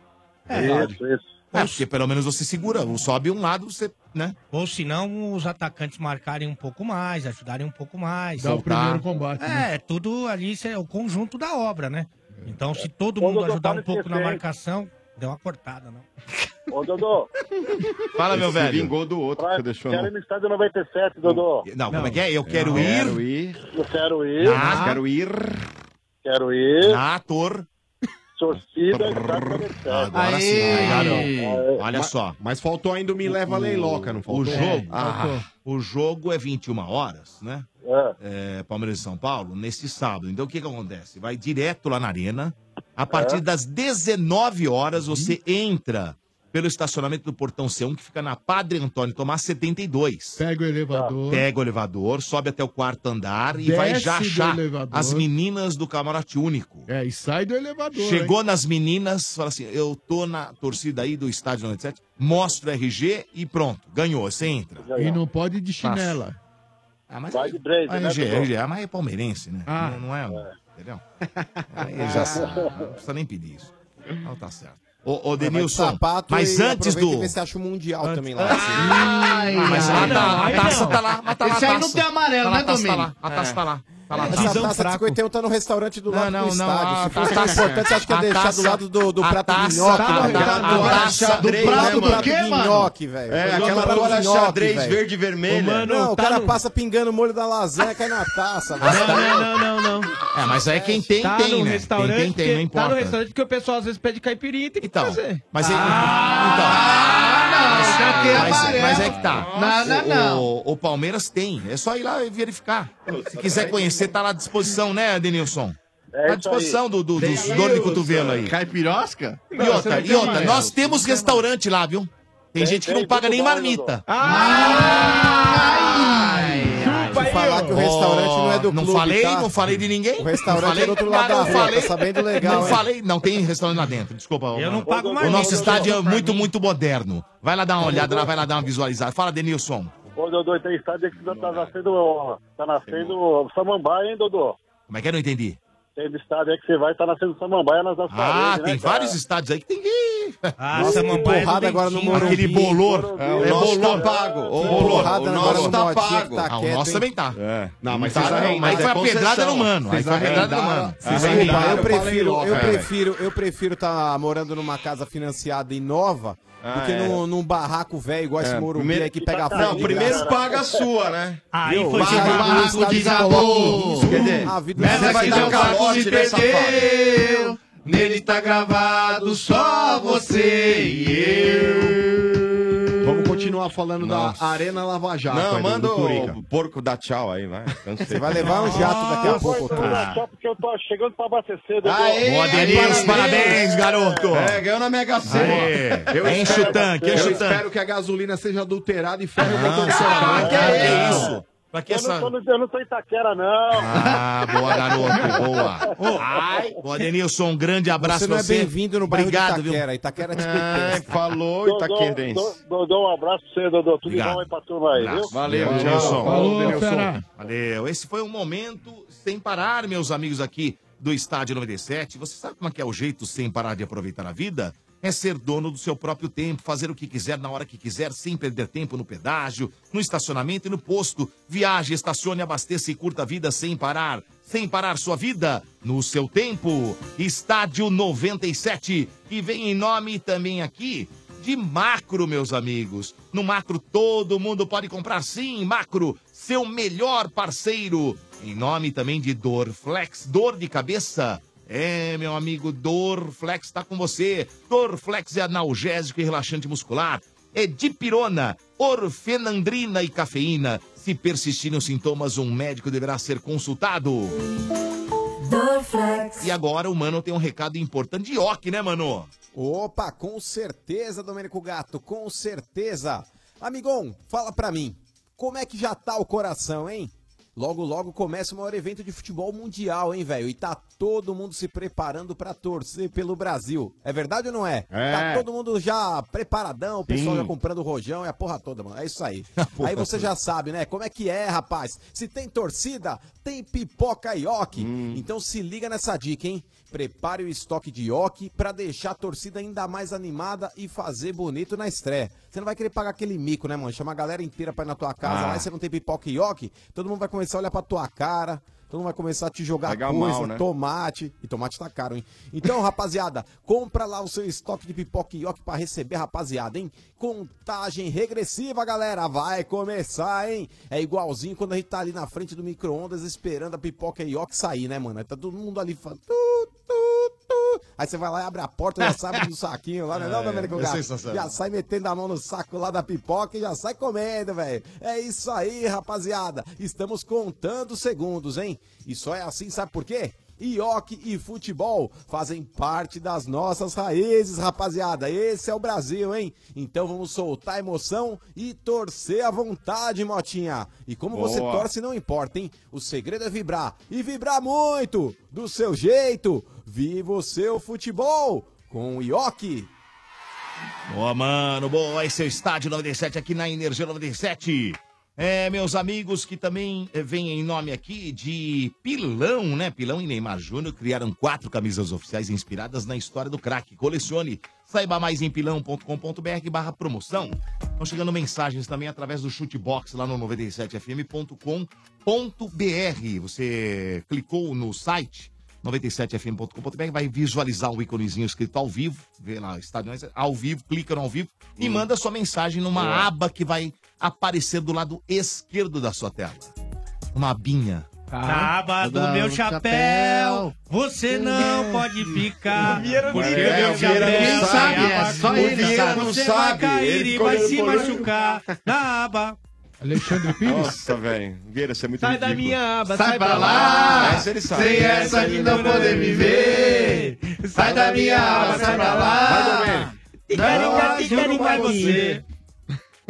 Isso, isso.
É, porque pelo menos você segura, sobe um lado, você, né?
Ou se não, os atacantes marcarem um pouco mais, ajudarem um pouco mais.
Dá o Voltar. primeiro combate,
É,
né? É.
tudo ali cê- é o conjunto da obra, né? Então, se todo
Ô,
mundo
Dodô,
ajudar
para
um
de
pouco na
esquecer, hein?
marcação, deu uma cortada, não.
Ô, Dodô.
Fala, meu
Esse
velho.
vingou do outro que você deixou.
Quero
no-
ir no estádio 97, Dodô.
Não, como é que é? Eu quero ir. Tá.
Quero ir.
Eu quero ir.
Ah, quero ir.
Quero ir.
Na Tá, ator.
Torcida estádio 97.
Agora sim, Aê! garoto. Olha
Ma-
só.
Mas faltou ainda o Me Leva a Leiloca, não faltou?
O jogo,
Ah,
Ah, o jogo é 21 horas, né? É, Palmeiras e São Paulo, nesse sábado. Então o que, que acontece? Vai direto lá na arena. A partir das 19 horas,
Uhum.
você entra pelo estacionamento do Portão C1, que fica na Padre Antônio Tomás 72.
Pega o
Tá.
elevador.
Pega o elevador, sobe até o quarto andar e vai
Desce
já
do
achar
elevador.
as meninas do camarote único.
É, e sai do elevador.
Chegou
hein?
nas meninas, fala assim: eu tô na torcida aí do estádio 97, mostra o RG e pronto, ganhou, você entra.
E não pode ir de chinela.
Ah, mas
Vai
aí-
de Brady,
ah,
né,
RG,
Dudu?
RG, ah, mas é palmeirense, né?
Ah.
Não, não é, entendeu? Aí ele já sabe, não precisa nem pedir isso. Não tá certo. Ô, ô Denilson, mas antes do.
Você acha o Mundial também lá.
Ai, mas
Ah,
lá tá, a taça tá lá, mas tá lá. a
Esse é aí não
taça.
tem amarelo,
Tá lá,
né,
a taça tá lá,
Domênico?
A taça tá lá. Tá lá, a
Essa
taça.
taça de 51 tá no restaurante do lado do estádio.
a
Se fosse tão
taça-
importante, você acha que ia
a
deixar
taça-
do lado do, do
a
prato né,
taça-
de nhoque?
a
velho?
taça- a taça-
do
xadrez,
prato
né,
do prato
mano?
de nhoque, velho.
É,
Do
aquela
prato
bola
de nhoque,
xadrez
velho.
verde e vermelha. Ô, mano,
não, o
tá
cara
no-
passa pingando o molho da lasanha, cai na taça. velho.
não, não, não.
É, mas aí quem tem,
tá
tem,
no
né?
restaurante,
Quem tem, tem,
que-
não importa.
Tá no restaurante porque o pessoal às vezes pede caipirinha e tem que fazer.
Mas é, então, mas- mas, mas é que tá.
Não, não,
O-
não.
O, o Palmeiras tem. É só ir lá e verificar. Se quiser conhecer, tá lá à disposição, né, Denilson?
É
Tá à
isso
disposição
aí.
do, do, dos
Denilson.
dor de cotovelo aí.
Caipirosca?
E outra, e outra, nós temos restaurante lá, viu? Tem,
Tem,
gente que
tem,
não paga
muito
nem
bom,
marmita.
Ah, Se falar que o restaurante não é do
Não
clube,
falei,
tá?
não falei de ninguém.
O restaurante
Não falei,
é do outro lado
cara,
da
não
rua, tá
falei.
sabendo legal,
Não
hein?
falei, não tem restaurante lá dentro. Desculpa. Eu
não pago
O
marmita,
nosso
eu
estádio é
vou pra
muito,
mim.
muito moderno. Vai lá dar uma olhada lá, vai lá dar uma visualizada. Fala, Denilson.
Ô, Dodô, tem estádio que tá nascendo. Tá nascendo Samambaia, hein, Dodô?
Como é que eu não entendi?
Tem estádio aí que você vai, tá nascendo Samambaia nas nossas
Ah,
paredes,
tem
né, cara?
vários estádios aí que tem que.
Ah,
Nossa, Samambaia que porrada do agora no Dentinho. Morumbi.
Aquele bolor.
É, o nosso tá pago. O bolor. O nosso tá pago.
Ah, o nosso também tá.
Não, mas
Tá,
vocês
não,
arrendaram.
aí foi a
É concessão.
pedrada no mano. Aí
Vocês
foi a pedrada no
arrendaram.
mano.
Vocês
Desculpa,
arrendaram.
eu prefiro,
falei
eu
louca, velho.
prefiro, eu prefiro tá morando numa casa financiada e nova
Ah,
do que
é.
num, num barraco velho igual esse
É,
Morumbi
primeiro-
aí que pega fogo.
Não,
de
primeiro
graça.
paga a sua, né?
Aí
Viu?
foi
Paga
que
a
barraco
luz, tá
desabou.
Quer dizer,
A vida
você vai
do
dar
cidadão
um calote
se
nessa
perdeu. Nele tá gravado só você e eu.
Vamos continuar falando
Nossa.
da Arena Lava Jato.
Não,
aí, do-
manda
do Curica.
o porco dar tchau aí, vai. Cansei.
Você vai levar um jato daqui a pouco,
Tá.
tá?
Só porque eu tô chegando pra abastecer. Dudu.
Aê,
Boa, Denise, parabéns, garoto.
É,
ganhou na Mega
Sena.
Eu
Enche
espero-
o tanque, enche
eu
o tanque.
espero que a gasolina seja adulterada e ferre o botão do seu
Ah,
carro.
que é isso?
Pra
eu, não tô, no- eu não tô em Itaquera, não.
Ah, boa, garoto, boa. Ai, Ô, Adenilson, um grande abraço
Você
pra
não é
você.
bem-vindo no bairro de
Obrigado, viu?
Itaquera. é
É,
Itaquera
te
Ai,
pertence.
falou,
Dodô,
Itaquerense.
Dodô, Dodô, um abraço pra você, Dodô. Tudo de
Obrigado.
bom aí pra turma aí, viu?
Abraço. Valeu, Denilson.
Denilson.
Valeu. Esse foi um momento sem parar, meus amigos aqui do Estádio 97. Você sabe como é que é o jeito sem parar de aproveitar a vida? É ser dono do seu próprio tempo, fazer o que quiser na hora que quiser, sem perder tempo no pedágio, no estacionamento e no posto. Viaje, estacione, abasteça e curta a vida sem parar. Sem parar sua vida no seu tempo. Estádio 97, que vem em nome também aqui de macro, meus amigos. No macro todo mundo pode comprar sim, macro, seu melhor parceiro. Em nome também de Dorflex, dor de cabeça. É, meu amigo, Dorflex está com você. Dorflex é analgésico e relaxante muscular. É dipirona, orfenandrina e cafeína. Se persistirem os sintomas, um médico deverá ser consultado. E agora o Mano tem um recado importante de OK, né, Mano?
Opa, com certeza, Domênico Gato, com certeza. Amigão, fala pra mim, como é que já tá o coração, hein? Logo, logo começa o maior evento de futebol mundial, hein, velho? E tá todo mundo se preparando pra torcer pelo Brasil. É verdade ou não é?
É.
Tá todo mundo já preparadão, o pessoal
Sim.
já comprando o rojão e a porra toda, mano. É isso aí.
porra
aí você
toda.
já sabe, né? Como é que é, rapaz? Se tem torcida, tem pipoca e ok. Então se liga nessa dica, hein? Prepare o estoque de ok pra deixar a torcida ainda mais animada e fazer bonito na estreia. Você não vai querer pagar aquele mico, né, mano? Chama a galera inteira pra ir na tua casa,
Ah.
lá e você não tem pipoca e ok, todo mundo vai começar a olhar pra tua cara. Todo mundo vai começar a te jogar
Pegar
coisa,
mal, né?
tomate. E tomate tá caro, hein? Então, rapaziada, compra lá o seu estoque de pipoca e para receber, a rapaziada, hein? Contagem regressiva, galera. Vai começar, hein? É igualzinho quando a gente tá ali na frente do micro-ondas esperando a pipoca e ioki sair, né, mano? Aí tá todo mundo ali falando. Tu, tu, tu. Aí você vai lá e abre a porta, já sabe do saquinho lá, né? Não,
É,
meu amigo,
é
gato?
sensacional.
Já sai metendo a mão no saco lá da pipoca e já sai comendo, velho. É isso aí, rapaziada. Estamos contando segundos, hein? E só é assim, sabe por quê? Ioki e futebol fazem parte das nossas raízes, rapaziada. Esse é o Brasil, hein? Então vamos soltar a emoção e torcer à vontade, Motinha. E como você
Boa.
torce, não importa, hein? O segredo é vibrar. E vibrar muito! Do seu jeito! Viva o seu futebol com o Ioki!
Boa, mano, boa. Esse é o Estádio 97 aqui na Energia 97. É, meus amigos que também eh, vêm em nome aqui de Pilão, né? Pilão e Neymar Júnior criaram quatro camisas oficiais inspiradas na história do craque. Colecione. Saiba mais em pilão.com.br barra promoção. Estão chegando mensagens também através do chutebox lá no 97fm.com.br. Você clicou no site 97fm.com.br, vai visualizar o íconezinho escrito ao vivo, vê lá, estádio ao vivo, clica no ao vivo e manda sua mensagem numa
Hum. Boa.
aba que vai aparecer do lado esquerdo da sua tela. Uma abinha.
Tá.
Na aba do
um
meu chapéu, você não
É.
pode ficar. Porque
não sabe.
meu
é, O Vieira não
chapéu
sabe,
é
é,
a
só
bagulha.
ele sabe.
Você
Não
vai
sabe,
cair
ele
e
ficou
vai
olhando
se
pro olho.
machucar. Na aba.
Alexandre Pires.
Nossa, velho. Vieira, você é muito
Sai da
ridículo.
minha aba,
sai
sai
pra
pra
lá.
lá.
Essa ele sabe.
Sem essa
ele
não poder me ver.
Sai da minha aba, sai pra lá.
Tica,
Não,
tica,
juro
tica,
pra
você.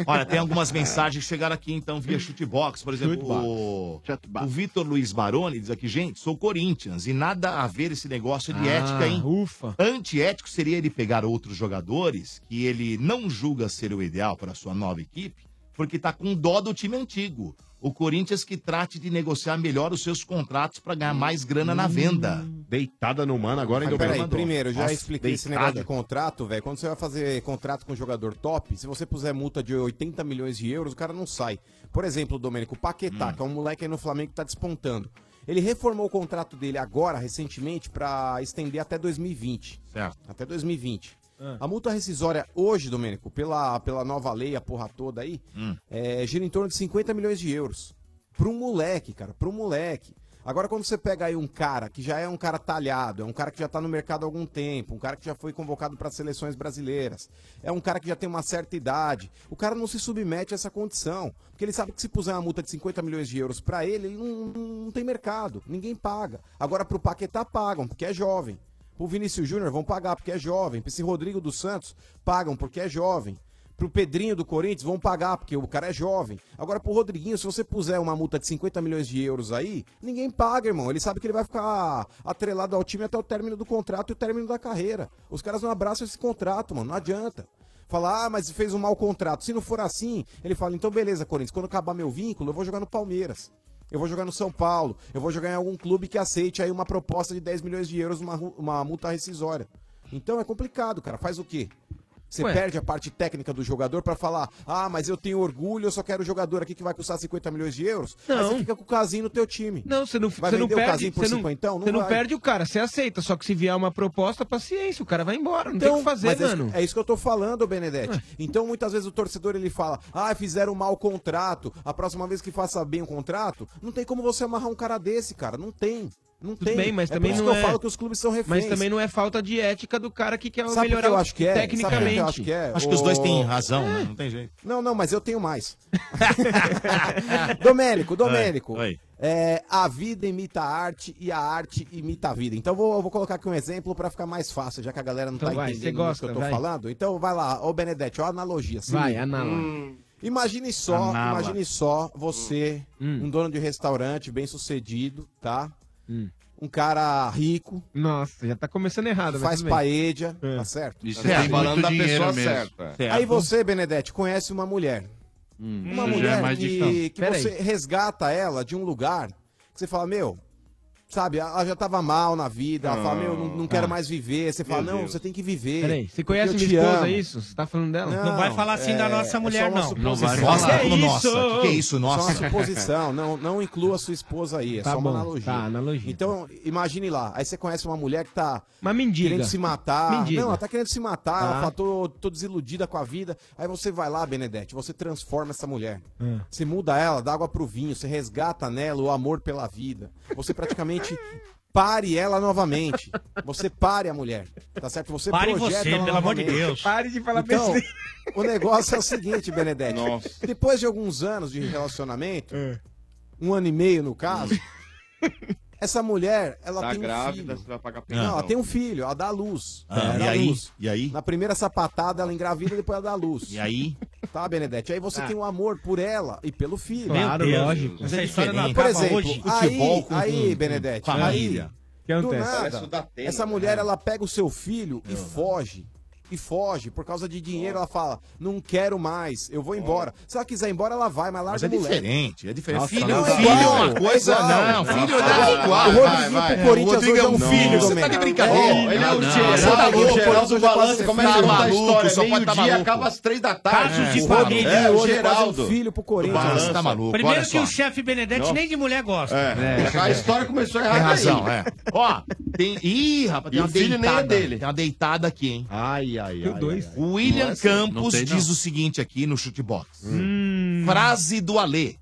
Olha, tem algumas mensagens que chegaram aqui, então, via chutebox. Por exemplo, o, o Vitor Luiz Baroni diz aqui, gente, sou Corinthians e nada a ver esse negócio de
Ah,
ética,
uh.
hein? Ufa. Antiético seria ele pegar outros jogadores que ele não julga ser o ideal para sua nova equipe, porque tá com dó do time antigo. O Corinthians que trate de negociar melhor os seus contratos para ganhar mais grana na venda.
Hum. Deitada no mano, agora ainda
Mas
o
peraí,
Bruno mandou.
primeiro, eu já
Nossa,
expliquei esse
deitada.
negócio de contrato, velho. Quando você vai fazer contrato com um jogador top, se você puser multa de 80 milhões de euros, o cara não sai. Por exemplo, o Domênico Paquetá,
Hum.
que é um moleque aí no Flamengo que tá despontando. Ele reformou o contrato dele agora, recentemente, pra estender até 2020.
Certo.
Até 2020.
Ah.
A multa rescisória hoje, Domênico, pela, pela nova lei, a porra toda
Hum.
aí, é, gira em torno de 50 milhões de euros. Para um moleque, cara, para um moleque. Agora, quando você pega aí um cara que já é um cara talhado, é um cara que já tá no mercado há algum tempo, um cara que já foi convocado para seleções brasileiras, é um cara que já tem uma certa idade, o cara não se submete a essa condição. Porque ele sabe que se puser uma multa de 50 milhões de euros para ele, ele não, não tem mercado, ninguém paga. Agora, pro Paquetá pagam, porque é jovem. Pro Vinícius Júnior vão pagar porque é jovem. Pro esse Rodrigo dos Santos pagam porque é jovem. Pro Pedrinho do Corinthians vão pagar porque o cara é jovem. Agora pro Rodriguinho, se você puser uma multa de 50 milhões de euros aí, ninguém paga, irmão. Ele sabe que ele vai ficar atrelado ao time até o término do contrato e o término da carreira. Os caras não abraçam esse contrato, mano. Não adianta. Falar, ah, mas fez um mau contrato. Se não for assim, ele fala, então beleza, Corinthians, quando acabar meu vínculo, eu vou jogar no Palmeiras. Eu vou jogar no São Paulo, eu vou jogar em algum clube que aceite aí uma proposta de 10 milhões de euros, uma, ru- uma multa rescisória. Então é complicado, cara. Faz o quê? Você
Ué.
perde a parte técnica do jogador pra falar: "Ah, mas eu tenho orgulho, eu só quero jogador aqui que vai custar 50 milhões de euros". Aí você fica com o casinho no teu time.
Não, Então, você não,
vai
você não
vender o
perde,
casinho por
você não,
50,
você não
vai.
perde o cara, você aceita, só que se vier uma proposta, paciência, o cara vai embora, não tem o que fazer,
mas é isso-
mano.
É isso que eu tô falando, Benedetti. Então, muitas vezes o torcedor ele fala: ah, fizeram mal o contrato. A próxima vez que faça bem o contrato, não tem como você amarrar um cara desse, cara. Não tem. Não
Tudo
tem.
bem, mas
é
também
por isso
não
que
é-
eu falo que os clubes são reféns.
Mas também não é falta de ética do cara que quer
Sabe por que
melhorar
eu acho que é? Sabe por que eu
tecnicamente.
acho que é?
Acho que os dois
Ô-
têm razão, né?
É.
Não tem jeito.
Não, não, mas eu tenho mais. Domênico, Domênico.
Oi, oi.
É, a vida imita a arte e a arte imita a vida. Então vou, vou colocar aqui um exemplo pra ficar mais fácil, já que a galera não
Então
tá
vai, você
entendendo o
gosta,
que eu tô
vai.
falando. Então vai lá, ô Benedetti, ó a analogia. se
Vai,
liga.
anala.
Imagine só,
Anala. Hum.
imagine só você, um dono de restaurante bem sucedido, tá? Um cara rico.
Hum. Nossa, já tá começando errado, mas
Faz
tudo bem. É.
paeja, tá certo?
Isso tem muito dinheiro mesmo. Certo.
Aí você, Benedetti, conhece uma mulher.
Isso
Uma
já
mulher
é mais
que,
distante.
que
Peraí.
você resgata ela de um lugar que você fala, meu, sabe, ela já tava mal na vida, ela fala, meu, não, não quero
Ah.
mais viver. Você fala,
Meu
não,
Deus.
você tem que viver.
Peraí, você
porque
conhece
eu
minha
te
esposa,
amo."
isso? Você tá falando dela?
Não,
assim
é- é só uma suposição.
Nossa, tá falando nossa. Que que é isso,
Só
nossa?
uma suposição, não, não inclua a sua esposa aí, é
Tá
só uma
bom,
analogia.
tá,
analogia. Então, imagine lá, aí você conhece uma mulher que tá
uma mendiga.
querendo se matar.
Mendiga.
Não, ela tá querendo se matar,
Tá.
ela fala, tô, tô desiludida com a vida. Aí você vai lá, Benedetti, você transforma essa mulher.
É.
Ah.
Você muda ela, dá água pro vinho, você resgata nela o amor pela vida. Você praticamente pare ela novamente. Você pare a mulher, tá certo? Você
Pare
projeta
você,
ela
pelo amor de
novamente.
Deus. Pare de falar
então,
besteira.
O negócio é o seguinte, Benedetti.
Nossa.
Depois de alguns anos de relacionamento,
É.
um ano e meio no caso, essa mulher, ela
tá
tem um
grávida,
filho.
você vai pagar
Não, ela
pensão.
tem um filho, ela dá à luz.
Ah,
Ela
e
dá à
aí?
luz.
Ah, E aí?
Na primeira sapatada ela engravida, depois ela dá à luz.
E aí?
Tá, Benedetti? Aí você
Ah.
tem um amor por ela e pelo filho.
Claro, Meu Deus. lógico.
Mas
Essa
é
história não
diferente.
acaba
Por exemplo,
hoje.
Aí,
Futebol com-
aí
com-
Benedetti,
com família.
aí,
Que
do
acontece? Parece o
nada,
Datena,
essa
né?
mulher, ela pega o seu filho
É.
e foge. E foge, por causa de dinheiro, ela fala: não quero mais, eu vou embora. Se ela quiser ir embora, ela vai, mas
É. Mas
larga
é
o moleque.
diferente, é diferente. Filho-
não,
filho é
igual,
uma coisa-
igual.
não, filho é
Não,
igual.
O
Vai,
Rodriguinho
vai.
pro Corinthians
É, o
hoje é um
Rodrigo é um
filho.
não. Você tá
Domênico.
de brincadeira.
É,
Ele é o
não,
geral,
você tá
o geral
louco, Corinthians
do
hoje é
balanço,
quase
começa a
filho.
contar
Tá maluco,
história,
só
meio
pode tá
dia,
maluco.
acaba às três da tarde.
Casos de
É, o
família.
Rodrigo é o
Hoje é quase um
Geraldo.
filho pro Corinthians.
Do balanço,
Olha
tá
só.
maluco,
Primeiro
olha
que
só.
o
chefe Benedetti
Não.
nem de mulher gosta.
É, a história começou errada. Tem razão, é. Ó, tem. Ih, rapaz, tem
E
uma
o filho nem é
deitada.
dele.
Tem uma deitada aqui, hein?
Ai, ai,
ai. O William
Nossa, não
Campos
tem, não.
diz o seguinte aqui no chute box:
Hum.
Frase do Alê.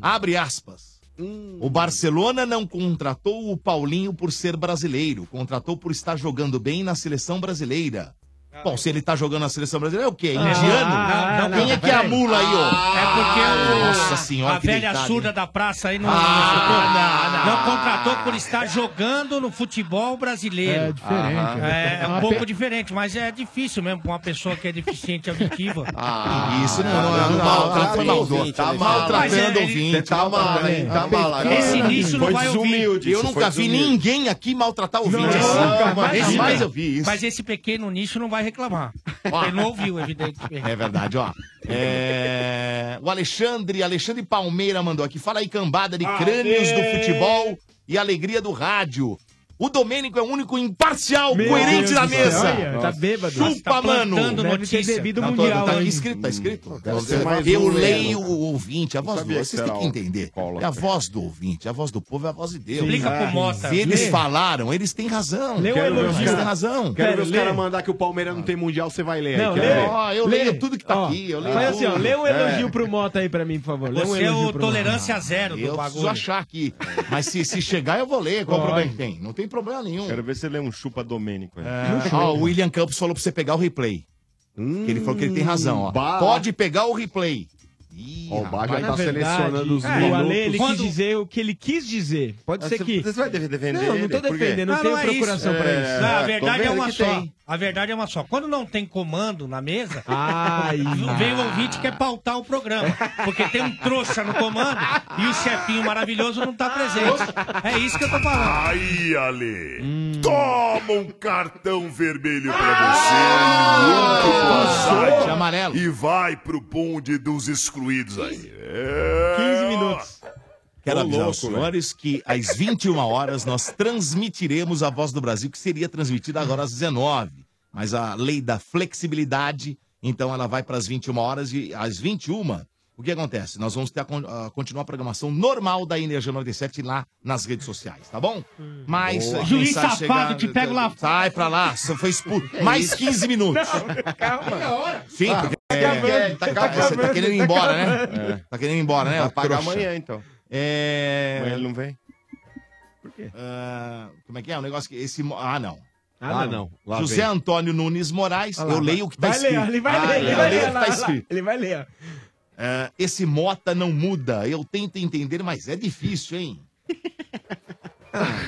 Abre aspas.
Hum.
O Barcelona não contratou o Paulinho por ser brasileiro, contratou por estar jogando bem na seleção brasileira. Bom, se ele tá jogando na seleção brasileira, é o quê? Indiano?
Ah, não,
Quem é
não,
que é a
peraí.
mula aí, ó?
É porque o-
Nossa senhora,
a
que
velha
deitada, hein?
surda da praça aí não,
Ah,
não, contratou por estar jogando no futebol brasileiro.
É diferente,
Aham.
né?
é.
É, é
Ah,
um
Uma
pouco
pe-
diferente, mas é difícil mesmo pra uma pessoa que é deficiente auditiva.
Ah, isso não, não, não, não, maltrato, foi maldoso. Tá maltratando o ouvinte. Tá mal, hein? Tá mal.
é Esse nicho não vai ouvir.
Eu nunca vi ninguém aqui maltratar o ouvinte assim. Jamais eu vi isso.
Mas esse pequeno nicho não vai reclamar.
Ó.
Ele não ouviu, evidentemente.
É verdade, ó. É, O Alexandre, Alexandre Palmeira mandou aqui. Fala aí, cambada de crânios do futebol e alegria do rádio. O Domênico é o único imparcial,
Meu
coerente
Deus
na
do
mesa.
céu. Olha, tá bêbado.
Chupa,
Tá
mano.
plantando
Deve
notícia.
ter bebido
Tá
o mundial,
todo-
Tá aqui
hein?
escrito, tá escrito.
Deve ser mais
Eu
um
leio
mesmo.
o ouvinte, a voz do
Sabia que
Vocês
era
têm que
um
entender. É a voz do ouvinte, a voz do povo é a voz de Deus.
Explica pro Mota.
Se eles
Lê.
falaram, eles têm razão.
Lê o elogio.
Eles têm razão.
Quero ver os caras mandar que o Palmeiras não tem mundial, você vai ler.
Não,
aí, quero
lê.
ver.
Ó, eu leio tudo que tá
Ó,
aqui. Eu leio
Faz assim, ó,
tudo.
lê um elogio
É.
pro Mota aí pra mim, por favor. Lê um
Você é
elogio
o
pro
tolerância
Mota.
zero do Eu bagulho. preciso achar aqui. Mas se, se chegar, eu vou ler. Qual o
Pode.
problema que tem? Não tem problema nenhum.
Quero ver você ler um chupa Domênico aí.
É, ó, o William Campos falou pra você pegar o replay. Que ele falou que ele tem razão, ó.
bala.
Pode pegar o replay.
Ó, o Baja
Mas,
aí
na
tá
verdade,
selecionando os
é, o Ale, ele
minutos.
quis dizer o que ele quis dizer. Pode
Ah,
ser
você-
que...
você vai deve- defender
Não, não tô
ele? Por quê?
defendendo, não
Não,
tenho
não é
procuração
isso.
pra
É,
isso.
Não,
Ah,
a verdade é
vendo
uma
que
só.
tem.
A verdade é uma só. Quando não tem comando na mesa,
Ai.
vem o ouvinte que quer pautar o programa. Porque tem um trouxa no comando e o chefinho maravilhoso não tá presente. É isso que eu tô falando. Hum.
Aí, Ale, toma um cartão vermelho
Ah!
pra você e outro pra
Passou.
Zay.
Amarelo.
E vai pro bonde dos excluídos aí.
É.
15 minutos. Quero
Ô,
avisar
louco,
os
é?
senhores que às 21 horas nós transmitiremos a Voz do Brasil, que seria transmitida agora às 19. Mas a lei da flexibilidade, então ela vai para as 21 horas e às 21, o que acontece? Nós vamos ter a, con- a- continuar a programação normal da Energia 97 lá nas redes sociais, tá bom? Mas
Boa.
quem
Juiz
sabe
safado, te pego lá.
Sai pra lá, você foi expulso. Mais
isso?
15 minutos.
Calma.
Sim,
Ah,
porque
tá
é,
acabando,
é, tá,
tá
acabando, você tá
acabando,
querendo ir
tá
embora,
acabando.
né? Tá querendo ir embora, né?
Vai
ô
pagar
trouxa?
amanhã, então.
É...
Amanhã ele não vem?
Por quê? como é que é? O negócio que esse... mo- Ah, não.
Ah, não. Lá
José
vem.
Antônio Nunes Moraes,
Olha lá,
eu leio o que tá
vai
escrito.
Ler, ele vai
Ah,
ler, ele
eu
vai
leio
ler.
o que
lá,
tá
lá,
escrito.
Ele vai ler.
É, esse Mota não muda. Eu tento entender, mas é difícil, hein?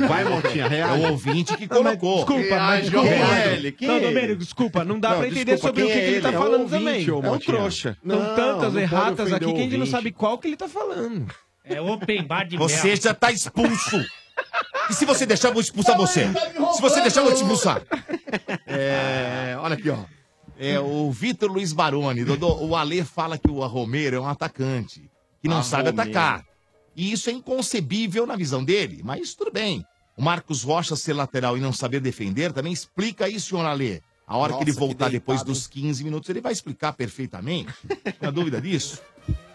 Vai, Motinha,
É
reage.
o ouvinte que colocou.
Desculpa, mas é desculpa. não, Domênico, desculpa, não dá
Não,
pra entender
desculpa,
sobre o que,
quem é
que ele tá
ele? É
falando
ouvinte,
também.
ô, É um Motinha. trouxa.
São
Não,
tantas
não pode
erratas
ofender
aqui
o
que a gente não
ouvinte.
sabe qual que ele tá falando.
É open bar de
Você
merda.
já tá expulso. E se você deixar, eu vou expulsar você. Se você deixar, eu vou te expulsar. É, olha aqui, ó. É o Vitor Luiz Baroni. Dodô, o Alê fala que o Romero é um atacante que não
Ah,
sabe
Romero.
atacar. E isso é inconcebível na visão dele, mas tudo bem. O Marcos Rocha ser lateral e não saber defender também explica isso, senhor Alê. A hora que ele
Nossa, que
voltar depois
deitado,
dos 15 minutos, ele vai explicar perfeitamente. Não há dúvida disso?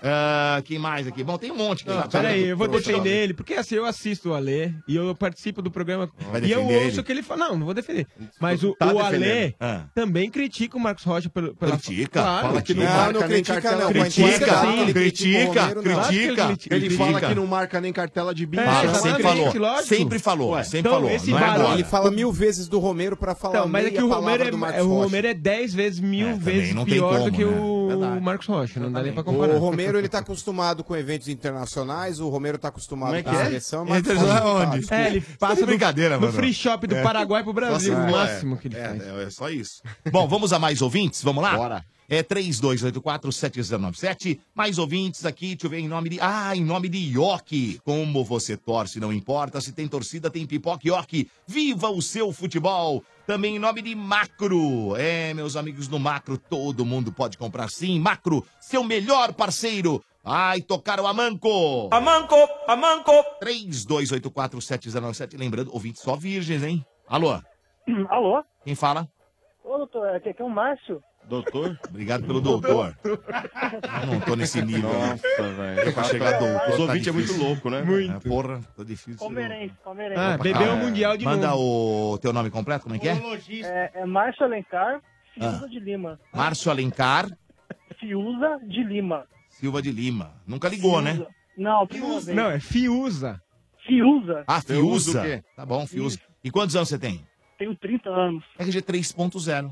Ah, quem mais aqui? Bom, tem um monte. que já-
Ah, Peraí, eu vou
Trouxa,
defender ele, porque assim, eu assisto o Alê e eu participo do programa
Vai
e eu
defender
ouço
ele?
o que ele fala. Não, não vou defender. Mas o,
Tá
o Alê
defendendo. Ah.
também critica o Marcos Rocha pelo, pela...
Critica,
Claro.
fala que não Não, marca não nem critica cartela. não, mas
Critica,
critica,
sim.
ele critica o Romero,
Claro
não.
que É,
critica,
Ele
critica.
fala que não marca nem cartela de bicho.
Fala,
Exatamente,
sempre falou,
lógico.
sempre falou,
Ué,
sempre
então
falou.
esse
não é
barulho-
agora.
Ele fala mil vezes do Romero pra falar
Então, mas é que
meia
o
palavra
Romero
do
é,
Marcos
é- o
Rocha.
Romero é 10 vezes, mil vezes
não tem
pior
como,
do que
né?
o Marcos Rocha. Não dá nem pra comparar.
O Romero ele tá acostumado com eventos internacionais, o Romero tá acostumado
Como é
com
que é?
a seleção. tá
Internacional
Rocha
aonde?
desculpa.
É, ele passa do- Brincadeira, do mano. free shop do Paraguai pro Brasil, o máximo que ele
faz. É, é só isso. Bom, vamos a mais ouvintes? Vamos lá? Bora. É 3284-7097. Mais ouvintes aqui, deixa eu ver, em nome de. Ah, em nome de Ioki. Como você torce, não importa. Se tem torcida, tem pipoca Ioki. Viva o seu futebol! Também em nome de Macro. É, meus amigos do Macro, todo mundo pode comprar sim. Macro, seu melhor parceiro. Ai, tocaram a Manco. A Manco, a Manco. 32847097. Lembrando, ouvintes só virgens, hein? Alô?
Alô?
Quem fala?
Ô, doutor, aqui aqui é o Márcio.
Doutor? Obrigado pelo doutor. Eu não tô nesse nível. Nossa, velho. Pra chegar doutor.
Os ouvintes é muito
louco, né? Muito. porra, tá difícil.
Palmeirense, palmeirense.
Ah,
Opa, calma. Manda o teu nome completo, como é que é?
É, é Márcio Alencar, Fiuza
Ah.
de Lima.
Márcio Alencar
Fiuza de Lima.
Silva de Lima. Nunca ligou, né?
Não, primeira vez.
Não, é Fiuza.
Fiuza.
Ah,
Fiuza o
Fiuza.
quê?
Tá bom, Fiuza. E quantos anos você tem?
Tenho 30 anos.
RG 3.0.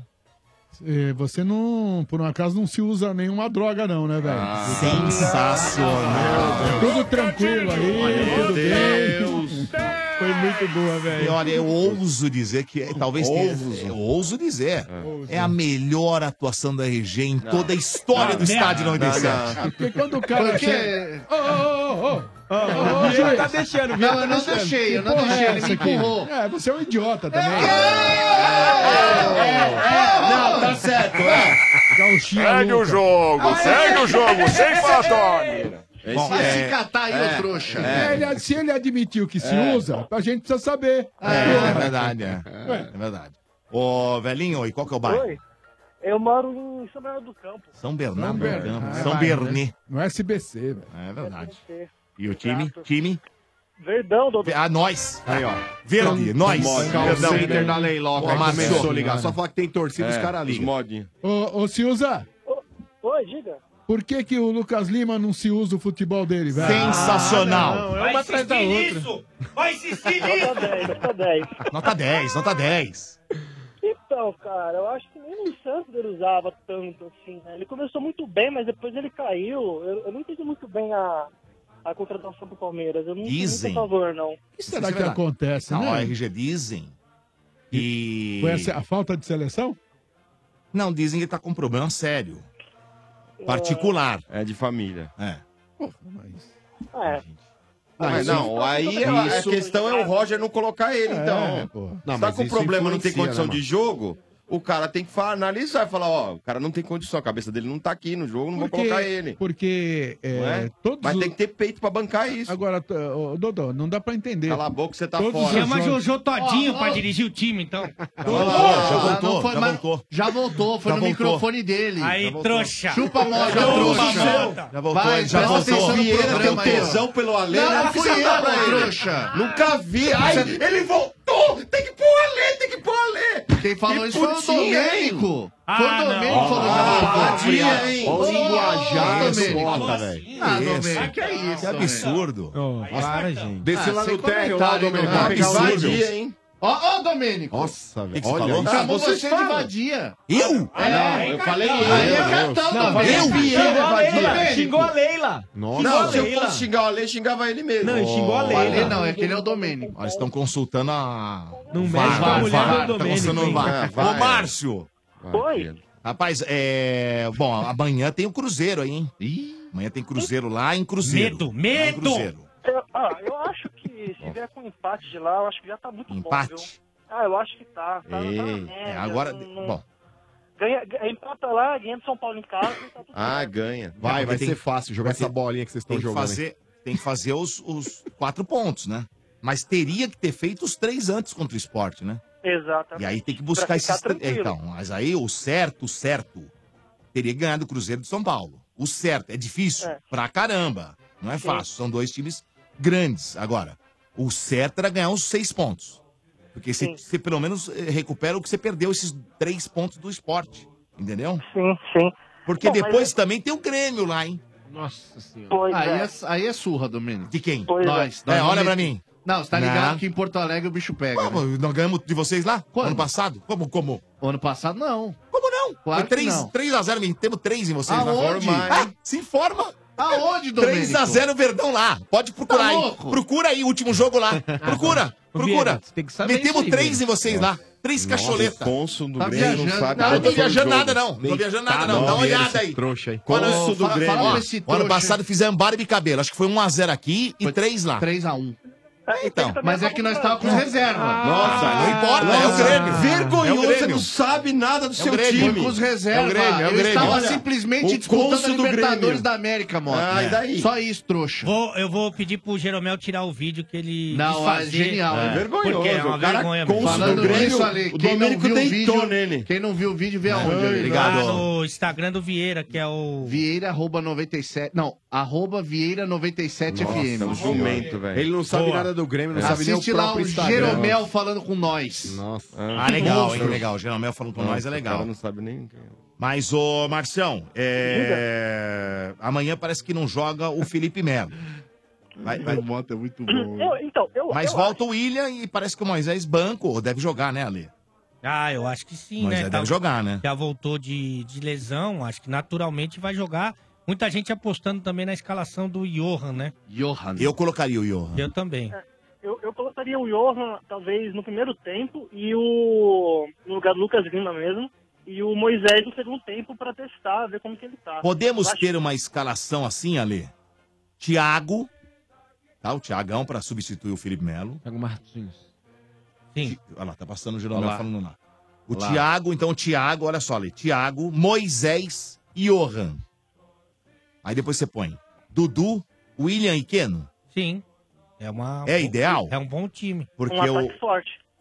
Eh, Você não, por um acaso, não se usa nenhuma droga, não, né, velho?
Ah. Sensacional.
Tudo tranquilo aí, tudo bem.
Foi muito boa, velho.
E olha, eu ouso dizer que é, talvez tenha.
Ouso.
Eu ouso dizer. É a melhor atuação da RG em toda a história
Não,
do estádio
não,
97.
Ah, não, não. Porque quando o cara
Porque-
chega-
Ô, ô, ô,
ô,
Já
juiz.
tá deixando, viu?
Não, eu não deixei, eu não
Porra,
deixei,
é
ele
essa
me
aqui?
empurrou. É, você é um idiota também.
Não, tá certo.
Gauchinho
Segue
louca. Ah, é.
o jogo, segue o jogo, sem fatone.
é Bom, é,
vai é se catar aí, ô trouxa.
É, ele- se ele admitiu que se
É.
usa, a gente precisa saber.
É, é verdade, é. É verdade. Ô, velhinho, e qual que é o bairro?
Oi. Eu moro em São Bernardo do Campo.
São Bernardo do Campo.
Ah,
São
vai,
Bernê.
né? No SBC, velho.
É verdade.
Você.
E o time?
Exato.
Time?
Verdão, doutor.
Ah, nós.
Aí, ó.
Então,
Verde, nós.
Call
Perdão.
center da Leiloca. Aí
Amassou.
é
começou a ligar. Só falar que tem torcida,
É.
os caras ligam.
Ô, ô, se usa.
Oi, diga.
Por que, que o Lucas Lima não se usa o futebol dele, velho?
Ah,
é
é
Sensacional.
Vai insistir nisso!
Vai insistir
nisso!
Nota 10, nota 10.
Ah, Nota 10, nota 10.
Então, cara, eu acho que nem o Santos ele usava tanto assim, né? Ele começou muito bem, mas depois ele caiu. Eu, eu não entendi muito bem a, a contratação do Palmeiras. Eu não entendi muito
Dizem.
a favor, não. O
que será que acontece,
Na
né?
ORG dizem que...
Foi essa- a falta de seleção?
Não, dizem que tá com problema sério. Particular. É de família. É.
É.
Não, mas
Mas
não,
isso-
aí a, a
isso-
questão é o Roger não colocar ele,
É, pô.
então.
Não,
Se tá
mas
com
isso
problema, não tem
influencia,
condição
né,
de
mano?
jogo, o cara tem que fa- analisar e falar, ó, o cara não tem condição, a cabeça dele não tá aqui no jogo, não vou colocar ele.
Porque é,
Não é?
todos.
Mas tem que ter peito pra bancar isso.
Agora, t- ô, Dodô, não dá pra entender.
Cala a boca, você tá
Todos
fora.
os
Chama
jogos-
Jojo
Todinho
Ó, ó.
pra dirigir o time, então.
já
voltou,
Ah, não foi,
já
mas-
voltou.
Já voltou, foi
Já
no
voltou.
microfone dele.
Aí,
Já voltou.
trouxa.
Chupa a moda,
Chupa
trouxa.
mota. Já voltou,
Vai,
ele já
presta
voltou.
atenção no
Vieira tem
programa
um
aí, ó.
tesão pelo Alê,
Não,
né?
não
Fui
fui
eu,
eu,
pra ele.
trouxa.
Nunca vi. Ai,
Você-
ele voltou! Tem que pôr o Alê, tem que pôr o Alê!
Quem falou isso foi o Domênico.
Ah,
foi o
não.
Domênico que falou
Ah,
isso.
padia, hein?
Ô,
Ó, o linguajar
ô,
desse
Domênico.
bota,
Como
velho.
assim? Ah,
Que isso?
Domênico, que é isso?
Que
velho?
absurdo.
Para, gente.
Desce
Ah,
lá
sem
no térreo, lá,
comentário,
Domênico.
hein,
pra pegar o
Domênico.
Júlio.
Vadia, hein? Ó, ó, Domênico.
Nossa, velho.
que você falou?
Olha
Ah,
isso.
você de vadia.
Eu?
É,
não,
eu
falei eu.
Aí
Meu
é cartão,
Deus. Não,
Domênico.
eu?
Xingou a Leila,
Xingou a Leila.
Nossa, Oh,
Xingou
não,
a
se eu
Leila.
fosse xingar o Alê, xingava ele mesmo.
Não, ele xingou a Leila.
Alê
não, é que ele é o Domênico.
Eles estão consultando a.
Não
o
mexe com a mulher do
VAR, Tá
Domênico,
consultando o
hein?
VAR.
Vai,
Ô,
vai.
Márcio!
Oi.
Rapaz, é. Bom, amanhã tem o Cruzeiro aí, hein? Amanhã tem Cruzeiro lá em Cruzeiro.
Medo, medo!
Lá em Cruzeiro.
Eu, ah, eu acho que se vier com empate de lá, eu acho que já tá muito bom,
Empate.
viu? Ah, eu acho que tá. tá, tá na
Ei,
média,
é, agora.
não- não-
Bom,
Ganha, ganha- empata lá, ganha de São Paulo em casa. Tá tudo
Ah, ganha.
Vai, vai
tem-
ser fácil jogar
vai ter-
essa bolinha que vocês
tem
estão
que
jogando. aí.
fazer, tem que fazer os, os quatro pontos, né? Mas teria que ter feito os três antes contra o esporte, né?
Exatamente.
E aí tem que
Tá Pra
buscar
ficar
esses. tre-
tranquilo.
Então, mas aí o certo, o certo, teria ganhado o Cruzeiro de São Paulo. O certo, é difícil pra caramba. Não é
Sim.
fácil. São dois times grandes. Agora, o certo era ganhar os seis pontos. Porque você você pelo menos eh, recupera o que você perdeu, esses três pontos do esporte. Entendeu?
Sim, sim. é
Porque
Bom, mas
depois
eu-
também tem o Grêmio lá, hein?
Nossa senhora.
Pois
aí,
é.
é. aí é surra, Domênico.
De quem?
Pois
Pois
nós,
é. É,
nós
olha
vamos-
pra mim.
Não, você tá ligado
Não.
que em Porto Alegre o bicho pega. né?
Né? Como? Nós ganhamos de vocês lá? Ano passado? Como? Como?
Ano passado não.
Como não?
Claro que
Foi 3,
não.
3 É a 0 men- temos 3 em vocês lá.
Aonde?
Ah, se informa.
Aonde, Domênico?
3 a 0 Verdão lá. Pode procurar
Tá
aí.
louco?
Procura aí o último jogo lá. Procura.
Ô,
procura.
Vieira, você tem que saber
Metemos
isso aí,
3 em
Vieira.
vocês lá.
Nossa.
3
Nossa, o
cacholeta.
cônsul do
Tá
Grêmio não
viajando.
sabe
Não,
qual
não tô
foi o
viajando
jogo.
nada não. Não tô
Deitado
viajando nada não. Dá uma
Vieira, esse
olhada aí.
Trouxa aí.
Olha
Cônsul
isso
do Grêmio.
Ó,
Ó,
o ano passado fizemos barba e cabelo. Acho que foi 1 a 0 aqui e 3 lá.
3 a 1.
Então.
Mas é que nós estávamos com reserva.
Nossa, não importa, é o Grêmio.
Vergonhoso,
É o Grêmio.
você não sabe nada do
É o
seu
Grêmio.
time.
Foi com os
reserva.
É o Grêmio, é o
Eu
Grêmio.
estava
Olha,
simplesmente
o
disputando a
cônsul do
Libertadores
Grêmio.
da América, mano.
Ah, e daí?
Só isso, trouxa.
Vou, eu vou pedir pro Jeromel tirar o vídeo que ele.
Não,
quis
é
fazer,
genial, é vergonhoso,
Porque é uma
o cara
vergonha
com
mesmo.
o Falando Grêmio, nisso, Ale, o quem não Domênico viu o vídeo- deitou
nele.
Quem não viu o vídeo, vê aonde. tá? Ale?
Lá no Instagram do Vieira, que é o.
Vieira, arroba 97... Não, arroba Vieira 97
Nossa,
FM.
é um jumento, velho. Ele não sabe nada do Grêmio, não sabe nem o
Assiste lá
próprio
o
Instagram.
Jeromel falando com nós.
Nossa.
Ah, legal, hein? Legal. Jeromel falando com nós é
é. O
legal.
cara não sabe nem... é.
Mas, ô, Marcião, é... amanhã parece que não joga o Felipe Melo. Vai, vai...
moto é muito
Eu- então, eu,
Hum. Mas
eu
volta o William e parece que o Moisés banco, ou deve jogar, né, Ale?
Ah, eu acho que sim,
Moisés
né?
deve jogar, né?
Já voltou de, de lesão, acho que naturalmente vai jogar. Muita gente apostando também na escalação do Johan, né?
Johan.
Eu colocaria o Johan.
Eu também.
Eu, eu colocaria o Johan, talvez, no primeiro tempo, e o. no lugar do Lucas Lima mesmo, e o Moisés no segundo tempo pra testar, ver como que ele tá.
Podemos
Eu acho-
ter uma escalação assim, Ale? Thiago, tá? O Thiagão pra substituir o Felipe Melo.
Thiago Martins.
Sim.
Olha lá, tá passando o Jeromel
Olá.
falando lá. O
Olá.
Thiago, então o Thiago, olha só, Ale. Thiago, Moisés e Johan. Aí depois você põe Dudu, William e Keno?
Sim. É uma.
É ideal?
É um bom time.
Porque o...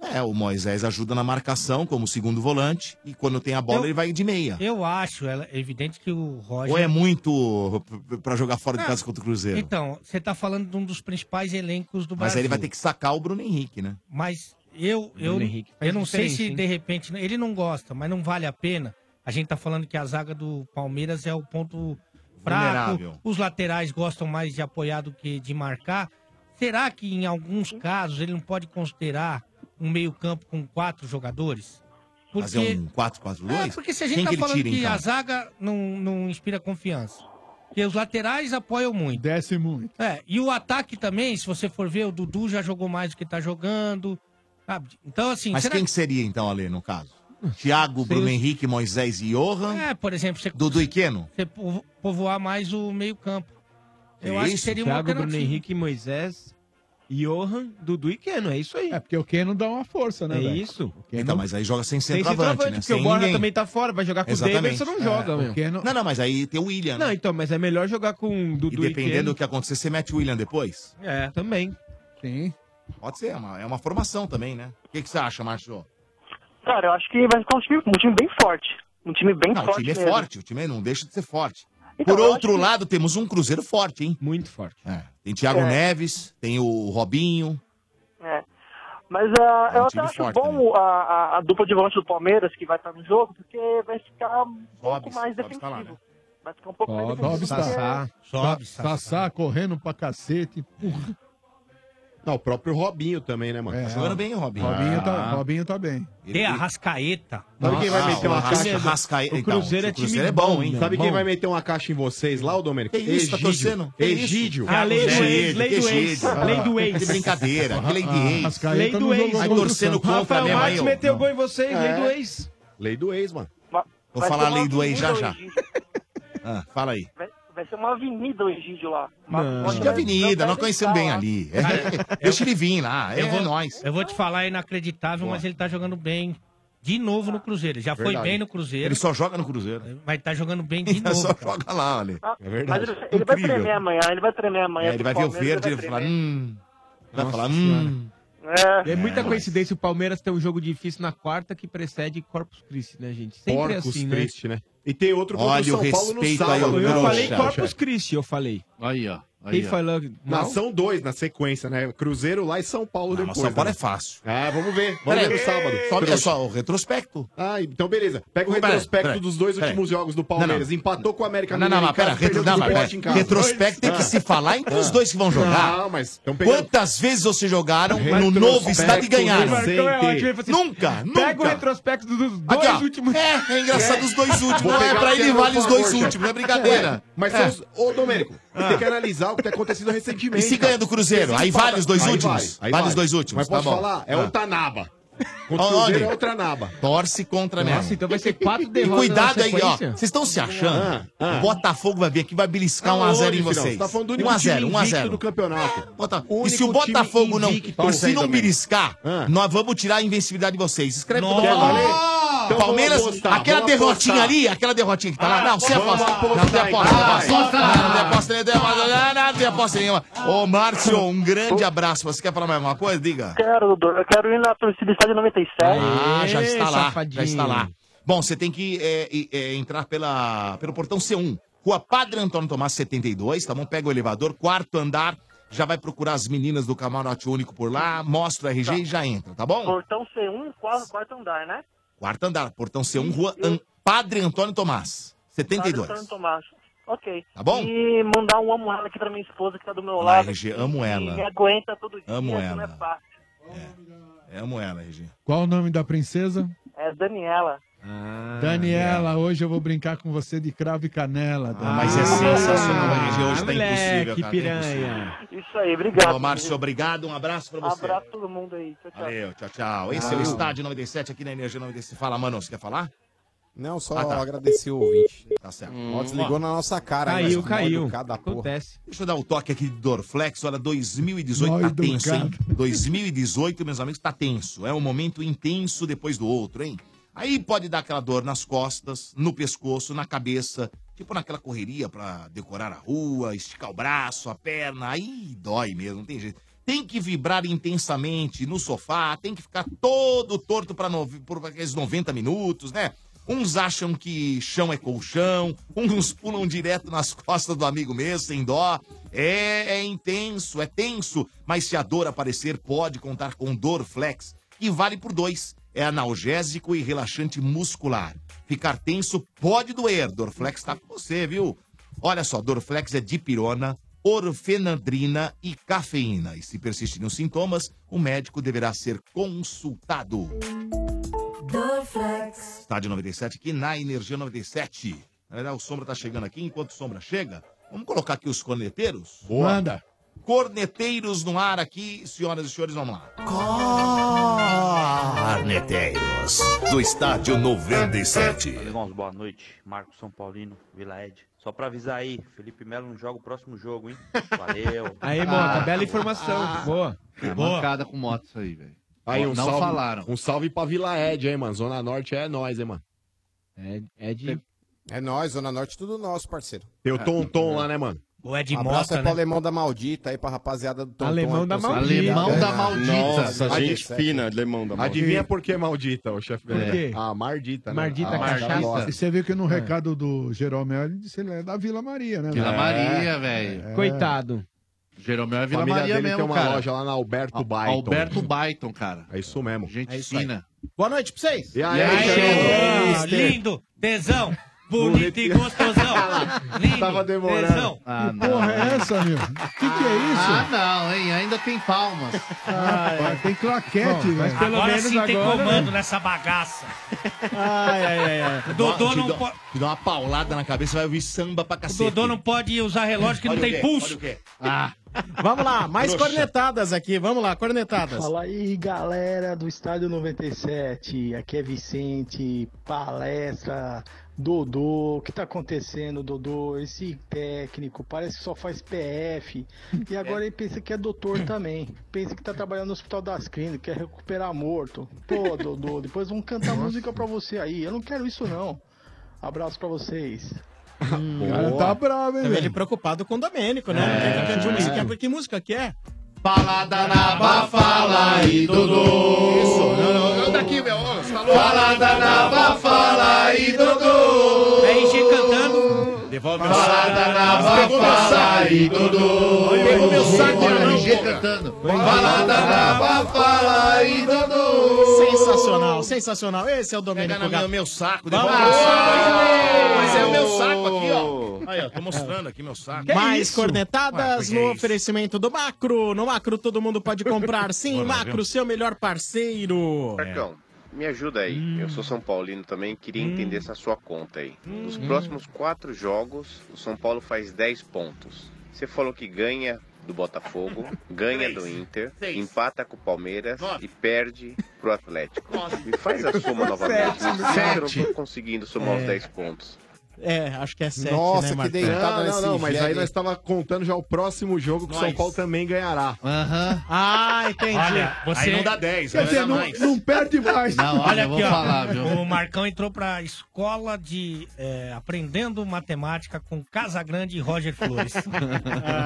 É, o Moisés ajuda na marcação como segundo volante e quando tem a bola
Eu-
ele vai de meia.
Eu acho, ela- é evidente que o Roger.
Ou é muito p- pra jogar fora de casa contra o Cruzeiro?
Então, você tá falando de um dos principais elencos do
Mas
Brasil.
aí ele vai ter que sacar o Bruno Henrique, né?
Mas eu, eu,
Bruno Henrique faz
eu não sei
diferença,
se
hein?
de repente. né, Ele não gosta, mas não vale a pena. A gente tá falando que a zaga do Palmeiras é o ponto fraco.
Vulnerável.
Os laterais gostam mais de apoiar do que de marcar. Será que em alguns casos ele não pode considerar um meio-campo com quatro jogadores?
Fazer um 4-4-2?
É, porque se a gente
Quem
tá
que ele
falando
tira,
que
então?
a zaga não, não inspira confiança. Porque os laterais apoiam muito.
Desce muito.
É, e o ataque também, se você for ver, o Dudu já jogou mais do que tá jogando. Sabe? Então, assim.
Mas quem que seria então ali no caso? Thiago, Bruno Henrique, Moisés e Johan?
É, por exemplo, você,
Dudu e Keno?
você povo- povoar mais o meio-campo. Eu acho que seria uma
Thiago, Bruno
alternativa.
Henrique, Moisés, Johan, Dudu e Keno. É isso aí. É
porque o Keno dá uma força, né,
É
velho?
isso.
Então, mas aí joga sem
Sem
centroavante,
centroavante,
né?
porque o
Sem
Borja
ninguém.
também tá fora, vai jogar com o Davis, você não joga,
É,
meu.
porque Não... não, mas aí tem o William. né?
Não, então, mas é melhor jogar com o
E
Dudu e,
dependendo
Keno.
do que acontecer, você mete o William depois?
É, também.
Sim.
Pode ser, é uma, é uma formação também, né? O que, que você acha, Márcio?
Cara, eu acho que vai ficar um time, um time bem forte. Um time bem
Não, o
forte.
time é
mesmo.
forte, o time não deixa de ser forte.
Então,
Por
eu
outro
acho que-
lado, temos um Cruzeiro forte, hein?
Muito forte.
Tem Thiago
É.
Neves, tem o Robinho.
É. Mas ah,
É um
eu até
time
acho
forte,
bom a, a- a dupla de volante do Palmeiras que vai estar no jogo, porque vai ficar um pouco
Robson,
mais
Robson
defensivo.
tá lá,
Vai ficar um pouco mais
Sobe,
defensivo.
Sassá.
Sobe,
Sassá. Sassá correndo pra cacete. Porra.
Não, o próprio Robinho também, né, mano? Ah.
É,
Tá
ó. Robinho, tá, Robinho tá bem.
Tem a Rascaeta.
Sabe quem vai meter uma
Arrasca-
caixa?
Arrasca- O então, Cruzeiro é o time Cruzeiro é bom, bom,
né?
hein?
né? Sabe quem
Bom.
vai meter uma caixa em vocês lá, ô Domênico?
Que isso, tá torcendo? Que isso?
Egídio.
Ah, lei do ex, lei do ex, lei do ex. De brincadeira, que lei de ex.
Arrascaeta
Lei do
não jogou
ex. Vai
contra o
torcendo
Santos.
contra mesmo aí, ô. Não.
em vocês,
É.
ex. Lei do ex, mano.
Vou
Vai
falar a
ser uma
lei do ex já
avenida
já.
hoje.
Ah, fala aí.
Vai, vai ser uma avenida o Egídio lá.
Acho que é avenida, nós conhecemos bem ali. É, deixa ele vir lá, é,
eu vou,
nóis.
Eu vou te falar, é inacreditável, mas ele tá jogando bem. De novo no Cruzeiro. Ele Já foi
Verdade.
bem no Cruzeiro.
Ele só joga no
É.
Cruzeiro.
Mas tá jogando bem de
Ele
novo.
só
cara.
joga lá, olha. É
Mas ele, ele vai tremer amanhã, ele vai tremer amanhã.
É, ele vai ver o
Palmeiras,
verde e
ele
vai falar,
tremer.
hum. Vai
Nossa
falar,
Senhora.
hum.
É, muita coincidência o Palmeiras ter um jogo difícil na quarta que precede Corpus Christi, né, gente? Sempre
Porcos
assim, né?
Christi, né? E tem outro contra
Olha
o São
o
Paulo no
respeito aí,
sábado.
ô
né?
Eu falei
Chefe.
Corpus Christi, eu falei.
Aí, ó.
Quem falou mal?
Não, são dois na sequência, né? Cruzeiro lá e São Paulo
Não, mas
depois.
São Paulo
né?
é fácil.
Ah, vamos ver. Vamos
Peraí,
ver no sábado.
só-
Trouxa.
é só o retrospecto.
Ah, então beleza. Pega o
Peraí,
retrospecto
peraí,
dos dois
peraí.
últimos jogos do Palmeiras.
Não, não.
Empatou com o América
Não, não,
Mineiro
não,
em
pera,
casa,
retro,
perdeu
não,
do
mas
Sport em
pera.
casa.
Retrospecto tem
Ah.
que se falar entre os
Ah.
dois que vão jogar.
Não, mas tão pegando-
Quantas vezes vocês jogaram no novo estádio e ganharam?
é
Nunca, nunca.
assim, Pega o retrospecto dos dois
Aqui, ó.
últimos.
É, é engraçado os dois últimos.
Vou
Não é
pegar o
pra ele
termo,
vale
por
os dois
favor,
últimos,
chefe.
não é brincadeira.
Ué, Mas
É.
são os... Ô, Domênico,
Ah.
tem que analisar o que tem acontecido
E
recentemente.
se
cara.
ganha do Cruzeiro?
Esse
Aí
empate-
vale os dois
Aí
últimos?
vai, aí
Vale os dois últimos,
Mas
tá
posso
bom.
falar? É
Ah.
outra naba. Contra o
Aonde?
Cruzeiro é outra naba.
Torce contra
Nossa,
mesmo.
então vai ser quatro
E
derrotas
cuidado
na
aí, ó.
sequência?
Vocês estão se achando?
Ah, ah.
O Botafogo vai vir aqui, vai beliscar um a
Aonde,
0 em
filhão?
vocês.
Você tá falando do
1
único
a
time
0, 1 a
invicto
0.
do campeonato.
Bota-
Único
E se o
time
Botafogo não,
invicto.
e se não
Também.
beliscar,
Ah.
nós vamos tirar a invencibilidade de vocês. Escreve
Nossa!
todo mundo.
Então
Palmeiras,
vamos apostar,
aquela
vamos
derrotinha
apostar.
ali, aquela derrotinha que tá lá. Não, você
vamos
aposta.
apostar, então.
Não tem aposta, não
vai.
aposta. Não tem aposta nenhuma, tem aposta nenhuma, não tem aposta nenhuma. Ô, Márcio, um grande abraço. Você quer falar mais uma coisa? Diga.
Quero, Dudu, eu quero ir na torcida do estádio 97.
Ah, já está lá. Já está lá. Bom, você tem que é, e- é, entrar pela, pelo portão C1. Rua Padre Antônio Tomás 72, tá bom? Pega o elevador, quarto andar. Já vai procurar as meninas do camarote único por lá, mostra o RG e já entra, tá bom?
Portão C1, quarto, quarto andar, né?
Quarto andar, portão C1, rua An- Padre Antônio Tomás, 72.
Santo Tomás. Ok.
Tá bom?
E mandar um amo ela aqui pra minha esposa que tá do meu
Olá,
lado.
RG, amo
que me
ela.
aguenta todo dia.
Amo
que
ela.
Não é, fácil.
Amo ela, RG.
Qual o nome da princesa?
é Daniela.
Ah.
Daniela, hoje eu vou brincar com você de cravo e canela. Daniela.
Mas é sensacional, RG. Hoje tá impossível,
moleque,
cara.
piranha.
Isso aí, obrigado.
Ô, Márcio, obrigado. Um abraço pra você.
Abraço a todo mundo aí. Tchau, tchau.
Valeu, tchau, tchau. Esse é o
Valeu.
Estádio 97 aqui na Energia 97. Fala, mano, você quer falar?
Não, só
Ah, tá.
agradecer o ouvinte.
Tá certo.
Hum,
Ó, desligou na nossa cara.
Caiu,
hein, mas mal
caiu.
educado da porra.
Deixa eu dar o toque aqui de Dorflex. Olha, 2018 tá
Mal
tenso, hein?
educado.
2018, meus amigos, tá tenso. É um momento intenso depois do outro, hein? Aí pode dar aquela dor nas costas, no pescoço, na cabeça, Tipo naquela correria pra decorar a rua, esticar o braço, a perna, aí dói mesmo, não tem jeito. Tem que vibrar intensamente no sofá, tem que ficar todo torto pra no- por aqueles 90 minutos, né? Uns acham que chão é colchão, uns pulam direto nas costas do amigo mesmo, sem dó. É, é intenso, é tenso, mas se a dor aparecer, pode contar com Dorflex, que vale por dois. É analgésico e relaxante muscular. Ficar tenso pode doer. Dorflex tá com você, viu? Olha só, Dorflex é dipirona, orfenadrina e cafeína. E se persistirem os sintomas, o médico deverá ser consultado.
Dorflex.
Estádio 97 aqui na Energia 97. Na verdade, o Sombra tá chegando aqui. Enquanto o Sombra chega, vamos colocar aqui os corneteiros?
Boa. Manda.
Corneteiros no ar aqui, senhoras e senhores, vamos lá.
Arneteiros, do estádio 97.
Amigões, boa noite. Marco São Paulino, Vila Ed. Só pra avisar aí, Felipe Melo não joga o próximo jogo, hein? Valeu. Ah.
Aí, Mota, bela informação. Boa.
É
Boa.
mancada com moto isso aí, velho.
Aí, um
Não
salve,
falaram.
Um salve pra Vila Ed, hein, mano. Zona Norte é nós, hein, mano.
É, é de. É nós, Zona Norte, tudo nosso, parceiro.
Tem o Tom Tom lá, né, mano?
O Ed
Abraço
Mota,
é pro
né?
alemão da maldita aí pra rapaziada do Tom
Alemão
Tom,
da
aí, pra você
Maldita.
ligar.
Alemão da
É.
Maldita.
Nossa,
Olha
gente
isso, é.
fina, alemão da maldita.
Adivinha por que maldita, o chefe
Por quê?
A mardita, né?
Mardita
a
E você viu que no recado do Jeromel ele disse ele é da Vila Maria, né?
Vila
velho?
Maria,
É.
velho.
É.
Coitado. Jeromel é
Vila
Vila
Família
Maria
dele
mesmo,
tem uma
cara.
loja lá na Alberto Baiton.
Alberto Baiton, cara.
É isso mesmo.
Gente
é
fina.
Boa noite pra vocês.
E aí,
E aí, Jeromel?
Ah, lindo, tesão, bonito e gostosão. Lindo,
Tava demorando.
tesão.
Ah,
Que porra é essa, meu? que, que é isso?
Ah, não, hein? Ainda tem palmas.
Rapaz, tem claquete, velho.
né?
agora né? sim tem comando nessa bagaça.
Ah,
Ai, ai, ai.
O Dodô
Te
não
dou-
pode...
Te dá uma paulada na cabeça, vai ouvir samba pra
O
cacete.
Dodô não pode usar relógio que não
Olha o
tem
quê?
pulso. Ah.
Olha o quê?
Vamos lá, mais
Trouxa.
cornetadas aqui. Vamos lá, cornetadas.
Fala aí, galera do Estádio 97. Aqui é Vicente, palestra, Dodô. O que tá acontecendo, Dodô? Esse técnico parece que só faz PF. E agora ele pensa que é doutor também. Pensa que tá trabalhando no Hospital das Clínicas, quer recuperar morto. Pô, Dodô, depois vão cantar música pra você aí. Eu não quero isso, não. Abraço pra vocês.
O cara tá bravo, hein,
Também
velho?
ele preocupado com o Domênico, né? Quer que cante uma musiquinha, porque que música que é?
Balada na Bafala e Dodô. Isso, não, não, não, daqui, meu.
Balada na Bafala e Dodô.
É IG cantando. Devolve o
Balada na Bafala e Dodô.
Pegou meu saco,
não,
IG cantando.
Balada
na Bafala e Dodô.
Sensacional, sensacional. Esse é o Domênico
Pega no meu, meu saco,
Vamos
devolve meu
lá.
saco. Mas é o meu
Ô.
saco aqui, ó. Aí, ó, tô mostrando aqui meu saco.
Mais
Ué,
cornetadas
porque
no
é isso?
oferecimento do Macro. No Macro todo mundo pode comprar. Sim,
Bora,
Macro,
viu?
seu melhor parceiro.
Marcão, me ajuda aí. Eu sou São Paulino também, queria
Hum.
entender essa sua conta aí. Nos próximos quatro jogos, o São Paulo faz 10 pontos. Você falou que ganha do Botafogo, ganha do Inter, empata com o Palmeiras e perde pro Atlético. Me faz a soma novamente.
Sete,
Sete. Eu não
sete.
tô conseguindo somar os
É.
10 pontos.
É, acho que é 7,
Nossa,
né,
que
Marcão?
deitado Não, não, não, mas aí nós tava contando já o próximo jogo que o São
Nós.
Paulo também ganhará.
Aham.
Ah, entendi.
Olha, você...
Quer
né?
dizer, não, não perde mais.
olha aqui, ó. O Marcão entrou pra escola de é, aprendendo matemática com Casagrande e Roger Flores. Ah,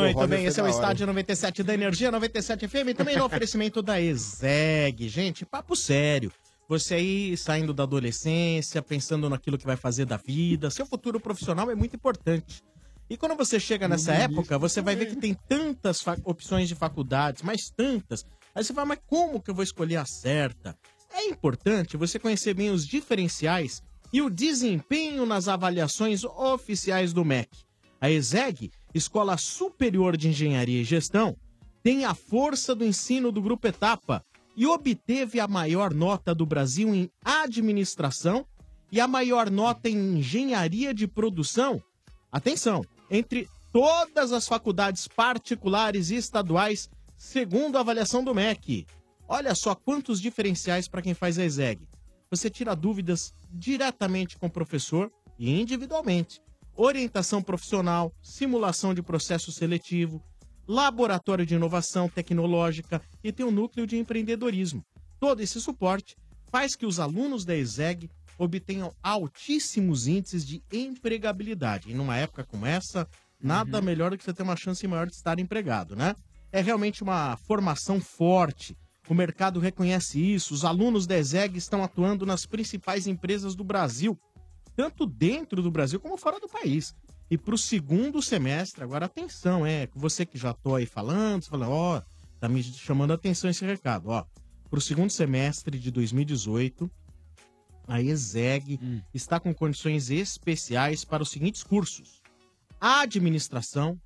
Muito bem, esse é o Estádio 97 da Energia 97 FM, também no oferecimento da Exeg. Gente, papo sério. Você aí saindo da adolescência, pensando naquilo que vai fazer da vida, seu futuro profissional é muito importante. E quando você chega nessa época, você vai ver que tem tantas fa- opções de faculdades, mas tantas. Aí você fala, mas como que eu vou escolher a certa? É importante você conhecer bem os diferenciais e o desempenho nas avaliações oficiais do MEC. A ESEG, Escola Superior de Engenharia e Gestão, tem a força do ensino do Grupo Etapa e obteve a maior nota do Brasil em administração e a maior nota em engenharia de produção. Atenção, entre todas as faculdades particulares e estaduais, segundo a avaliação do MEC. Olha só quantos diferenciais para quem faz a ESEG. Você tira dúvidas diretamente com o professor e individualmente. Orientação profissional, simulação de processo seletivo, laboratório de inovação tecnológica e tem um núcleo de empreendedorismo. Todo esse suporte faz que os alunos da ESEG obtenham altíssimos índices de empregabilidade. E numa época como essa, nada melhor do que você ter uma chance maior de estar empregado, né? É realmente uma formação forte. O mercado reconhece isso. Os alunos da ESEG estão atuando nas principais empresas do Brasil, tanto dentro do Brasil como fora do país. E para o segundo semestre, agora atenção, é você que já tô aí falando, você fala, ó, tá me chamando a atenção esse recado, ó. Para o segundo semestre de 2018, a ESEG está com condições especiais para os seguintes cursos: administração,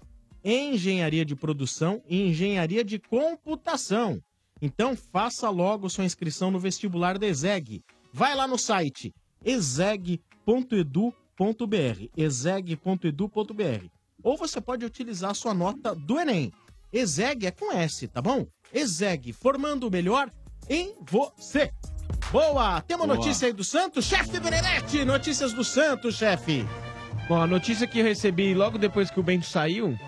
engenharia de produção e engenharia de computação. Então faça logo sua inscrição no vestibular da ESEG. Vai lá no site exeg.edu.br, exeg.edu.br. Ou você pode utilizar a sua nota do Enem. ESEG é com S, tá bom? ESEG, formando o melhor em você. Boa! Tem uma
Boa.
notícia aí do Santos, chefe Benedetti! Notícias do Santos, chefe!
Bom, a notícia que eu recebi logo depois que o Bento saiu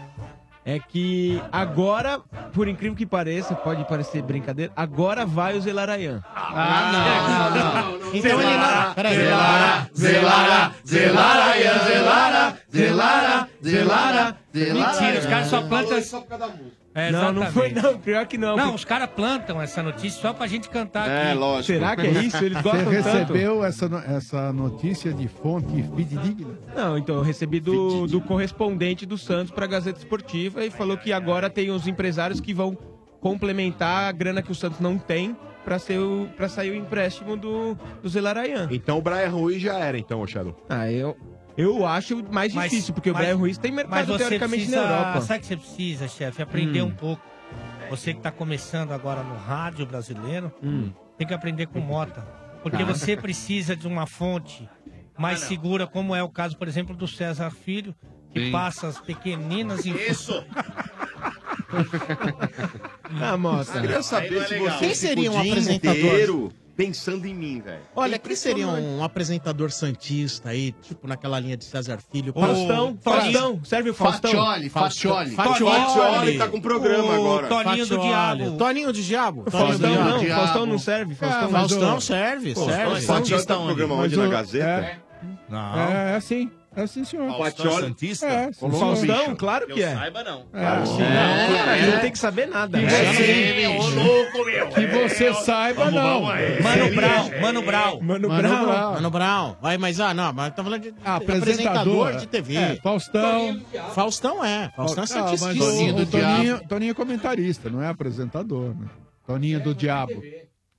é que agora, por incrível que pareça, pode parecer brincadeira, agora vai o Zelarayan.
Ah, não, não, não.
Então ele não. Peraí. Zelara,
Zelara, Zelara, Ian, Zelara, Zelara, Zelara, Zelara.
Mentira, os caras só plantam. É,
Não, não foi
exatamente.
não, pior que não.
Não, os caras plantam essa notícia só pra gente cantar
É,
É,
aqui. é
é
Você recebeu essa, no- essa notícia de fonte fidedigna?
Não, então eu recebi do, do correspondente do Santos para a Gazeta Esportiva e falou que agora tem os empresários que vão complementar a grana que o Santos não tem para sair o empréstimo do, do Zelarayan.
Então o Brian Ruiz já era, então, ô Shadow.
Ah, eu, eu acho mais
Mas-
difícil, porque o
mas-
Brian Ruiz tem mercado
você
teoricamente
precisa-
na Europa.
Sabe o que você precisa, chefe? Aprender
Hum.
um pouco. Você que está começando agora no rádio brasileiro,
Hum.
tem que aprender com Mota.
Tá.
Porque você precisa de uma fonte mais segura, como é o caso, por exemplo, do César Filho, que
Sim.
passa as pequeninas e. Isso!
Ah, Mota.
Eu queria saber
é
se você
Quem seria um
ficou o dia
apresentador?
inteiro pensando em mim, velho.
Olha, quem seria um apresentador santista aí, tipo naquela linha de César Filho?
Ô, Faustão, Faustão,
serve o
Faustão.
Fatioli, Fatioli.
Fatioli. Fatioli tá com programa Ô, agora. Toninho do Diabo.
Toninho do Diabo.
Faustão
Toninho do
não,
Diabo.
Faustão não serve, Faustão
Ah,
não.
Faustão
Ô,
serve,
Faustão,
serve.
Faustão Santista tá no onde? programa onde, na
Mas o-
Gazeta?
É.
Não.
É, é assim. É assim, senhor.
Faustão Fatioli? Santista?
É,
Ô,
sim,
Faustão,
senhor.
bicho.
Claro que
Eu
é.
saiba, não.
Claro que não.
É. É.
cara, Não tem que saber nada.
Que você-
Ô, meu.
Que você saiba, não.
Mano Brown,
Mano Brown.
Mano
Brown.
Brown.
Mano Brown. Vai, mas ah, não, mas tá falando de
apresentador,
de TV.
é, Faustão.
Faustão é. Faustão é
Ah, mas
santistíssimo.
o- o Toninho, Toninho é comentarista, não é apresentador, né? Toninho do Diabo.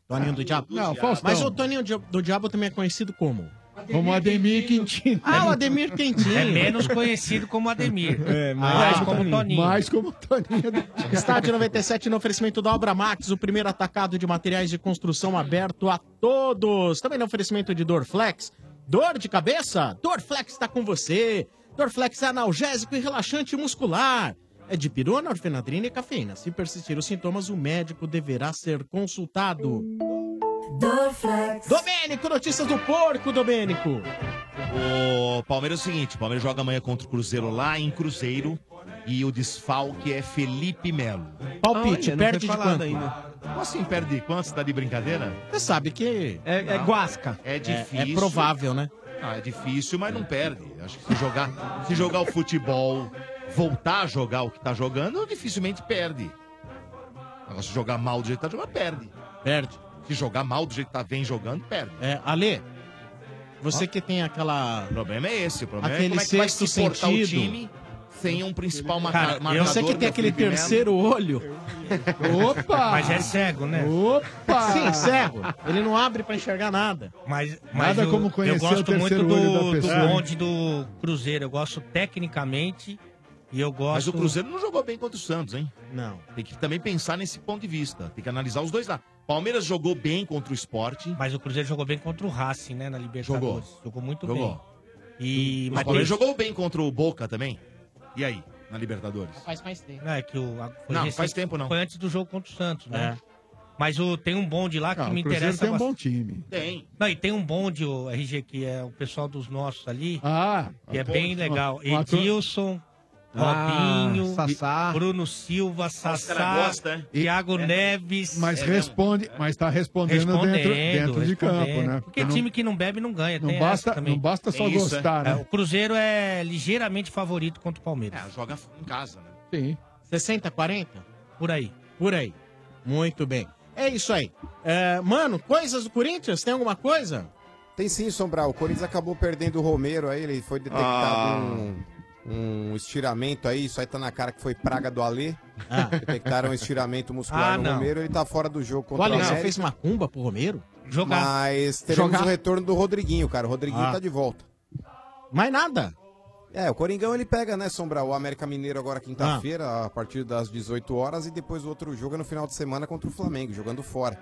Toninho do Diabo?
Não, Faustão.
Mas o Toninho Di- do Diabo também é conhecido como?
Como Ademir Quintino.
Ah, o Ademir Quintino.
É menos conhecido como Ademir.
É,
Ah,
mas como Toninho.
Mas como Toninho do Diabo.
Estádio 97 no oferecimento da Obra Max, o primeiro atacado de materiais de construção aberto a todos. Também no oferecimento de Dorflex. Dor de cabeça? Dorflex está com você. Dorflex é analgésico e relaxante muscular. É de pirona, orfenadrina e cafeína. Se persistir os sintomas, o médico deverá ser consultado. Dorflex. Domênico, notícias do porco, Domênico.
O Palmeiras é o seguinte: o Palmeiras joga amanhã contra o Cruzeiro lá em Cruzeiro. E o desfalque é Felipe Melo.
Palpite, Olha, não perde foi de falado quanto? ainda.
Como assim perde de quanto? Você tá de brincadeira?
Você sabe que.
É, é guasca.
É
É,
difícil.
provável, né?
Ah, é difícil, mas não perde. Acho que se jogar, se jogar o futebol, voltar a jogar o que tá jogando, dificilmente perde. Agora, se jogar mal do jeito que tá jogando, perde.
Perde.
Se jogar mal do jeito que tá vem jogando, perde.
É, Ale, você que tem aquela. O
problema é esse, o problema
aquele
é como é que vai
sexto
suportar
sentido.
o time sem um principal marca-
Cara,
marcador.
eu sei que tem
é o
aquele
Felipe Melo.
terceiro olho.
Opa!
Mas é cego, né?
Opa!
Sim, cego. Ele não abre pra enxergar nada.
Mas,
Nada
eu-
como conhecer
Eu
o
gosto muito
terceiro olho da
do, do
pessoa, né?
bonde do Cruzeiro. Eu gosto tecnicamente e eu gosto.
Mas o Cruzeiro não jogou bem contra o Santos, hein?
Não.
Tem que também pensar nesse ponto de vista. Tem que analisar os dois lá. Palmeiras jogou bem contra o esporte.
Mas o Cruzeiro jogou bem contra o Racing, né? Na Libertadores. Jogou, muito
Jogou.
bem. E,
o
mas
Palmeiras
tem-
jogou bem contra o Boca também. E aí, na Libertadores?
Faz mais tempo.
Não, é que o, a- foi
Não,
recente-
faz tempo não.
Foi antes do jogo contra o Santos, né? Mas o, tem um bonde lá que
Ah,
me
É. o Cruzeiro
interessa
tem um
bastante.
bom time.
Tem.
Não, e tem um bonde, o RG, que é o pessoal dos nossos ali.
Ah,
que é
um
bem
bonde,
legal.
uma- uma
Edilson,
Ah,
Robinho,
Sassá.
Bruno Silva,
cara
Sassá,
gosta, né?
Thiago Neves.
Mas
É,
responde, mas tá respondendo, dentro, dentro de campo,
respondendo.
né?
Porque
Não-
time que não bebe não ganha.
não
tem
basta-
essa também.
não basta só Tem isso, gostar, é. né?
É, O Cruzeiro é ligeiramente favorito contra o Palmeiras.
É, joga
em casa, né?
Sim.
60, 40?
Por aí.
Por aí. Muito bem. É isso aí. É, mano, coisas do Corinthians? Tem alguma coisa?
Tem sim, Sombral. O Corinthians acabou perdendo o Romero aí, ele foi detectado
Ah.
um, um estiramento aí, isso aí tá na cara que foi praga do Alê. Detectaram um estiramento muscular
Ah,
no
não.
Romero, ele tá fora do jogo
O
contra o
Alisson
América.
fez macumba pro Romero?
Mas teremos
Jogar.
o retorno do Rodriguinho, cara. O Rodriguinho
Ah.
tá de volta.
Mais nada?
É, o Coringão ele pega, né, Sombral? O América Mineiro agora quinta-feira,
Ah.
a partir das 18 horas, e depois o outro jogo é no final de semana contra o Flamengo, jogando fora.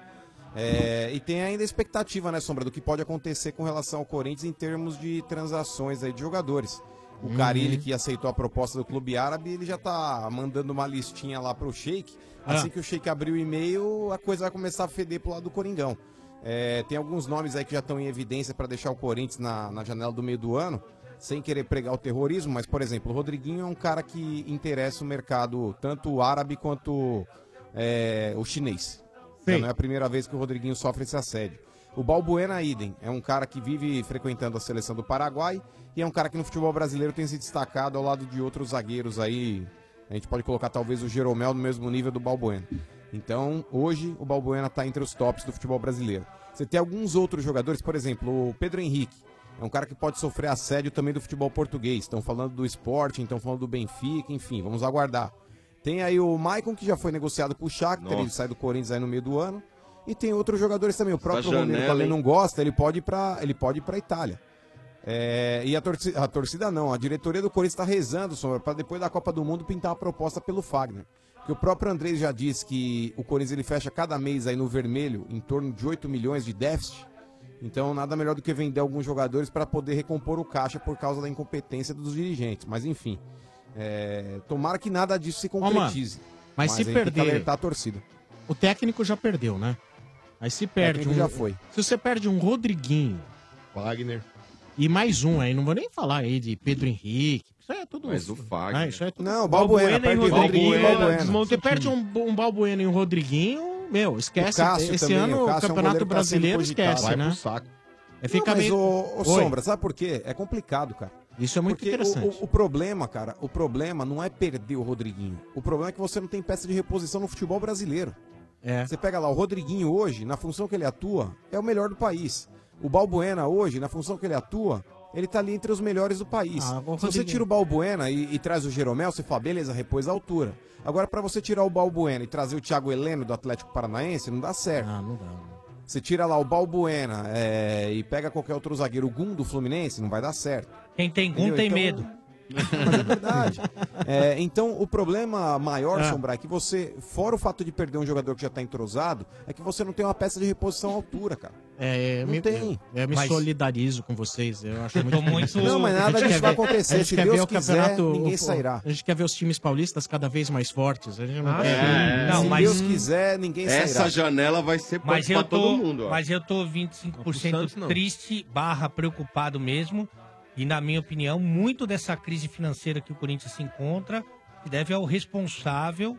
É, e tem ainda a expectativa, né, Sombra, do que pode acontecer com relação ao Corinthians em termos de transações aí de jogadores. O Carilli, que aceitou a proposta do clube árabe, ele já tá mandando uma listinha lá pro Sheik. Assim
Ah.
que o Sheik abrir o e-mail, a coisa vai começar a feder pro lado do Coringão. É, tem alguns nomes aí que já estão em evidência para deixar o Corinthians na, na janela do meio do ano, sem querer pregar o terrorismo, mas, por exemplo, o Rodriguinho é um cara que interessa o mercado, tanto o árabe quanto é, o chinês. Já não é a primeira vez que o Rodriguinho sofre esse assédio. O Balbuena Idem é um cara que vive frequentando a seleção do Paraguai e é um cara que no futebol brasileiro tem se destacado ao lado de outros zagueiros aí. A gente pode colocar talvez o Jeromel no mesmo nível do Balbuena. Então, hoje o Balbuena está entre os tops do futebol brasileiro. Você tem alguns outros jogadores, por exemplo, o Pedro Henrique. É um cara que pode sofrer assédio também do futebol português. Estão falando do esporte, estão falando do Benfica, enfim, vamos aguardar. Tem aí o Maicon, que já foi negociado com o Shakhtar,
Nossa.
ele sai do Corinthians aí no meio do ano. E tem outros jogadores também. O próprio
janela,
Romero, que além
hein?
não gosta, ele pode ir pra, ele pode ir pra Itália. É, e a torcida, a torcida não, a diretoria do Corinthians está rezando, Sombra, para depois da Copa do Mundo pintar a proposta pelo Fagner. Porque o próprio Andrés já disse que o Corinthians ele fecha cada mês aí no vermelho em torno de 8 milhões de déficit. Então, nada melhor do que vender alguns jogadores para poder recompor o caixa por causa da incompetência dos dirigentes. Mas, enfim, é, tomara que nada disso se
mano,
concretize.
mas se
aí tem que
perder-
alertar a torcida.
O técnico já perdeu, né? Aí se perde
técnico
um.
já foi.
Se você perde um Rodriguinho.
Wagner.
E mais um aí, não vou nem falar aí de Pedro Henrique. Isso aí é tudo.
Mas o Fagner.
Ah, isso aí é tudo...
Não, Balbuena,
e
perde o Rodriguinho e Balbuena.
desmonta. Você perde um, um Balbuena e um Rodriguinho, meu, esquece.
O Cássio
Esse
também,
ano
o
o,
Cássio é um
Campeonato
goleiro que tá
Brasileiro
sendo cogitado.
esquece,
Vai pro
né?
saco.
É, fica
não, mas
meio-
ô, ô,
Oi.
Sombra, sabe por quê? É complicado, cara.
Isso é muito
Porque o-
interessante.
O, o problema, cara, o problema não é perder o Rodriguinho. O problema é que você não tem peça de reposição no futebol brasileiro.
É.
Você pega lá, o Rodriguinho hoje, na função que ele atua, é o melhor do país. O Balbuena hoje, na função que ele atua, ele tá ali entre os melhores do país.
Ah, bom,
Se você
Rodriguinho.
tira o Balbuena e, e traz o Jeromel, você fala, beleza, repôs a altura. Agora, pra você tirar o Balbuena e trazer o Thiago Heleno do Atlético Paranaense, não dá certo.
Ah, não dá.
Você tira lá o Balbuena é, e pega qualquer outro zagueiro, o Gum do Fluminense, não vai dar certo.
Quem tem Gum
Entendeu?
tem
Então-
medo.
Mas é verdade. É, então, o problema maior,
Ah.
Sombra, é que você, fora o fato de perder um jogador que já tá entrosado, é que você não tem uma peça de reposição à altura, cara.
É, eu
Não
me,
tem.
Eu, eu me
Mas-
solidarizo com vocês. Eu acho muito.
muito-
interessante.
Não, mas nada
A gente
disso
quer
vai
ver-
acontecer.
a gente
Se
quer
Deus
ver o
quiser,
campeonato-
ninguém
o-
sairá.
A gente quer ver os times paulistas cada vez mais fortes. A gente não
Ah,
é,
quer.
sim. Não,
Se
mas-
Deus quiser, ninguém
Essa
sairá.
janela vai ser punk
Mas
pra
eu, tô,
todo mundo, ó.
mas eu tô
Pro Santos,
25%
não.
triste, barra preocupado mesmo. E na minha opinião, muito dessa crise financeira que o Corinthians se encontra se deve ao responsável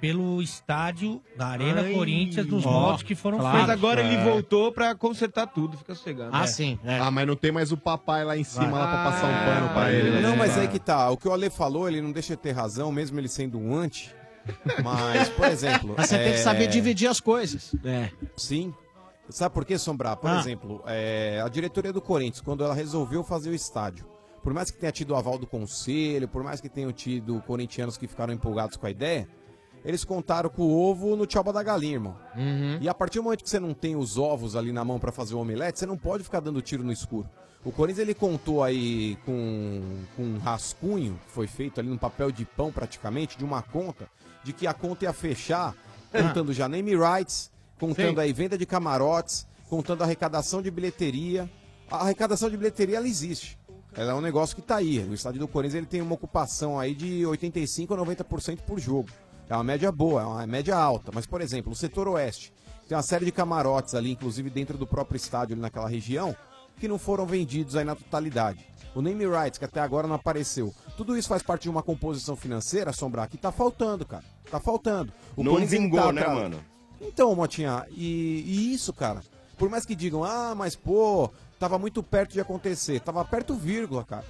pelo estádio da Arena
Ai,
Corinthians dos
ó,
moldes que foram
claro.
feitos.
Mas agora ele
É.
voltou pra consertar tudo, fica sossegado. É.
Ah,
sim.
Ah, mas não tem mais o papai lá em cima
Vai.
lá pra passar um pano pra ele. né?
Não, mas aí que tá. O que o Ale falou, ele não deixa de ter razão, mesmo ele sendo um anti. Mas, por exemplo.
Mas você tem que
é,
saber dividir as coisas. É.
Sim. Sabe por que, Sombrar? Por
Ah.
exemplo, é, a diretoria do Corinthians, quando ela resolveu fazer o estádio, por mais que tenha tido o aval do conselho, por mais que tenham tido corintianos que ficaram empolgados com a ideia, eles contaram com o ovo no tchauba da galinha, irmão.
Uhum.
E a partir do momento que você não tem os ovos ali na mão pra fazer o omelete, você não pode ficar dando tiro no escuro. O Corinthians ele contou aí com, com um rascunho que foi feito ali num papel de pão praticamente, de uma conta, de que a conta ia fechar, contando já name rights, contando
Sim.
aí venda de camarotes, contando arrecadação de bilheteria. A arrecadação de bilheteria ela existe. Ela é um negócio que tá aí. O estádio do Corinthians ele tem uma ocupação aí de 85 a 90% por jogo. É uma média boa, é uma média alta. Mas, por exemplo, o setor oeste tem uma série de camarotes ali, inclusive dentro do próprio estádio ali naquela região, que não foram vendidos aí na totalidade. o name rights, que até agora não apareceu. Tudo isso faz parte de uma composição financeira, Sombrar, que tá faltando, cara. Tá faltando.
Não
Corinthians
vingou,
tá
né,
atrás-
mano?
Então, Motinha, e, e isso, cara. Por mais que digam, ah, mas pô, tava muito perto de acontecer. Tava perto, vírgula, cara.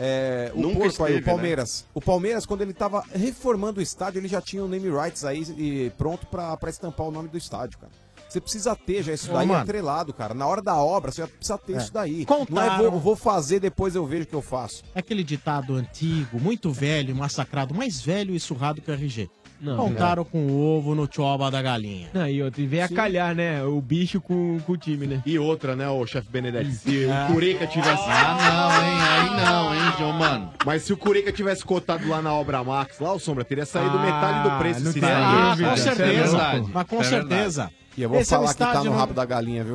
É, o
Nunca
porco aí, o
esteve, né?
Palmeiras. O Palmeiras, quando ele tava reformando o estádio, ele já tinha o name rights aí e pronto pra, pra estampar o nome do estádio, cara. Você precisa ter já isso
Ô,
daí
mano.
atrelado, cara. Na hora da obra, você já precisa ter
É.
isso daí. Não é
Contaram.
vou, vou fazer, depois eu vejo o que eu faço.
É aquele ditado antigo, muito velho, massacrado, mais velho e surrado que o RG.
Não,
Contaram com o ovo no tioba da galinha.
Não, e outra, e vem a
Sim.
calhar, né? O bicho com, com o time, né?
E outra, né, o chefe Benedetti? Se
É.
o Curica tivesse.
Ah.
Ah,
Aí não, hein, João, mano. Mas se o Curica tivesse cotado lá na obra Max, lá o Sombra teria saído metade do preço.
não
se
tem
sair.
dúvida. Ah, com Isso é certeza, verdade. pô.
Mas com
Isso é
certeza.
verdade. E eu vou
Esse é o
falar que tá
estádio
no
no-
rabo da galinha, viu?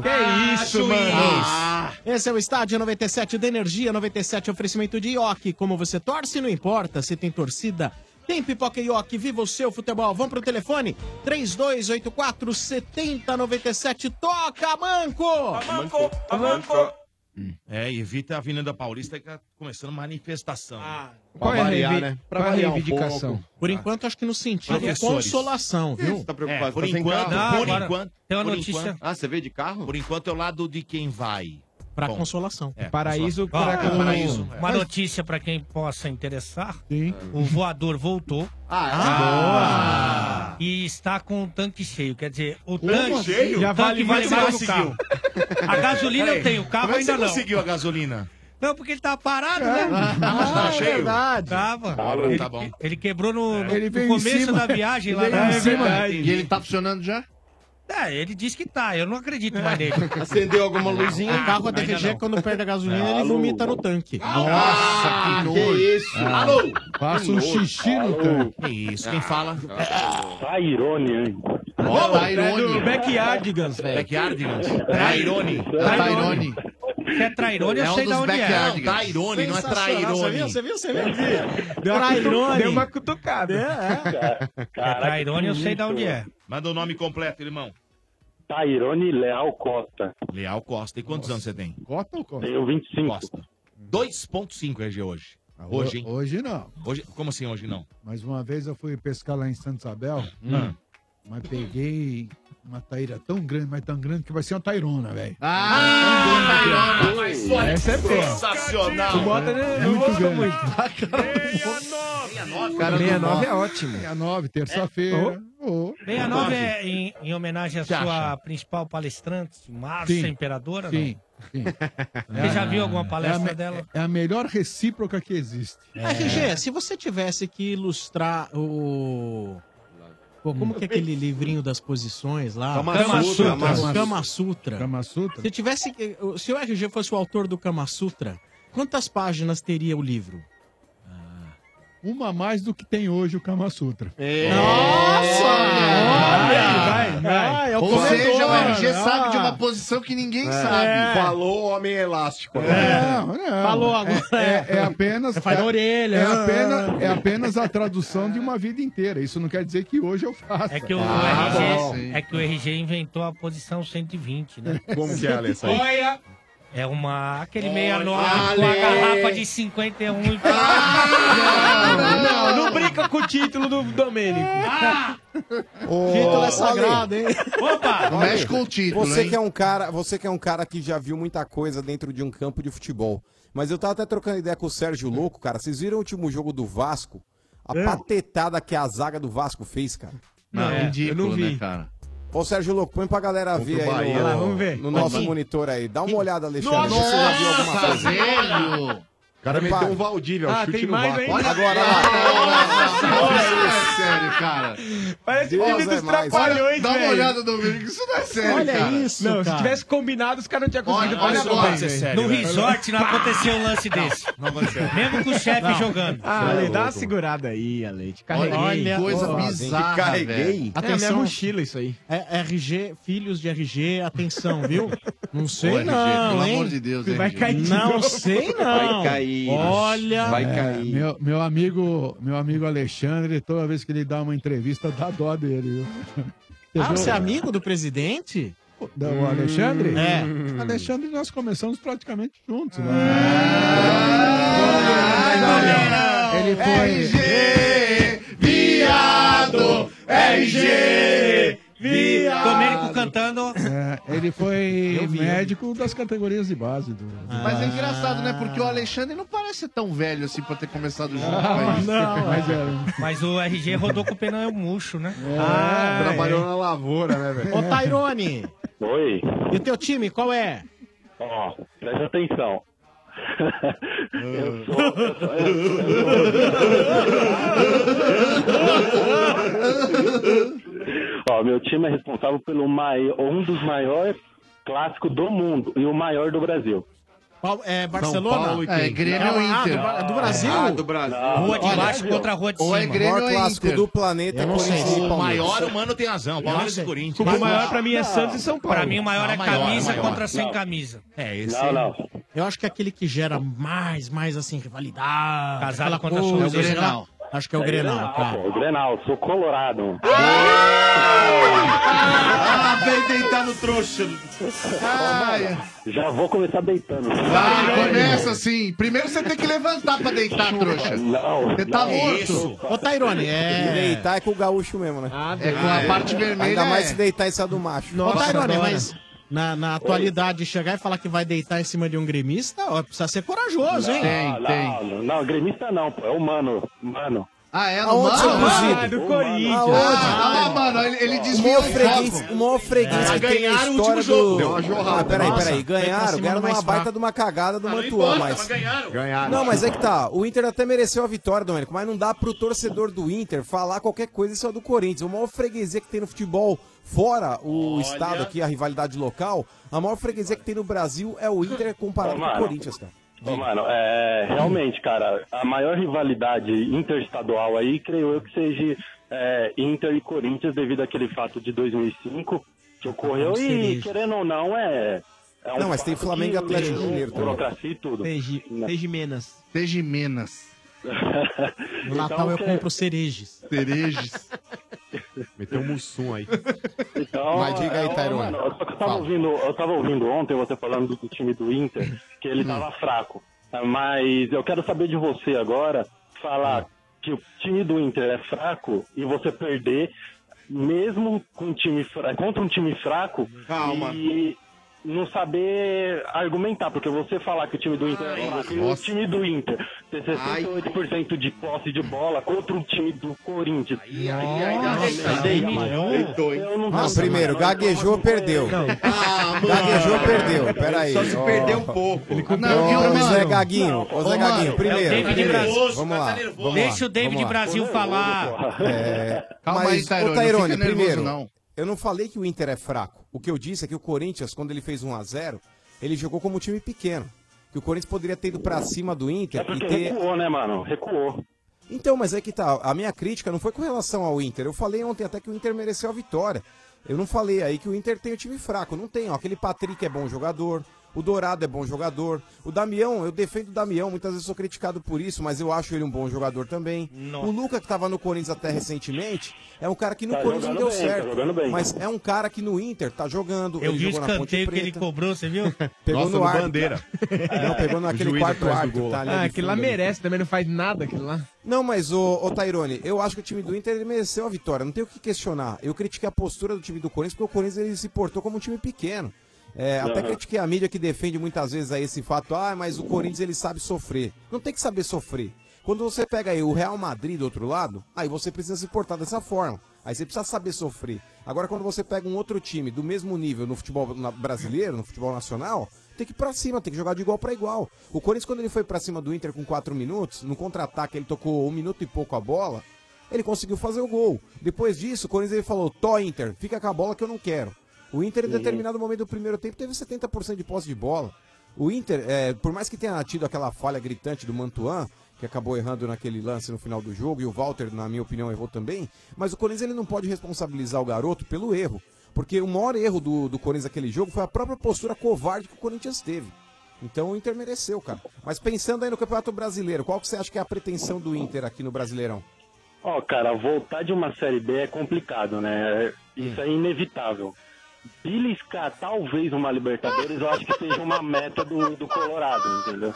isso, Ah, Esse é o Estádio 97 da Energia, 97 oferecimento de Ioki. Como você torce, não importa. Se tem torcida, tem pipoca e Ioki. Viva o seu futebol. Vamos pro telefone. 3284 7097. Toca, Manco!
Manco, manco. É, evita a Avenida Paulista que tá começando manifestação. Ah,
Qual é a reivi- qual é a reivindicação? Por enquanto, acho que no sentido de
um Professores.
consolação, viu?
Tá preocupado? É, por enquanto, por enquanto. por enquanto- Ah, você veio de carro? Por enquanto é o lado de quem vai.
Pra consolação.
É,
Paraíso
Ó,
Ah,
pra
é,
um-
paraíso.
Uma
Mas-
notícia pra quem possa interessar. O voador voltou.
Ah,
E está com o tanque cheio. Quer dizer, o
Como
tanque
cheio?
o
Já
tanque
vale
vale
mais
mais
que
que o
você
carro. Tá. A gasolina eu
Peraí,
tenho, o carro
como é que
ainda
você
não.
conseguiu a gasolina?
Não, porque ele tava parado, né?
tá cheio?
verdade. Tava.
Caramba,
ele,
tá bom.
ele quebrou no, no
É. Ele veio em
começo
cima.
da viagem
Ele
lá. É
veio
Tá na-
em cima.
E ele tá funcionando já?
É, ele disse que tá, eu não acredito mais
É.
nele. Ah,
Acendeu alguma luzinha?
O carro
da DG, quando perde a gasolina, ele
Alô.
vomita no tanque.
Nossa, que nojo. Ah.
Faça um xixi no tanque.
Que isso,
Ah.
quem fala?
Tá
Tá
Tairone, hein?
Ô,
É do Backyardigans, velho.
Backyardigans. Tairone.
Tairone.
Se é Trairone,
É
eu
um
sei de
dos
onde é.
Backyardigans.
Não, Tairone, não é
Sensacional, Você viu? Você viu? Você viu?
É,
Deu uma cutu-
Trairone.
Deu uma cutucada.
É Tairone, eu sei de onde é.
Manda o nome completo, irmão.
Tairone Leal Costa.
Leal Costa. E quantos anos você tem?
Cota ou cota?
Tenho 25.
2.5 RG hoje. Hoje, hein?
Ah, Hoje não.
Hoje, como assim hoje não?
Mas uma vez eu fui pescar lá em Santa Isabel,
Hum.
mas peguei uma taíra tão grande, mas tão grande que vai ser uma tairona, velho.
Ah,
Tairona,
mas
olha,
Essa é boa.
sensacional.
sensacional.
É muito grande.
muito.
Cara,
69 é
ótimo. 69, terça-feira. Oh.
69 é em, em homenagem à
Você
sua
acha?
principal palestrante, Márcia
Sim.
Imperadora,
Sim,
não? Você já viu alguma palestra
é a me-
dela?
É a melhor recíproca que existe.
É.
RG, se você tivesse que ilustrar o. Pô, como que é aquele livrinho das posições lá?
Kama Kama Sutra. Sutra.
Kama- Kama Sutra.
Kama Sutra?
Se tivesse. que- Se o RG fosse o autor do Kama Sutra, quantas páginas teria o livro?
Uma a mais do que tem hoje o Kama Sutra.
É.
Olha!
Vai, vai.
Ah, é o
Ou
comedor.
seja, o
RG
Ah.
sabe de uma posição que ninguém
É.
sabe. É.
Falou homem elástico.
É.
Não, não. É, é- é apenas.
faz na
é-
orelha.
É apenas, é apenas a tradução de uma vida inteira. Isso não quer dizer que hoje eu faço.
É que, o
Ah,
Ah,
RG, é que o RG inventou a posição 120, né?
Como que é, Alê, isso aí?
Olha! É uma. aquele
Olha,
Ah,
69 com a
Ale.
garrafa de 51.
Ah, Não, não brinca com o título do Domênico.
Ô,
título é
sagrado,
hein?
Opa!
Olha, Você
hein?
que, é um cara, você que é um cara que já viu muita coisa dentro de um campo de futebol. Mas eu tava até trocando ideia com o Sérgio Louco, cara. Vocês viram o último jogo do Vasco? A patetada que a zaga do Vasco fez, cara.
Não,
É,
ridículo,
eu não vi.
né, cara?
Ô, Sérgio Louco, põe pra galera
Contra
ver
o
aí
Bahia,
no,
lá, vamos ver.
no nosso
Aqui.
monitor aí. Dá uma olhada, Alexandre.
Nossa,
Você já viu alguma coisa?
velho!
O
cara meteu um Valdívia, um
Ah,
chute
tem
no
mais
vácuo.
ainda?
Olha
Agora,
Isso é sério, cara.
Parece o
Deus
time
é
dos
mais.
trapalhões,
Dá uma
velho.
olhada, Domênico, isso não é sério,
Olha
cara.
isso, Não, se
cara.
tivesse combinado, os caras não tinham conseguido
Olha,
Tá
olha
fazer
só,
também,
isso é
velho.
sério,
No resort não aconteceu um lance desse.
Não aconteceu.
Mesmo com o chefe
Não.
jogando.
Ah, Ale, dá uma segurada aí, Ale. Te carreguei.
Olha, ó,
Te
velho.
Atenção. É minha
Atenção.
mochila isso aí.
É, RG, filhos de RG, atenção, viu? Não sei
Ô, RG,
não,
pelo
hein?
amor de Deus,
Vai
RG.
Ah,
cair de
Não
novo.
sei
não.
Vai cair.
Olha.
Vai
É,
cair.
Meu, meu amigo, meu amigo Alexandre, toda vez que ele dá uma entrevista, dá dó dele. viu?
é
Ah, você é amigo do presidente?
Do Alexandre? Hum.
É.
Hum.
Alexandre, nós começamos praticamente juntos. Né? Ele foi.
Viado, RG, viado.
Domênico cantando.
é, ele foi médico das categorias de base do.
Mas é engraçado, né? Porque o Alexandre não parece ser tão velho assim pra ter começado junto é. com isso.
mas,
é.
mas o RG rodou com o pneu murcho, né?
Ah, trabalhou
na lavoura, né,
Ô, Tairone,
Oi.
e o teu time, qual é?
Ó, presta atenção. Eu sou. Eu sou, eu sou- Ó, meu time é responsável pelo mai- um dos maiores clássicos do mundo e o maior do Brasil.
Pau- é Barcelona?
Paulo e quem?
É, Grêmio
Não,
ah,
ah,
do, Bra- do Brasil?
Ah, do Brasil. Rua de baixo contra a rua de Ou é cima. Grêmio
O maior
ou é
clássico
Inter?
do planeta
Eu
é
não sei.
Corinthians e
O
Palmeiras.
maior humano tem razão. Palmeiras e
sei.
Corinthians.
O maior pra mim é Santos
e São Paulo.
Pra mim, o maior
Não,
é
maior,
camisa
maior.
contra sem
Não.
camisa.
É,
Esse aí- Eu acho que é aquele que gera mais, mais assim, rivalidade.
Casado
aquela
contra
coisa,
Souza.
sei lá. Acho que é o Grenal,
pô,
cara.
O Grenal, sou colorado.
Ah, vem deitar no trouxa. Ai,
Já vou começar deitando.
começa assim. Primeiro você tem que levantar pra deitar, trouxa.
Não,
Você tá
não.
morto.
Ô, Tairone, é. Deitar é com o gaúcho mesmo, né?
É com a parte vermelha,
Ainda mais
é.
se deitar e sair do macho.
Ô, Tairone, mas na, na atualidade, chegar e falar que vai deitar em cima de um gremista, ó, precisa ser corajoso, hein?
Não, não, Não, não, gremista não, pô, é humano. Mano.
Ah, é?
Aonde
mano?
você
tá?
cozido?
Ah,
Ô,
Ah,
mano, aonde?
ah, mano, ele, ele desviou um o
freguês,
foco.
o maior freguês
Ah,
que tem na
ganharam o último
história
jogo.
do...
Deu uma jorrada.
Ah, peraí,
Nossa,
peraí.
foi pra
Ganharam,
cima
ganharam
do
uma
mais
baita
fraco.
de uma cagada do
Ah, não
Mantua,
importa,
mas...
mas ganharam.
Ganharam. Não, mas é que tá. O Inter até mereceu a vitória, Domênico, mas não dá pro torcedor do Inter falar qualquer coisa isso é do Corinthians. O maior freguesia que tem no futebol, fora o estado aqui, a rivalidade local, a maior freguesia que tem no Brasil é o Inter comparado
Ô,
com o
mano.
Corinthians, cara.
Ô, mano, é, realmente, cara, a maior rivalidade interestadual aí, creio eu que seja é, Inter e Corinthians, devido àquele fato de 2005 que ocorreu. E,
Cereja.
querendo ou não, é. é um
Não, mas tem
fato
Flamengo e
que-
Atlético Mineiro também.
Burocracia e tudo. Né?
Menas.
Desde Menas.
No Natal eu
Então
que-
compro cerejes.
Cerejes.
Meteu um mussum aí.
Então,
Mas diga aí,
é,
Tairone.
mano, eu, só que eu tava ouvindo, eu tava ouvindo ontem você falando do, do time do Inter, que
Hum.
ele tava fraco. Mas eu quero saber de você agora,
Hum.
falar que o time do Inter é fraco e você perder, mesmo com um time fra- contra um time fraco,
Calma.
e não saber argumentar, porque você falar que o time do Inter é fraco, e o time do Inter ter 68% de posse de bola contra o time do Corinthians. Eu não
Ah,
sei,
primeiro,
mano.
gaguejou, perdeu. Gaguejou, perdeu. Peraí. Só se perdeu um pouco. Ô, Zé Gaguinho, ô Zé Gaguinho, primeiro.
É o David
primeiro.
Brasil.
Vamos lá. vamos
Deixa
lá,
o David
vamos lá. Tá
Brasil falar.
É,
Calma aí,
mas,
Tairone,
ô,
não
Tairone,
fica nervoso,
primeiro,
não.
eu não falei que o Inter é fraco. O que eu disse é que o Corinthians, quando ele fez 1 a 0 ele jogou como um time pequeno. Que o Corinthians poderia ter ido pra cima do Inter
É
e
porque
ter
recuou, né, mano? Recuou.
então, mas é que tá. A minha crítica não foi com relação ao Inter. Eu falei ontem até que o Inter mereceu a vitória. Eu não falei aí que o Inter tem o time fraco. Não tem, ó. Aquele Patrick é bom jogador. O Dourado é bom jogador. O Damião, eu defendo o Damião. Muitas vezes sou criticado por isso, mas eu acho ele um bom jogador também. O Luca, que tava no Corinthians até recentemente, é um cara que no
Tá
Corinthians não
jogando
deu
bem, tá
certo.
jogando bem.
Mas é um cara que no Inter tá jogando.
Eu
ele
vi o
jogou na Ponte
escanteio que ele
Preta.
cobrou, você viu?
Pegou
Nossa,
no
do
ar.
Bandeira.
Não, pegou naquele quarto árbitro. Tá ali
ah,
de
aquele lá
fundo ali.
merece, também não faz nada aquele lá.
Não, mas o, Tairone, eu acho que o time do Inter ele mereceu a vitória. Não tem o que questionar. Eu critiquei a postura do time do Corinthians porque o Corinthians ele se portou como um time pequeno. É, até
Aham.
critiquei a mídia que defende muitas vezes aí esse fato. Ah, mas o Corinthians ele sabe sofrer. Não tem que saber sofrer. Quando você pega aí o Real Madrid do outro lado, aí você precisa se portar dessa forma. Aí você precisa saber sofrer. Agora, quando você pega um outro time do mesmo nível no futebol na- brasileiro, no futebol nacional, tem que ir pra cima, tem que jogar de igual pra igual. O Corinthians, quando ele foi pra cima do Inter com 4 minutos, no contra-ataque ele tocou um minuto e pouco a bola, ele conseguiu fazer o gol. Depois disso, o Corinthians ele falou: Tó, Inter, fica com a bola que eu não quero. O Inter, em determinado momento do primeiro tempo, teve 70% de posse de bola. O Inter, é, por mais que tenha tido aquela falha gritante do Mantuan, que acabou errando naquele lance no final do jogo, e o Walter, na minha opinião, errou também, mas o Corinthians ele não pode responsabilizar o garoto pelo erro. Porque o maior erro do, do Corinthians naquele jogo foi a própria postura covarde que o Corinthians teve. Então o Inter mereceu, cara. Mas pensando aí no Campeonato Brasileiro, qual que você acha que é a pretensão do Inter aqui no Brasileirão? Hum.
Ó, cara, voltar de uma série B é complicado, né? Isso é inevitável. beliscar talvez uma Libertadores, eu acho que seja uma meta do, do Colorado, entendeu?
é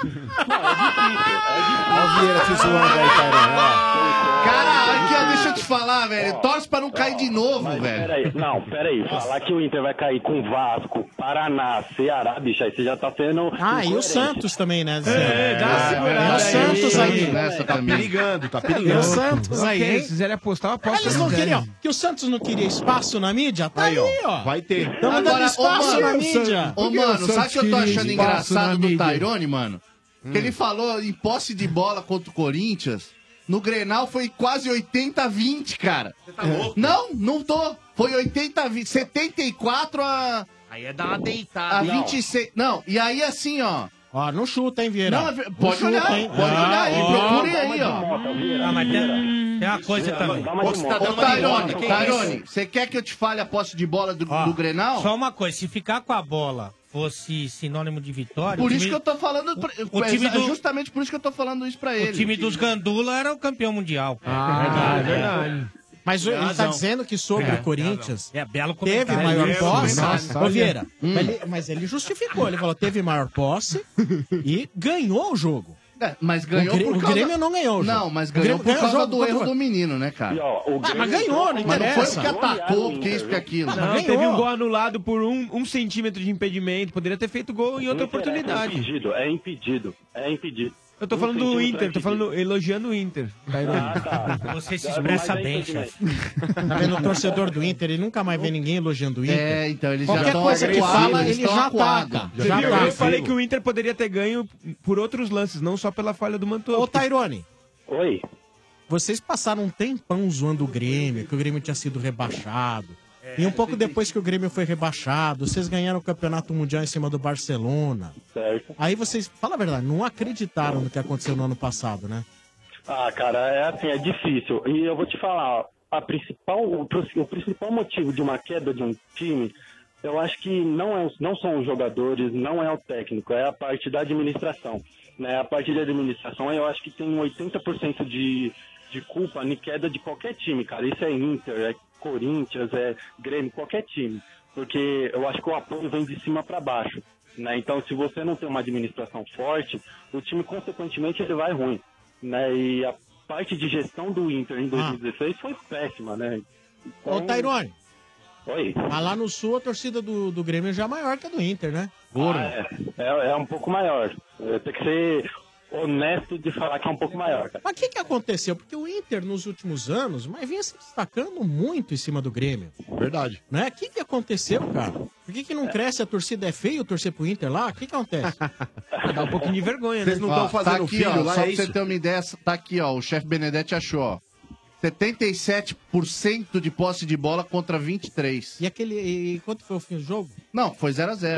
Ah,
Olha o Vieira te zoando aí, Cairão.
Cara, Ah, aqui, ó, deixa eu te falar, velho. Torce pra não cair de novo, velho.
Peraí, não, peraí. Falar que o Inter vai cair com Vasco, Paraná, Ceará, bicho, aí você já tá sendo.
Ah, e o Santos também, né? Zé?
É, dá uma segurada
E o
aí.
Santos aí.
Nessa
Tá
também.
perigando, tá
Cê é
perigando. E o
louco.
Santos aí,
Ok,
hein?
Se quiserem apostar, aposta.
Eles não queriam. Que o Santos não queria espaço na mídia? Tá aí, ó.
Vai ter.
Tamo dando espaço
ô,
na
mano,
mídia.
Ô, mano, sabe o que eu tô achando engraçado do Tyrone, mano?
Hum.
Que ele falou em posse de bola contra o Corinthians. No Grenal foi quase 80-20, cara. Você tá louco? Não, não tô. Foi 80-20. 74 a.
Aí é dar uma
A
deitada. hein?
26. Não, e aí assim, ó.
Ó, não chuta, hein, Vieira?
Não, é pode
chuta,
olhar,
hein? Ah,
pode olhar aí, procurem aí, ó.
Ah, mas tem, tem uma coisa também.
Ô, tá Tyrone, Tyrone, você quer que eu te fale a posse de bola do,
Ah,
do Grenal?
um
Só uma coisa, se ficar com a bola fosse sinônimo de vitória...
Por
o
isso
time-
que eu tô falando. pra-
o
é
time do-
Justamente por isso que eu tô falando isso pra ele.
O time dos Gandula era o campeão mundial.
Ah, é verdade. Mas o- ele tá dizendo que sobre o Corinthians
É, belo
teve
Tá
comentário.
maior
Belo
posse.
comentário.
Ô, Vieira,
Hum.
mas, ele, mas ele justificou. Ele falou, teve maior posse e ganhou o jogo.
É, mas ganhou
o Grê-
por
o
causa...
Grêmio não ganhou o jogo.
Não, mas
O
ganhou
Grêmio
por
ganhou o
causa
jogo
do
contra
erro
o-
do menino, né, cara?
E, ó, o
Ah,
Grêmio ganhou, não
Mas não foi
interessa.
porque atacou, porque isso, porque aquilo.
Não, teve um gol anulado por um, um centímetro de impedimento. Poderia ter feito gol em outra
Não interessa, É
oportunidade.
impedido, é impedido. É impedido.
Eu tô
Um
falando do
centímetro é
Inter, tô
impedido.
falando, elogiando o Inter.
Ah, tá.
Você
se expressa Mas é bem, impedimento.
Tá vendo? O torcedor do Inter, ele nunca mais vê ninguém elogiando o Inter.
É, então, eles já
Qualquer
tão
coisa que
acuados,
fala,
eles
ele
tão
já
acuados.
ataca.
Você
Já
viu?
ataca.
Eu falei que o Inter poderia ter ganho por outros lances, não só pela falha do Mantua.
Ô, Tairone.
Oi.
Vocês passaram um tempão zoando o Grêmio, que o Grêmio tinha sido rebaixado.
É,
e um pouco depois que o Grêmio foi rebaixado, vocês ganharam o Campeonato Mundial em cima do Barcelona.
Certo.
Aí vocês, fala a verdade, não acreditaram no que aconteceu no ano passado, né?
Ah, cara, é assim, é difícil. E eu vou te falar, a principal, o, pr- o principal motivo de uma queda de um time, eu acho que não, é, não são os jogadores, não é o técnico, é a parte da administração. Né? A parte da administração, eu acho que tem um 80% de, de culpa em queda de qualquer time, cara. Isso é Inter, é Corinthians, é Grêmio, qualquer time. Porque eu acho que o apoio vem de cima para baixo. Né? Então, se você não tem uma administração forte, o time, consequentemente, ele vai ruim né? E a parte de gestão do Inter em 2016 foi péssima, né?
Ô, Tairone,
Oi.
mas Ah, lá no Sul a torcida do, do Grêmio já é maior que a do Inter, né?
Ah, é, é, é um pouco maior. É, Tem que ser honesto de falar que é um pouco maior, cara.
Mas o que, que aconteceu? Porque o Inter, nos últimos anos, mas vinha se destacando muito em cima do Grêmio.
Verdade.
Né? O que, que aconteceu, cara? Por que, que não cresce? A torcida é feio torcer pro Inter lá? O que, que acontece? Dá um pouquinho de
né?
vergonha,
Ó, tá aqui, ó,
é
Só pra você ter uma ideia, tá aqui, ó. O chefe Benedetti achou, ó. 77% de posse de bola contra 23.
E aquele. E quanto foi o fim do jogo? Ah.
Não, foi 0x0.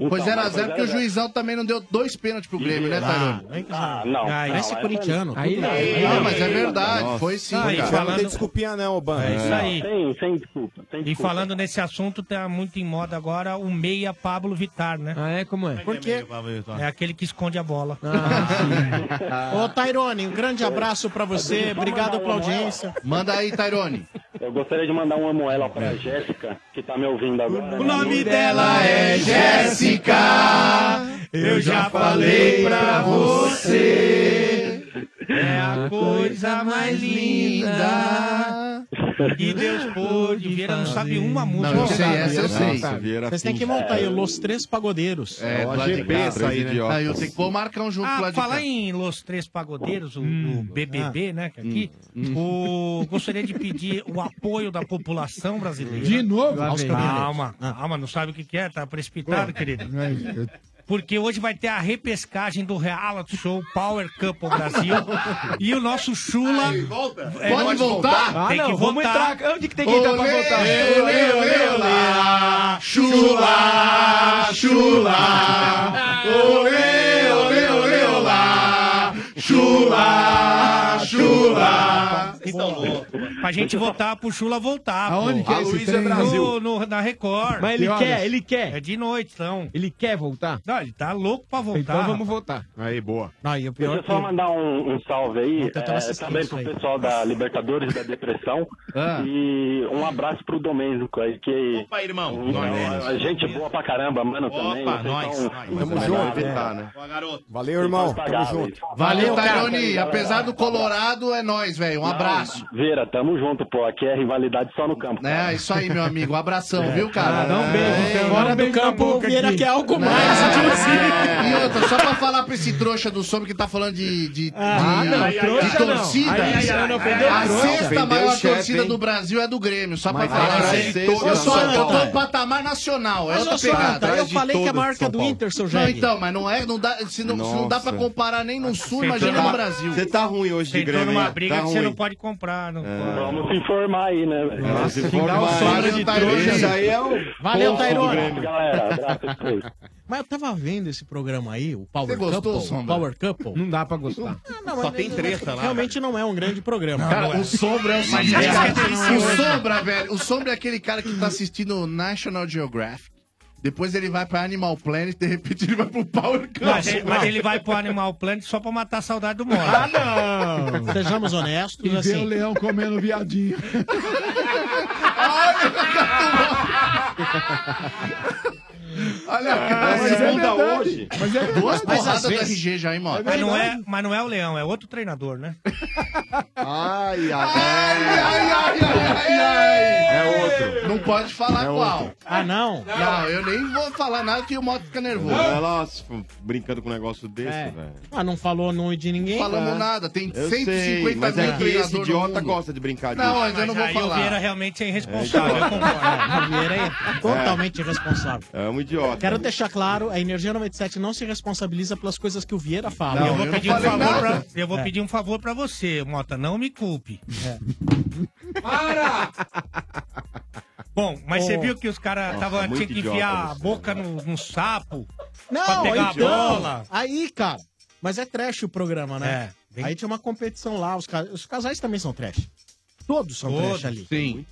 Então, Foi 0x0 porque o juizão também não deu dois pênaltis pro Grêmio, né,
Ah,
Tarone?
Ah, não. Parece não, é corintiano.
Aí
tudo
não,
bem.
aí não, mas é verdade,
Nossa.
foi sim,
Aí,
cara.
falando-
desculpinha não, ô Bando.
É isso aí.
Sem, desculpa,
E falando nesse assunto, tá muito em moda agora o meia Pablo Vittar, né?
Ah, é? Como é?
Por quê? É aquele que esconde a bola.
Ô, Tairone, um grande abraço pra você. Obrigado pela audiência.
Manda aí, Tairone.
Eu gostaria de mandar um amo ela pra Jéssica, que tá me ouvindo agora. O
nome dela é Jéssica. Eu já falei pra você. É a coisa mais linda.
E Deus pôde, o Vieira não sabe uma música.
eu sei, essa eu
Nossa,
sei.
Vieira
Vocês têm que
pinta.
montar aí, Los Três Pagodeiros.
É, do lado de cá, três
né?
idiotas.
Aí eu tenho que pôr o
um
Marcão junto
Ah,
lá de
falar
cá.
em Los Três Pagodeiros, o,
Hum.
o
Ah.
BBB, né, que aqui, o- gostaria de pedir o apoio da população brasileira.
De novo? Lá vem.
Calma,
Ah.
calma, não sabe o que que é, tá precipitado, querido. Porque hoje vai ter a repescagem do reality show Power Couple Brasil. e o nosso Chula... É,
Pode voltar?
Tem
Ah,
que
não,
voltar.
vamos entrar. Onde que tem que entrar pra voltar? Olê, olê, olá. Chula, chula. Olê, olê, olê, olá. Chula, chula.
Vocês estão loucos, mano. Então, Pra gente votar pro Chula voltar.
Aonde que é
A
esse
Luísa
trem?
No, no- na Record.
Mas ele
Que
quer,
horas?
ele quer.
É de noite, então.
Ele quer voltar?
Não, ele tá louco pra voltar.
Então vamos voltar.
Aí, boa.
Aí, o
Deixa eu só mandar um, um salve aí,
tentar
é,
assistir
também
isso
pro
aí.
pessoal da Libertadores da Depressão.
Ah.
E um abraço pro Domênico aí, que.
Opa, irmão.
Um, a gente boa pra caramba, mano, também.
Opa,
Vocês
nós,
são-
nós.
vocês
Tamo
são
junto,
impagáveis.
tá, né?
Valeu, irmão. Tamo
Impagáveis.
junto.
Valeu,
cara.
Taironi. Apesar do Colorado, é nóis, velho. Um abraço.
Vera, tamo junto, pô. Aqui é rivalidade só no campo.
É, isso aí, meu amigo. Um abração, viu, cara?
Ah, dá um beijo, então.
É,
Fora do campo,
boca
Vieira
aqui.
quer algo mais,
É,
inclusive.
E outra, só pra falar pra esse trouxa do sombro que tá falando de, de,
Ah,
de,
não,
de
trouxa não.
torcida.
Aí, aí, aí, não, ofendeu
a
trouxa.
sexta
Ofendeu
maior
o chefe,
torcida
hein?
do Brasil é do Grêmio, só pra
Mas
falar.
atrás
Eu
de
sou-
todas,
Eu sou
São
eu tô
Paulo.
no patamar nacional. É
Mas,
outra
ô, Santa,
pegada.
eu falei que a marca do Inter, seu
Não,
Jair.
então, mas não é, não dá, se não, se não dá pra
Nossa.
comparar nem no Sul,
Você
imagina
tá-
no Brasil.
Você tá ruim hoje
Você
de
entrou
Grêmio.
numa
hein?
briga
tá
que
ruim.
você não pode comprar. Não pode.
Vamos se informar aí, né, velho?
Nossa,
Se
que dá um
informar.
sombra de trouxa.
Isso aí é o
Valeu,
ponto do
Tairone.
Grêmio, Galera, abraço
é
pra vocês.
Mas eu tava vendo esse programa aí, o Power
Você gostou,
Couple.
Sombra?
Power Couple.
Não dá pra gostar.
Só tem treta lá. Realmente não é um grande programa.
Cara, o Sombra é o
Mas
seguinte.
essa é
O
deliciosa.
Sombra, velho. O Sombra é aquele cara que tá assistindo o National Geographic. Depois ele vai pra Animal Planet, de repente ele vai pro Power Couple.
Mas, ele- mas ele vai pro Animal Planet só pra matar a saudade do Mora.
Ah, não!
Sejamos honestos,
E ver
assim.
o leão comendo viadinho.
Olha, cara,
mas é
segunda
verdade.
hoje.
Mas é verdade.
Duas
Mas
porradas
às
do
vezes-
RG já, hein, mano?
mas, não é, mas não é o Leão, é outro treinador, né?
Ai, ai,
ai, ai, ai,
É
outro. Não pode falar
É
qual.
outro.
Ah, não?
Não, eu nem vou falar nada que o Moto fica nervoso.
Ela se f- brincando com um negócio desse,
É.
velho.
Ah, não falou nome de ninguém?
Falamos
Ah.
nada, tem
Eu
150
sei, mas
mil
é que
treinador
esse
no
idiota
mundo.
gosta de brincar disso.
Não, mas eu não vou
aí o
falar.
Vieira realmente é irresponsável, eu
É, o
concordo.
Vieira é totalmente irresponsável.
É um idiota.
Quero deixar claro, a Energia 97 não se responsabiliza pelas coisas que o Vieira fala.
eu vou, pedir, um favor pra, eu vou
É.
pedir um favor pra você, Mota. Não me culpe. Para! Bom, mas você
Ô.
viu que os caras
Nossa,
tinham
muito
que
idiota
enfiar a
você,
boca no, no sapo pra
Não,
pegar
então,
a bola.
Aí, cara. Mas é trash o programa, né? Aí tinha uma competição lá, os, ca- os casais também são trash. Todos são
Todos,
trash ali.
sim.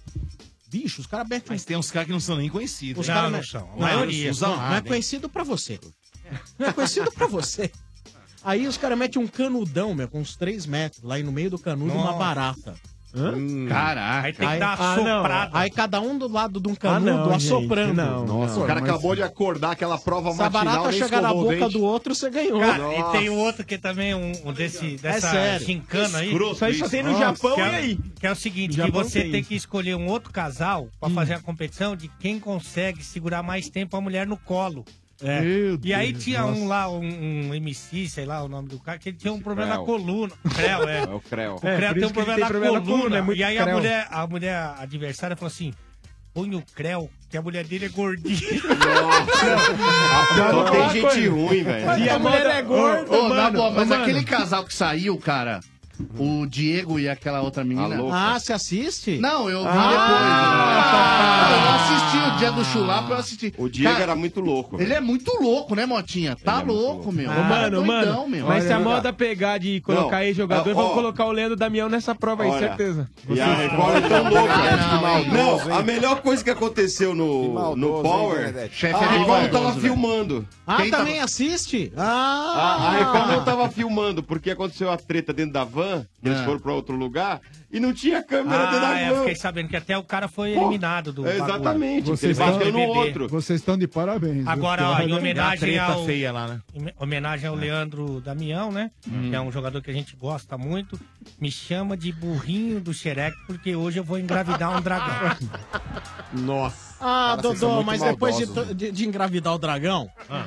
Bicho, os caras metem.
Mas tem uns caras que não são nem conhecidos.
Os
né?
caras
A maioria.
Não, não é conhecido pra você. Não é conhecido pra você. Aí os caras metem um canudão, meu, com uns 3 metros, lá e no meio do canudo, uma
Nossa.
barata.
Hum. Caraca. Aí tem que dar
ah, não.
assoprada.
Aí cada um do lado de um
Ah,
canudo,
não, gente,
assoprando.
não,
Nossa, o cara acabou de acordar aquela prova
Se a barata
matinal, nem
chegar na
escovou o
boca
dente.
do outro, você ganhou. É
Cara, e tem o outro que também, um, um desse, dessa
sério.
gincana aí.
Escroto Isso aí só isso. tem no Japão,
que é-
e aí?
Que é o seguinte,
No
que
Japão
você
tem Hum.
tem, que escolher um outro casal pra fazer a competição de quem consegue segurar mais tempo a mulher no colo.
É.
e aí tinha um lá, um, um MC, sei lá o nome do cara, que ele tinha um problema na
Creu.
coluna. Creu, é.
É o Creu.
O
É,
Creu
por isso
tem um
que ele
problema
tem
na
problema na
coluna.
coluna, é muito
e aí a
Creu.
mulher, a mulher adversária falou assim, põe o Creu, que a mulher dele é gordinha.
Só tem gente
coisa.
ruim, velho.
E a mulher é gorda, Ô, ô, na
mano.
boa, mas
Ô, mano.
aquele casal que saiu, cara, o Diego e aquela outra menina. Tá
Ah, você assiste?
Não, eu vi
Ah,
depois. Eu assisti o dia do Chulapa, eu assisti.
O Diego
Cara,
era muito louco. é
Ele é muito louco, né, Motinha? Tá louco, meu.
Ô, Ah, mano, mano. mas se a moda pegar de colocar
Não,
aí jogador,
ó,
vão
ó.
colocar o Leandro Damião nessa prova aí,
Olha,
certeza.
E a Record é tão louca.
Não, hein?
Não,
Maldoso,
a melhor coisa que aconteceu no, no Power,
Benedetti?
a
Chefe é
Record não
maldoso,
tava
velho.
filmando.
Ah,
tá
Quem
também assiste?
A, a
Ah,
Record não tava filmando, porque aconteceu a treta dentro da van, que eles
Ah.
foram pra outro lugar, e não tinha câmera dentro
Ah,
da
é,
van.
fiquei sabendo que até o cara foi
Pô, é,
eliminado do bagulho.
Vocês
Ele
estão,
bateu no outro.
vocês estão de parabéns. viu?
Agora, ó,
Porque
em
olha-
homenagem
Dá treta
ao.
feia lá, né?
em homenagem ao Leandro Damião, né? Que é um jogador que a gente gosta muito. Me chama de burrinho do Xerec, porque hoje eu vou engravidar um dragão.
Nossa.
Ah,
Cara, vocês são
Dodô,
muito
mas depois de,
maldosos,
to- de- de engravidar o dragão,
Ah,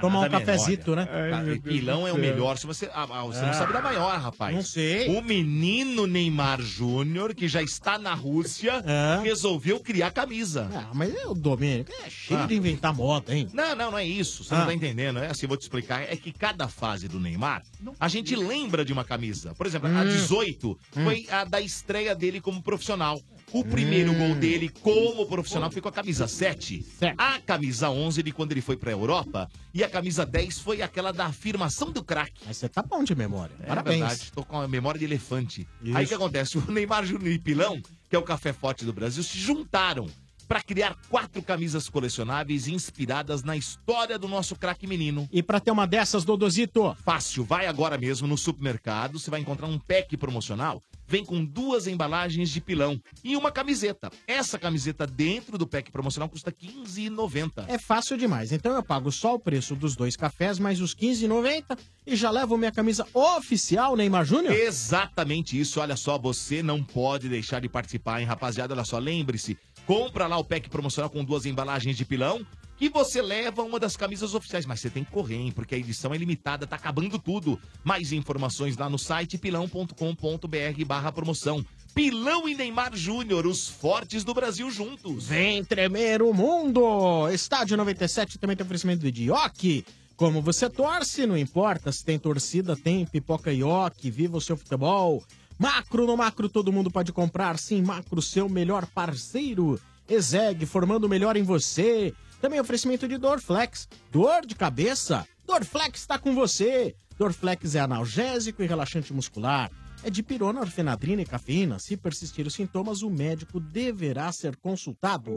tomar um
nada melhor,
cafezito, né?
Cara, pilão é o melhor. Se você, ah, ah, você
Ah.
não sabe da maior, rapaz.
Não sei.
O menino Neymar Júnior, que já está na Rússia, resolveu criar camisa.
Ah, mas é o Domênico, é cheio
Ah.
de inventar moda, hein?
Não, não, não é isso. Você
Ah.
não tá entendendo. É assim, eu vou te explicar. É que cada fase do Neymar, a gente lembra de uma camisa. Por exemplo, a
Hum.
18 foi a da estreia dele como profissional. O primeiro gol
Hum.
dele como profissional foi com a camisa 7. A camisa 11 de quando ele foi pra Europa. E a camisa 10 foi aquela da afirmação do craque.
Mas você tá bom de memória.
É
Parabéns.
verdade, tô com a memória de elefante.
Isso.
Aí o que acontece? O Neymar Júnior e Pilão, que é o café forte do Brasil, se juntaram para criar quatro camisas colecionáveis inspiradas na história do nosso craque menino.
E para ter uma dessas, Dodozito?
Fácil, vai agora mesmo no supermercado, você vai encontrar um pack promocional, vem com duas embalagens de pilão e uma camiseta. Essa camiseta dentro do pack promocional custa R$ 15,90.
É fácil demais. Então eu pago só o preço dos dois cafés, mais os 15,90 e já levo minha camisa oficial, Neymar Júnior?
Exatamente isso. Olha só, você não pode deixar de participar, hein, rapaziada? Olha só, lembre-se, compra lá o pack promocional com duas embalagens de pilão e você leva uma das camisas oficiais. Mas você tem que correr, hein, porque a edição é limitada, tá acabando tudo. Mais informações lá no site pilão.com.br barra promoção. Pilão e Neymar Júnior, os fortes do Brasil juntos.
Vem tremer o mundo! Estádio 97 também tem oferecimento de Ioki. Como você torce, não importa. Se tem torcida, tem pipoca Ioki. Viva o seu futebol! Macro no macro, todo mundo pode comprar. Sim, macro, seu melhor parceiro. Exeg, formando o melhor em você. Também oferecimento de Dorflex. Dor de cabeça? Dorflex está com você. Dorflex é analgésico e relaxante muscular. É de pirona, orfenadrina e cafeína. Se persistir os sintomas, o médico deverá ser consultado.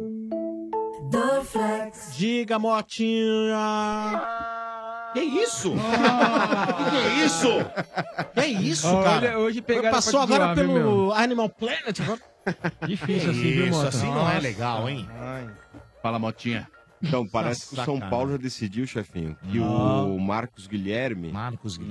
Dorflex. Diga, Motinha. Que isso? é
que isso?
Que é isso,
Ah. Olha,
cara?
hoje pegaram
Passou
pra
agora
zoar, viu,
pelo
meu?
Animal Planet. agora-
Difícil assim, viu,
Isso,
Mota?
assim não é legal, hein?
Fala, Motinha.
Então, parece que o São
Sacana.
Paulo já decidiu, chefinho, que
Ah.
o Marcos Guilherme,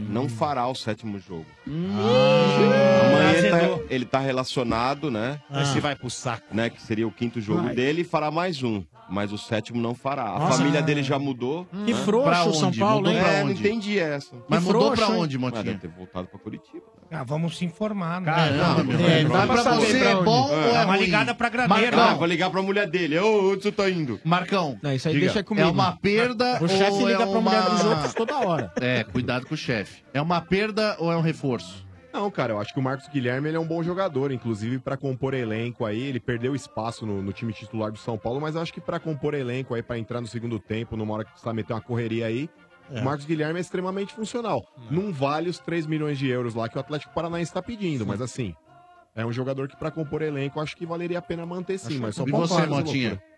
não fará o sétimo jogo. Amanhã ele tá, ele tá relacionado, né?
Ah. Esse vai pro saco.
Né, que seria o quinto jogo
Vai.
dele e fará mais um. Mas o sétimo não fará. A
Nossa.
família dele já mudou.
Hum.
Que
né?
frouxo Pra o São onde? Paulo, Mudou hein? pra
É, não
onde?
entendi essa.
Mas mudou pra onde,
Mas
Motinha?
deve ter voltado pra Curitiba.
Ah, vamos se informar, né? Tá
Caramba, meu. É, dá pra você, é bom ou é
Dá uma
ruim?
ligada pra graneira.
Marcão, vou ligar pra mulher dele. Ô, onde você tá indo?
Marcão.
Não, isso
aí deixa comigo.
é
O chefe liga pra mulher dos outros toda hora. É, cuidado com o chefe. É uma perda ou é um reforço?
Não, cara, eu acho que o Marcos Guilherme ele é um bom jogador, inclusive pra compor elenco aí, ele perdeu espaço no, no time titular do São Paulo, mas eu acho que pra compor elenco aí, pra entrar no segundo tempo, numa hora que precisar meter uma correria aí, o Marcos Guilherme é extremamente funcional. Não vale os 3 milhões de euros lá que o Atlético Paranaense tá pedindo, mas assim, é um jogador que pra compor elenco eu acho que valeria a pena manter
Assim,
sim, mas só um
E
por
você,
várias
Motinha?
loucuras.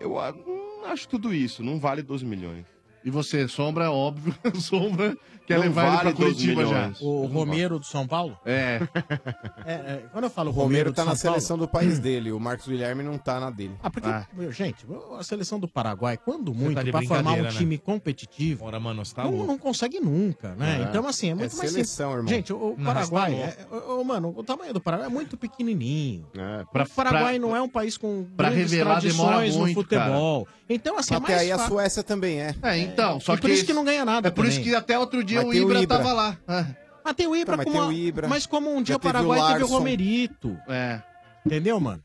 Eu ah, hum, acho tudo isso. Não vale 12 milhões.
E você, Sombra, óbvio, Sombra quer
Não
levar ele
vale
pra Curitiba
12
já.
milhões.
O Romero do São Paulo?
É.
É, é, Quando eu falo
O Romero
Romero
tá
do
na
São Paulo-
seleção do país dele, o Marcos Guilherme não tá na dele.
Ah, porque, meu, gente, a seleção do Paraguai, quando
tá
muito,
de
pra formar um
brincadeira, né?
time competitivo,
Ora, mano, você tá
não, não consegue nunca, né?
É.
Então, assim, é
É
muito mais
seleção,
simples.
irmão.
Gente, o, o
Não,
Paraguai,
mas tá
é, o- o- mano, o tamanho do Paraguai é muito pequenininho.
pra-
o Paraguai
pra-
não é um país com
pra
grandes
revelar demora
tradições
muito,
no futebol.
cara.
Então, assim,
Até
é mais
aí a
fácil.
Suécia também é.
É, então, só
e por
que
isso que não ganha nada
É por isso
também.
que até outro dia o Ibra, tava lá.
Ah, tem o Ibra,
Tá, mas
com
tem
a-
o Ibra.
mas como um
Já
dia o
teve o
Paraguai teve o
Larson.
Romerito.
É.
Entendeu, mano?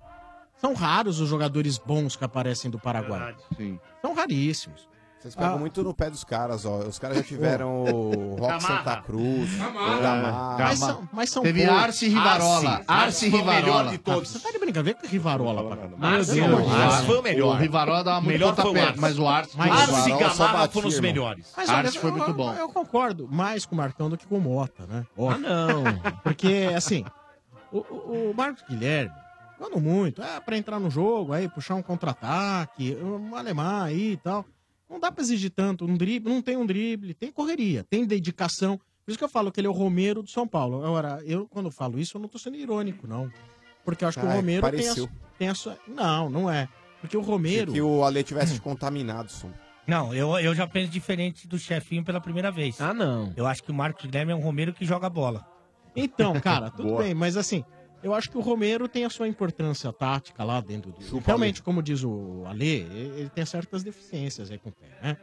São raros os jogadores bons que aparecem do
É
Paraguai.
Sim.
São raríssimos.
Vocês pegam
Ah.
muito no pé dos caras, ó. Os caras já tiveram o Rock Santa Cruz, o Gamarra.
Mas são, mas são
Teve
poucos.
Arce e Rivarola.
Arce,
Arce e
foi o melhor
Rivarola.
de todos. Você tá de brincadeira com o Rivarola, pra cá.
Meu Deus, o Arce foi o melhor.
O Rivarola dava muito
Melhor foi o
pontapé,
Arce.
mas o Arce...
Mas Arce e Gamarra foram os melhores.
Mas,
Arce
olha,
foi
eu-
muito
eu-
bom.
Eu concordo mais com o Marcão do que com o Mota, né? Ah, não. Porque, assim, o, o- o Marcos Guilherme, quando muito, é pra entrar no jogo, aí puxar um contra-ataque, um alemão aí e tal. Não dá pra exigir tanto. Um drible, não tem um drible, tem correria, tem dedicação. Por isso que eu falo que ele é o Romero do São Paulo. Agora, eu, quando falo isso, eu não tô sendo irônico, não. Porque eu acho que o
Ai,
Romero tem a,
pareceu.
tem a sua. Não, não é. Porque o Romero.
Que o Ale tivesse te contaminado, Sum.
Não, eu, eu já penso diferente do chefinho pela primeira vez. Ah, não. Eu acho que o Marcos Guilherme é um Romero que joga bola.
Então, cara, tudo
Boa.
bem, mas assim, eu acho que o Romero tem a sua importância tática lá dentro do. Realmente, como diz o Alê, ele ele tem certas deficiências aí com o pé, né?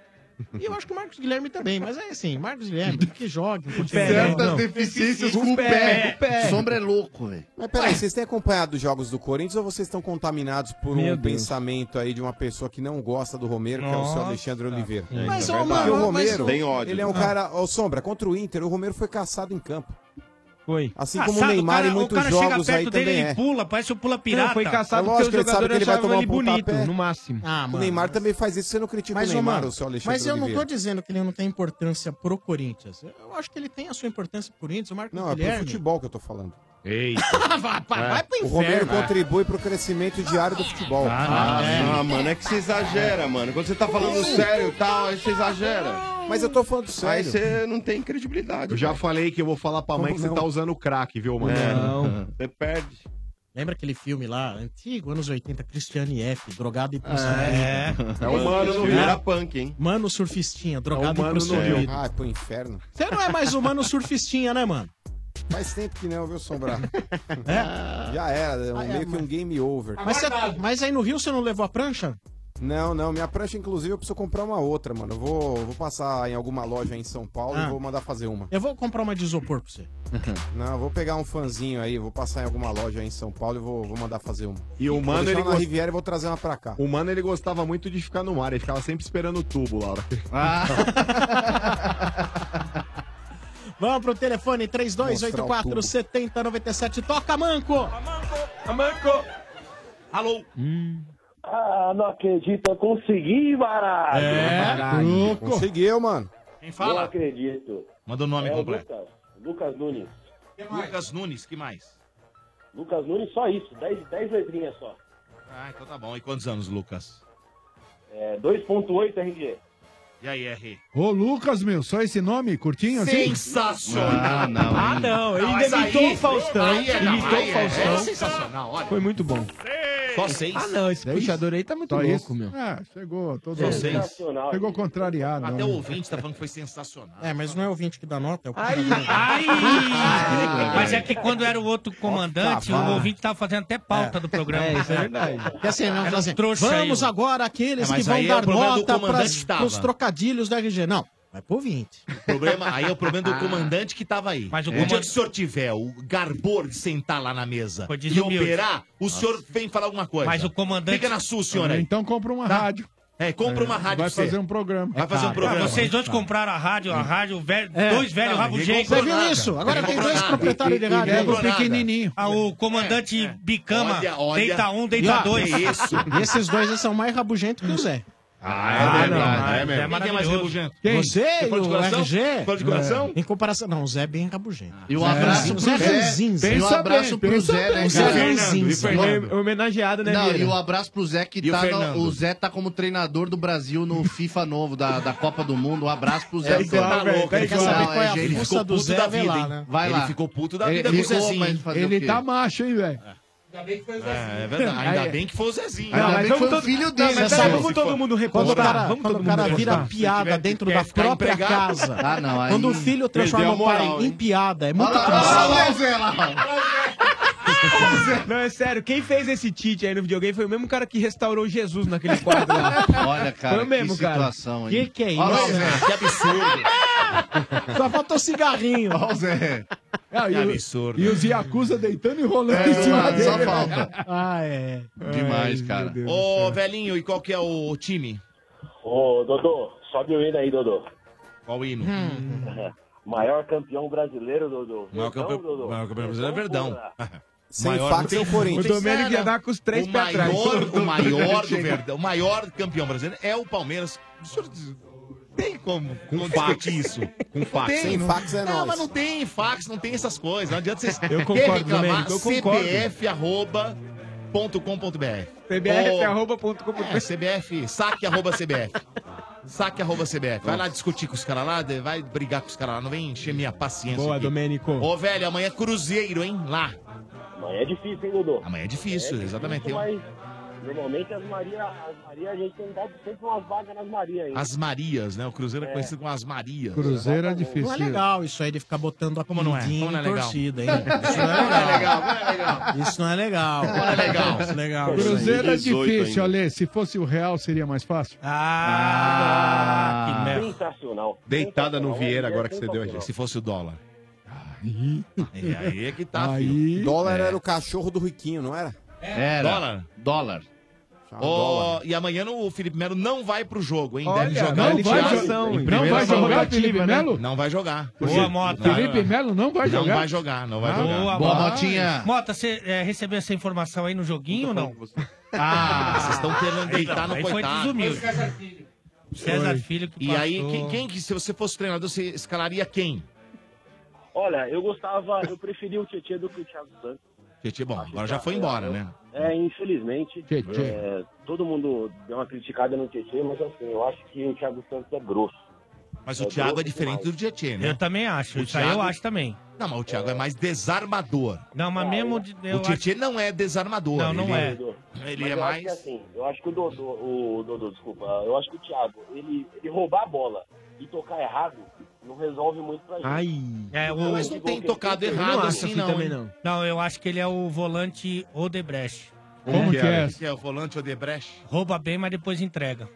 E eu acho que o Marcos Guilherme também, mas é assim, Marcos Guilherme, que joga. que continua.
Certas
né? Não.
deficiências com o pé.
o pé.
Sombra é louco, velho.
Mas peraí, vocês têm acompanhado os jogos do Corinthians ou vocês estão contaminados por
Meu
um
Deus.
pensamento aí de uma pessoa que não gosta do Romero, que é o seu Nossa. Alexandre Oliveira? É, Mas, isso é Porque verdade. ô, mano, o Romero,
Ah.
mas- Tem ódio. ele é um Ah. cara... Ô, Sombra, contra o Inter, o Romero foi caçado em campo. Foi. Assim como o
Assado,
Neymar
cara-
e muitos
o cara
jogos
chega
aí
perto dele,
também
ele
é.
pula, parece o pula pirata.
É lógico, ele sabe que ele vai tomar um pontapé.
Ah,
o
mano,
Neymar também faz isso, você não critica
Mas,
o
ô,
Neymar,
mano,
o seu Alexandre
mas eu não tô
Oliveira.
dizendo que ele não tem importância pro Corinthians. Eu acho que ele tem a sua importância pro Corinthians. O Marcos
Não, é pro
Guilherme.
futebol que eu tô falando.
Eita.
vai, vai,
É.
vai pro
O Romero
inferno.
contribui pro crescimento diário do futebol.
Ah, não, mano, é que você exagera, mano. Quando você tá falando
Sim.
sério e tal, aí você exagera.
Mas eu tô falando
Aí
sério.
você não tem credibilidade.
Eu já
cara.
falei que eu vou falar pra mãe
Como
que você
não?
tá usando crack, viu, mano?
É.
Não.
Você perde.
Lembra aquele filme lá, antigo, anos 80, Cristiane F., drogado e
É. É o Mano no Rio. Era punk, hein? É
Mano surfistinha, drogado
Mano
e
no
prostituído.
Rio. Ah, é pro inferno.
Você não é mais humano surfistinha, né, mano?
Faz tempo que não, viu, Sombra? Já era, é um-
Ah, é,
meio que
mano.
um game over.
Mas, você- mas aí no Rio você não levou a prancha?
Não, não, minha prancha, inclusive, eu preciso comprar uma outra, mano. Eu vou, vou passar em alguma loja aí em São Paulo
Ah.
e vou mandar fazer uma.
Eu vou comprar uma de isopor pra você.
Não, eu vou pegar um fanzinho aí, vou passar em alguma loja aí em São Paulo e vou, vou mandar fazer uma.
E o mano, ele
vou deixar na
gost-
Riviera e vou trazer uma pra cá.
O mano, ele gostava muito de ficar no mar, ele ficava sempre esperando o tubo, Laura.
Vamos pro telefone 3284 7097. Toca, Manco!
Manco!
Alô?
Hum.
Ah, não acredito, eu consegui, baralho.
É,
Baralho,
louco.
Conseguiu, mano.
Quem fala?
Não acredito.
Manda o nome
É o
completo.
Lucas, Lucas Nunes.
Lucas Nunes, que mais?
Lucas Nunes, só isso, 10 dez letrinhas só.
Ah, então tá bom. E quantos anos, Lucas?
É, 2.8 RG.
E aí, R?
Ô, Lucas, meu, só esse nome, curtinho assim?
Sensacional.
Ah, não,
Ah,
hein?
não. Ele
Não,
ainda
mas aí-
imitou o Faustão.
aí é- não,
imitou
aí
o
é-
Faustão.
é sensacional, olha.
Foi muito bom.
Só seis?
Ah, não, esse
Seis?
puxador aí tá muito
Só
louco,
isso?
meu.
Ah, chegou todo
Só seis.
Chegou contrariado.
Até
né?
o ouvinte tá falando que foi sensacional.
É, mas não é o ouvinte que dá nota, é o
Ai, ai. Mas é que quando era o outro comandante,
Nossa,
o
vá.
ouvinte tava fazendo até pauta do programa.
É, isso é verdade. E assim, não,
Era
assim,
um trouxa
vamos
aí, ó.
agora àqueles
É,
que
mas
vão
aí é o
dar
problema do
nota
comandante
pras,
que tava.
pros trocadilhos da RG. Não, vai pro Ah. 20.
O problema, aí é o problema
Ah.
do comandante que tava aí. Mas
o
o,
comand-
dia que o senhor tiver o garbor de sentar lá na mesa
Foi
e
desumilde.
operar, o
Nossa.
senhor vem falar alguma coisa.
Mas o comandante-
Fica na sua, senhor aí.
Então compra uma rádio.
É, compra
É,
uma rádio
Vai
pra você.
fazer um programa.
Vai fazer um programa.
Ah, vocês dois compraram a rádio, a rádio, velho, dois velhos rabugeiros.
Você viu isso? Agora tem dois proprietários de rádio. Pega o pequenininho.
Ah, o comandante
É.
Bicama
Olha, olha.
deita um,
E,
deita
ó,
dois.
E esses dois são mais rabugentos que o Zé.
Ah,
é verdade, é mesmo.
Quem é mais rabugento?
Quem? Você
Você
e
fala de
o
coração?
RG?
Fala de coração?
É. Em comparação, não, o Zé é bem rabugento.
E o abraço
O
pro
Zé
Zé.
ranzinza.
Pensa
E o abraço
bem,
pro
pensa
Zé,
bem.
né, Zé
E é Fernando, e
ranzinza.
Fernando. Homenageado, né,
Não,
Vieira?
e o abraço pro Zé que
E o
tá. no-
Fernando?
o Zé tá como treinador do Brasil no FIFA novo, da, da Copa do Mundo. Um abraço pro Zé.
É, você tá louco, ele quer saber qual é a
gente.
força do Zé, vai lá, né?
Vai
Ele
lá.
ficou puto da
Ele-
vida
ele
com o
ficou,
Zezinho.
mas fazer o
Ele
quê?
tá macho, hein, velho?
É, é verdade. Ainda
Aí-
bem que foi o Zezinho.
Não,
Ainda
mas
bem que
vamos
foi o
todo-
filho
Não,
dele.
mas
né,
sabe
Zezinho?
vamos todo mundo
Quando o
repostar.
cara,
Vamos
quando
todo
o cara
mundo
vira
repostar.
piada dentro da
ficar
própria
empregado.
casa.
Ah, não, aí-
Quando o filho transforma
Perdeu
o
a
pai
moral,
em
hein?
piada, é muito
Olha lá,
cansado.
olha lá, Não, é sério, quem fez esse cheat aí no videogame foi o mesmo cara que restaurou Jesus naquele quadro lá.
Olha, cara,
Foi o mesmo,
que
cara.
situação,
Que que é isso?
Olha lá,
Olha,
Zé.
que absurdo.
Só falta o cigarrinho.
Olha o Zé.
Ah, e
Que
o-
absurdo.
E os Yakuza deitando e rolando
É,
em cima
mano,
dele.
só
né?
falta.
Ah, é.
Demais, cara.
Ô, velhinho, e qual que é o time?
Ô, Dodô, sobe o hino aí, Dodô.
Qual o hino? Hum.
Maior campeão brasileiro, Dodô.
Maior campeão- maior campeão brasileiro é Verdão.
Sem fax é o Corinthians. O Domênico ia dar com os três
o
pés atrás.
maior,
Quando
O
o
maior
Domênico
do
chega.
Verdão, o maior campeão brasileiro é o Palmeiras. O senhor diz- tem como não
fax.
discutir isso.
Com fax.
Não tem.
Sem fax é
Não,
nóis.
mas não tem fax, não tem essas coisas. Não adianta vocês
Eu concordo,
reclamar.
Domênico, eu concordo.
CBF arroba ponto com ponto BR.
CBF
Ou-
arroba ponto com ponto
É, CBF, saque arroba CBF. Saque arroba CBF. Vai lá discutir com os caras lá, de- vai brigar com os caras lá. Não vem encher minha paciência.
Boa,
aqui.
Domênico.
Ô, velho, amanhã é Cruzeiro, hein? Lá.
Amanhã é difícil, hein, Dodô?
Amanhã é difícil, exatamente. Tem- um
Mas, normalmente as Maria, as Maria, a gente tem dado sempre umas vagas nas Maria aí.
As Marias, né? O Cruzeiro é, conhecido como as Marias.
Cruzeiro é
Não é
difícil.
legal isso aí de ficar botando a
não é? Como não é legal?
torcida, hein?
Isso não
é legal. Isso não é legal. Isso não é legal. Isso não é legal.
Cruzeiro é
18
difícil,
ainda.
Ale. Se fosse o Real, seria mais fácil.
Ah, que merda.
Sensacional.
Deitada no Vieira agora que você deu,
Se fosse o dólar.
Aí,
aí é que tá,
Dólar era o cachorro do Riquinho, não era?
Era.
Dólar?
Dólar.
Ó, e amanhã o Felipe Melo não vai pro jogo, hein?
Olha,
Deve jogar.
não
ele
vai
já-
jogar,
em
não
primeira
vai
ação
jogar,
da
Felipe
ativa, né?
Melo?
Não vai jogar.
Boa, Mota. Felipe Melo não vai jogar?
Não vai jogar, não vai
Ah,
jogar.
boa, Boa, Mota. Motinha.
Mota, você é, recebeu essa informação aí no joguinho ou não?
Ah, vocês estão querendo
Aí
deitar
não,
no
aí foi
coitado.
desumilde. Foi o César
Filho.
César Filho que
E aí,
passou.
quem, quem que, se você fosse treinador, você escalaria quem?
Olha, eu gostava, eu preferia o Tietchan do que o Thiago Santos.
Tietê, bom, agora já foi embora, né?
É, infelizmente,
Tietê.
é, todo mundo deu uma criticada no Tietchan, mas assim, eu acho que o Thiago Santos é grosso.
Mas o Thiago é diferente do Tietê, né?
Eu também acho,
O
isso aí eu
Thiago-
acho também.
Não, mas o Thiago é, mais desarmador.
Não,
É,
mas mesmo... de- eu
o Tietê não é desarmador.
Não, não
ele-
Mas
Ele é
eu acho
mais.
que assim, eu acho que o Dodô, o Dodô, desculpa, eu acho que o Thiago, ele, ele roubar a bola e tocar errado não resolve muito pra gente.
É, o...
Mas não tem tocado
Eu
errado
acho
assim, não, hein?
Não, eu acho que ele é o volante Odebrecht.
Como Como que que é? é?
é
o volante Odebrecht?
Rouba bem, mas depois entrega.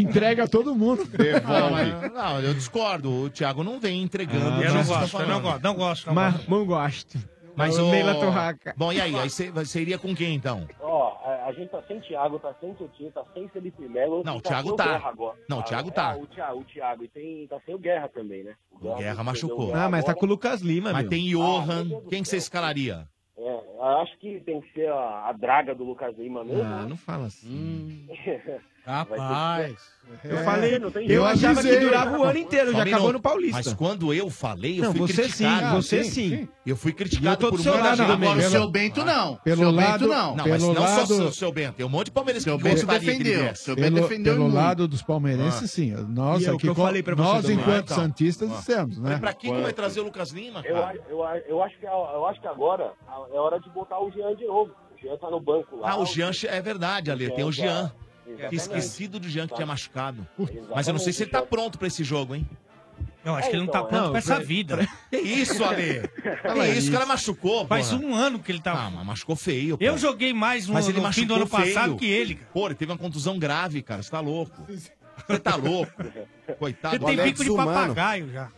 Entrega todo mundo. Ah.
Não, eu discordo. O Thiago não vem entregando.
é. Ah, eu não
disso que
gosto,
tá
eu não
falando.
gosto, não gosto. Não
Mas
gosto.
não gosto.
Mas
o
o.
Leila Torraca.
Bom, e aí? Aí você você iria com quem então?
Ó, a, a gente tá sem Thiago, tá sem Coutinho, tá sem Felipe Melo.
Não, o
tá
Thiago
sem
tá.
Guerra agora.
Não, o Thiago
é,
tá.
o, Thiago, o Thiago, e tem, tá sem o Guerra também, né? O
O Guerra machucou.
Ah, mas tá
com o Lucas Lima, Mas
meu.
tem
Ah, meu
Johan.
Deus do
Quem que você escalaria?
É, eu acho que tem que ser a, a draga do Lucas Lima mesmo. Hum. né?
Ah, fala assim.
Rapaz.
Eu falei,
não tem
eu
jeito.
achava
Avisei.
que durava o ano
Só
inteiro, já
um
acabou
minuto.
no Paulista.
Mas quando eu falei, eu
Não,
fui
você sim,
criticado.
você sim.
Eu fui
E eu
criticado
tô do
por um
seu lado
monte de
também.
agora.
Pelo-
Seu
Bento, não.
Pelo
Seu Bento,
lado,
não.
Não, mas
Pelo
não só
lado-
o seu, seu Bento. Tem um monte de palmeirense que
Bento
gostaria que ele
defendeu,
viesse.
seu Bento Pelo- defendeu pelo muito. lado dos palmeirenses,
Ah.
sim. Nós
E é o
aqui,
que eu
co-
falei pra você
nós
também.
enquanto
Então.
santistas
Ah.
dissemos, né?
Mas pra quem que vai trazer o Lucas Lima,
Eu,
cara?
a- eu, a- eu, acho que, a- eu acho que agora a- é hora de botar o Jean de novo. O Jean tá no banco lá.
Ah, o Jean é verdade, Ale. Tem o Jean.
Exatamente.
Esquecido do Jean que tinha machucado. Mas eu não
Exatamente,
sei se ele tá pronto pra esse jogo, hein?
Não, acho que ele não tá
Então,
pronto
não,
pra essa
pra-
vida.
Que isso, Ale?
Fala
Que isso,
isso.
o cara machucou,
Faz
porra.
um ano que ele tá.
Ah, mas machucou feio,
Eu
porra.
joguei mais no,
Mas ele
no fim do ano
machucou feio.
passado que ele.
Pô, ele teve uma contusão grave, cara. Você tá louco. Você tá louco. Coitado.
Ele tem
Alex
bico de
Humano.
papagaio
já.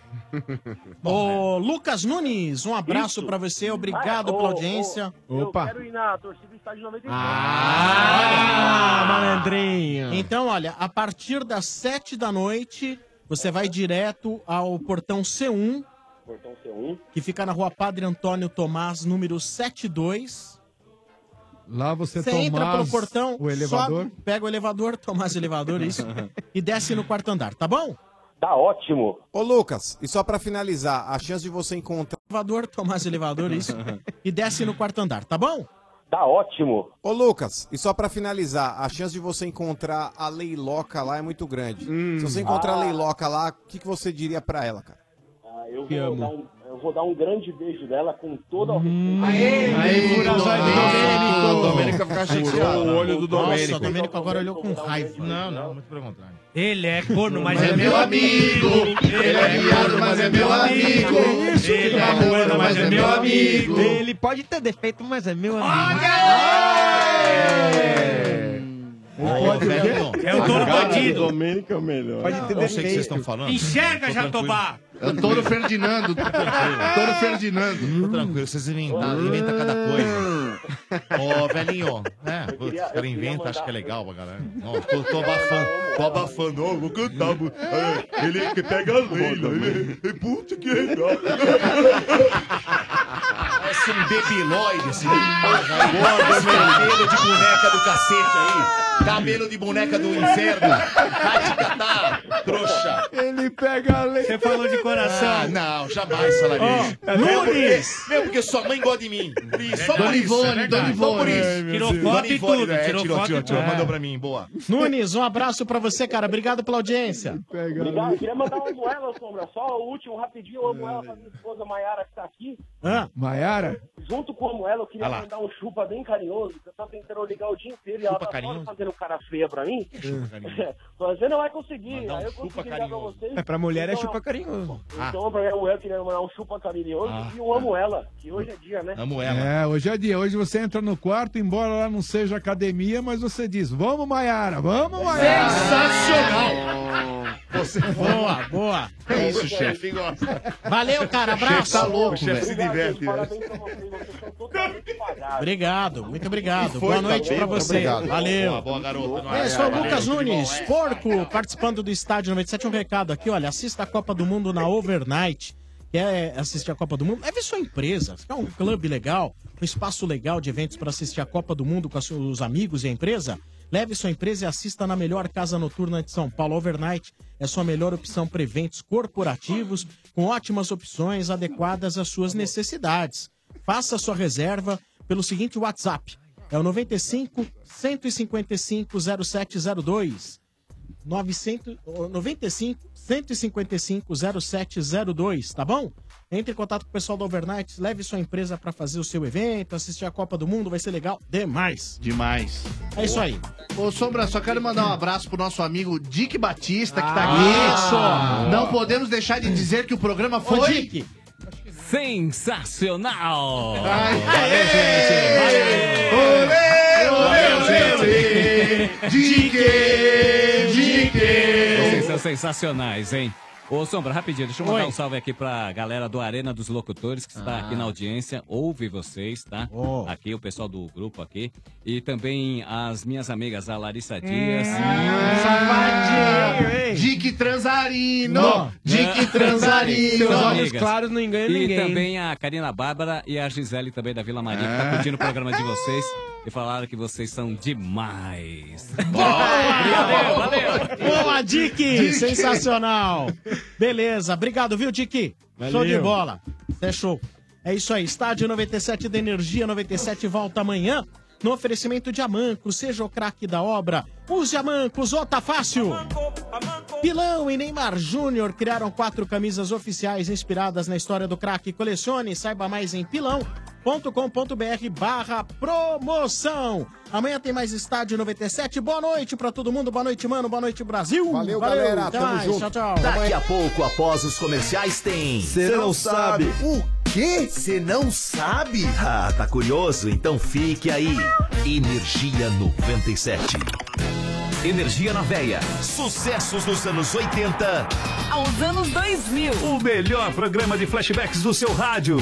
Ô, Lucas Nunes, um abraço
Isso.
pra você, obrigado
Ah, ô,
pela audiência.
ô, Eu quero ir na torcida do estádio 93.
Ah, malandrinho. Então, olha, a partir das 7 da noite, você vai direto ao portão C1,
Portão C1.
que fica na rua Padre Antônio Tomás, número 72.
Lá você,
Você
Tomás,
entra pelo portão,
o elevador.
sobe, pega o elevador, Tomás o elevador, isso, e desce no quarto andar, tá bom?
Tá ótimo.
Ô, Lucas, e só pra finalizar, a chance de você encontrar.
Elevador, Tomás elevador, isso. e desce no quarto andar, tá bom?
Tá ótimo.
Ô, Lucas, e só pra finalizar, a chance de você encontrar a Leiloca lá é muito grande.
Hum.
Se você encontrar a
Ah.
Leiloca lá, o que, que você diria pra ela, cara?
Ah, eu,
Te
vou
amo.
dar um, eu vou dar um grande beijo dela com toda a
Hum.
Aê, Aê, Lucas, Lucas, olha aí, Domênico. Domênico. Domênico vai ficar chateado. Furou o olho do Nossa, Domênico. o Domênico
agora olhou com raiva.
Não, não, muito pelo contrário.
Ele é corno, mas,
Mas
é, meu amigo. Ele é viado, mas é meu amigo. Ele é corno, mas é meu amigo.
Ele pode ter defeito, mas é meu amigo.
Pode
É o touro bandido.
Domênico é o melhor.
Pode ter
Não sei o que vocês
defeito.
estão falando.
Enxerga,
Tô tranquilo.
Jatobá.
É o touro Ferdinando. touro Ferdinando. Tô tranquilo, vocês inventam,
Hum.
inventam cada coisa. Ô, velhinho, né?
Eu
Putz,
queria-
os
eu
caras
queria
inventam, acho
mandar-
que é legal pra galera. Não, tô, tô abafando, tô abafando. Ó, vou cantar. bu- é, Ele que pega a leila. Ele, é puta que legal. Parece um debilóide, esse porra aí.
Boa,
Esse cabelo de boneca do cacete aí. Cabelo de boneca do inferno. Vai te catar, trouxa.
Ele pega a lei.
Você falou de coração.
Ah, não, jamais, salarista.
Ó, é Nunes!
Mesmo porque, mesmo porque sua mãe gosta de mim. Por isso, só
Dona
por isso.
Ivone,
é verdade,
Dona
Só por
Ivone. Ai,
isso.
meu Então, Tirou Deus. foto
Dona
e
Ivone,
tudo,
é,
tirou
tirou,
foto
tirou,
e
tirou.
tudo. É.
Mandou pra mim, boa.
Nunes, um abraço pra você, cara. Obrigado pela audiência.
Obrigado, eu queria mandar um amo ela, Sombra. Só o último, rapidinho, eu amo ela pra minha esposa Maiara que tá aqui.
Ah, Maiara?
Junto com o amo ela, eu queria
Ah lá.
mandar um chupa bem carinhoso, que eu tô tentando ligar o dia inteiro e ela
Chupa
tá
carinhoso?
só fazendo cara feia pra mim.
Chupa
carinhoso.
Você não vai conseguir,
Mandar um
aí eu
chupa
consegui ligar pra
carinhoso.
vocês.
É, pra mulher é
Então,
chupa carinhoso.
Então, pra mim, eu queria mandar um chupa carinhoso
Ah.
e o amo ela, que hoje é dia, né?
É, hoje é dia. Hoje você entra no quarto, embora lá não seja academia, mas você diz: Vamos, Maiara, vamos, Maiara.
É.
Sensacional!
Você... Boa, boa.
É isso, chefe.
Valeu, cara.
O chefe
Abraço.
tá louco, O chefe velho. se diverte, né?
Parabéns pra vocês, vocês são totalmente pagados. Obrigado, muito obrigado.
E foi
tá
boa noite
também,
pra
muito
você.
obrigado.
Valeu.
Boa, boa, garota. Não
É,
é,
sou o
valeu,
Lucas
tudo de bom,
Nunes,
é.
porco, participando do estádio 97. Um recado aqui, olha, assista a Copa do Mundo na Overnight. Quer assistir a Copa do Mundo? Leve sua empresa. Se quer um clube legal, um espaço legal de eventos para assistir a Copa do Mundo com as- os amigos e a empresa? Leve sua empresa e assista na melhor casa noturna de São Paulo. A Overnight é sua melhor opção para eventos corporativos, com ótimas opções adequadas às suas necessidades. Faça sua reserva pelo seguinte WhatsApp: é o 95 155 0702. 900 oh, 95 155 0702, tá bom? Entre em contato com o pessoal da Overnight, leve sua empresa para fazer o seu evento, assistir a Copa do Mundo, vai ser legal demais.
Demais.
É isso aí.
Ô, Sombra, só quero mandar um abraço pro nosso amigo Dick Batista, que tá
Ah,
aqui.
isso.
Não podemos deixar de dizer que o programa foi...
Dick. Sensacional! Vocês são sensacionais, hein? Ô, Sombra, rapidinho, deixa eu mandar
Oi.
um salve aqui pra galera do Arena dos Locutores, que está
Ah.
aqui na audiência, ouve vocês, tá? Aqui, o pessoal do grupo aqui. E também as minhas amigas, a
É.
Larissa Dias.
Ah,
Safadinho, Dick Transarino, Dick Transarino.
Suas
Olhos
amigas.
claros não enganam ninguém.
E também a Karina Bárbara e a Gisele também da Vila Maria, que tá curtindo o programa de vocês. E falaram que vocês são demais.
Boa, Dick!
Dick.
Sensacional! Beleza, obrigado, viu, Dick?
Valeu.
Show de bola. É show. É isso aí, Estádio 97 da Energia 97 volta amanhã. No oferecimento de Amanco, seja o craque da obra, use Amanco, Zota Fácil. Pilão e Neymar Júnior criaram quatro camisas oficiais inspiradas na história do craque. Colecione, saiba mais em pilão.com.br barra promoção. Amanhã tem mais Estádio 97. Boa noite pra todo mundo. Boa noite, mano. Boa noite, Brasil.
Valeu, galera.
Até
Tamo
mais.
junto.
Tchau, tchau.
Daqui a pouco, após os comerciais, tem.
Cê não sabe.
O quê? Você não sabe? Ah, tá curioso? Então fique aí. Energia 97. Energia na veia. Sucessos dos anos 80.
Aos anos 2000.
O melhor programa de flashbacks do seu rádio.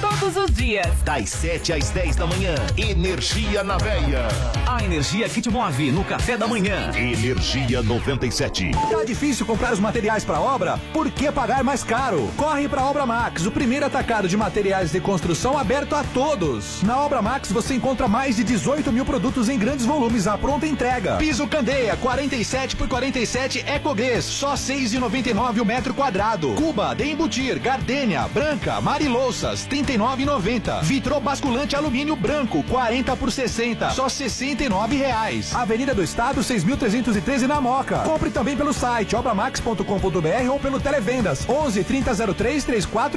Todos os dias.
Das 7 às 10 da manhã. Energia na veia.
A energia que te move no café da manhã.
Energia 97.
Tá difícil comprar os materiais para obra? Por que pagar mais caro? Corre para Obra Max, o primeiro atacado de materiais de construção aberto a todos. Na Obra Max você encontra mais de 18 mil produtos em grandes volumes à pronta entrega. Piso Candeia 47 por 47 Ecogres, só 6,99 o metro quadrado. Cuba de embutir, Gardênia, Branca, Marilouças 39,90. Vitro basculante alumínio branco 40 por 60, só 69 reais. Avenida do Estado 6.313 na Moca. Compre também pelo site obramax.com.br ou pelo Televendas 11 3003 3400.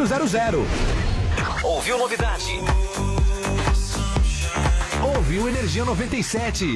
Ouviu novidade?
Ouviu Energia 97.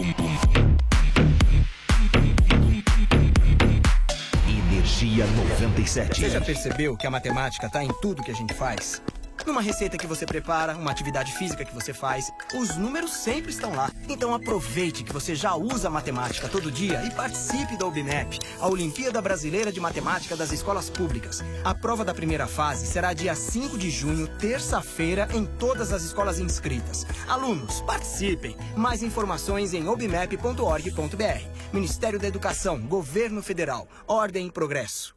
Energia 97.
tá Você já percebeu que a matemática está em tudo que a gente faz? Numa receita que você prepara, uma atividade física que você faz, os números sempre estão lá. Então aproveite que você já usa matemática todo dia e participe da OBMEP, a Olimpíada Brasileira de Matemática das Escolas Públicas. A prova da primeira fase será dia 5 de junho, terça-feira, em todas as escolas inscritas. Alunos, participem! Mais informações em obmep.org.br. Ministério da Educação, Governo Federal, Ordem e Progresso.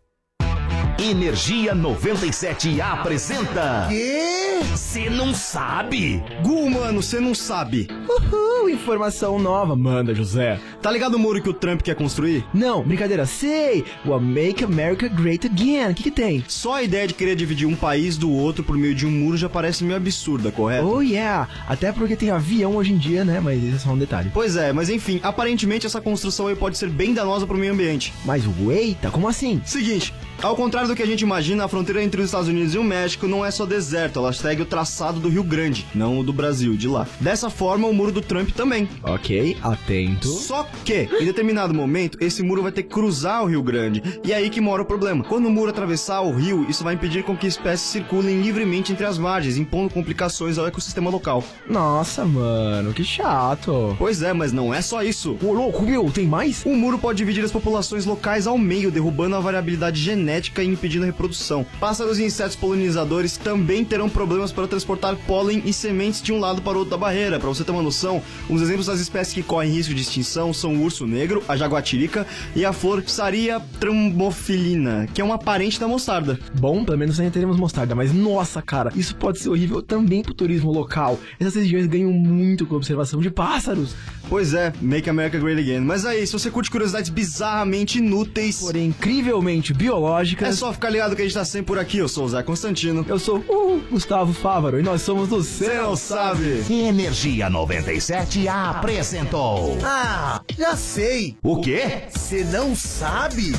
Energia 97 apresenta.
Quê?
Você não sabe?
Gu, mano, você não sabe. Uhul, informação nova. Manda, José. Tá ligado o muro que o Trump quer construir? Não, brincadeira, sei. O Make America Great Again. O que, que tem? Só a ideia de querer dividir um país do outro por meio de um muro já parece meio absurda, correto? Oh, yeah. Até porque tem avião hoje em dia, né? Mas isso é só um detalhe. Pois é, mas enfim, aparentemente essa construção aí pode ser bem danosa pro meio ambiente. Mas, eita, como assim? Seguinte, ao contrário do que a gente imagina, a fronteira entre os Estados Unidos e o México não é só deserto, ela segue o traçado do Rio Grande, não o do Brasil, de lá. Dessa forma, o muro do Trump também. Ok, atento. Só que, em determinado momento, esse muro vai ter que cruzar o Rio Grande. E é aí que mora o problema. Quando o muro atravessar o rio, isso vai impedir com que espécies circulem livremente entre as margens, impondo complicações ao ecossistema local. Nossa, mano, que chato. Pois é, mas não é só isso. Ô, louco, meu, tem mais? O muro pode dividir as populações locais ao meio, derrubando a variabilidade genética e impedindo a reprodução. Pássaros e insetos polinizadores também terão problemas para transportar pólen e sementes de um lado para o outro da barreira. Para você ter uma noção, uns exemplos das espécies que correm risco de extinção são o urso negro, a jaguatirica e a flor Psaria trambofilina, que é uma parente da mostarda. Bom, pelo menos ainda teremos mostarda, mas nossa, cara, isso pode ser horrível também pro turismo local. Essas regiões ganham muito com a observação de pássaros. Pois é, Make America Great Again. Mas aí, se você curte curiosidades bizarramente inúteis, porém incrivelmente biológicas, é só ficar ligado que a gente tá sempre por aqui. Eu sou o Zé Constantino. Eu sou o Gustavo Fávaro e nós somos do Céu Sabe.
Energia 97 apresentou.
Ah, já sei.
O quê?
Você não sabe?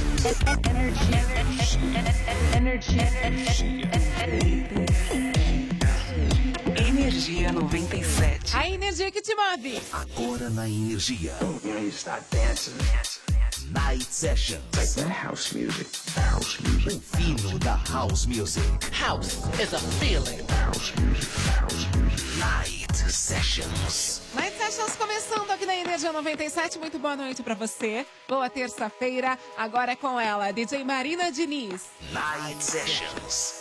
Energia 97. A energia que te move.
Agora na energia. Night Session. house music. House music. O fino da house music.
House is a feeling.
Night Sessions.
Mas estamos começando aqui na Energia 97. Muito boa noite pra você. Boa terça-feira. Agora é com ela, DJ Marina Diniz.
Night Sessions.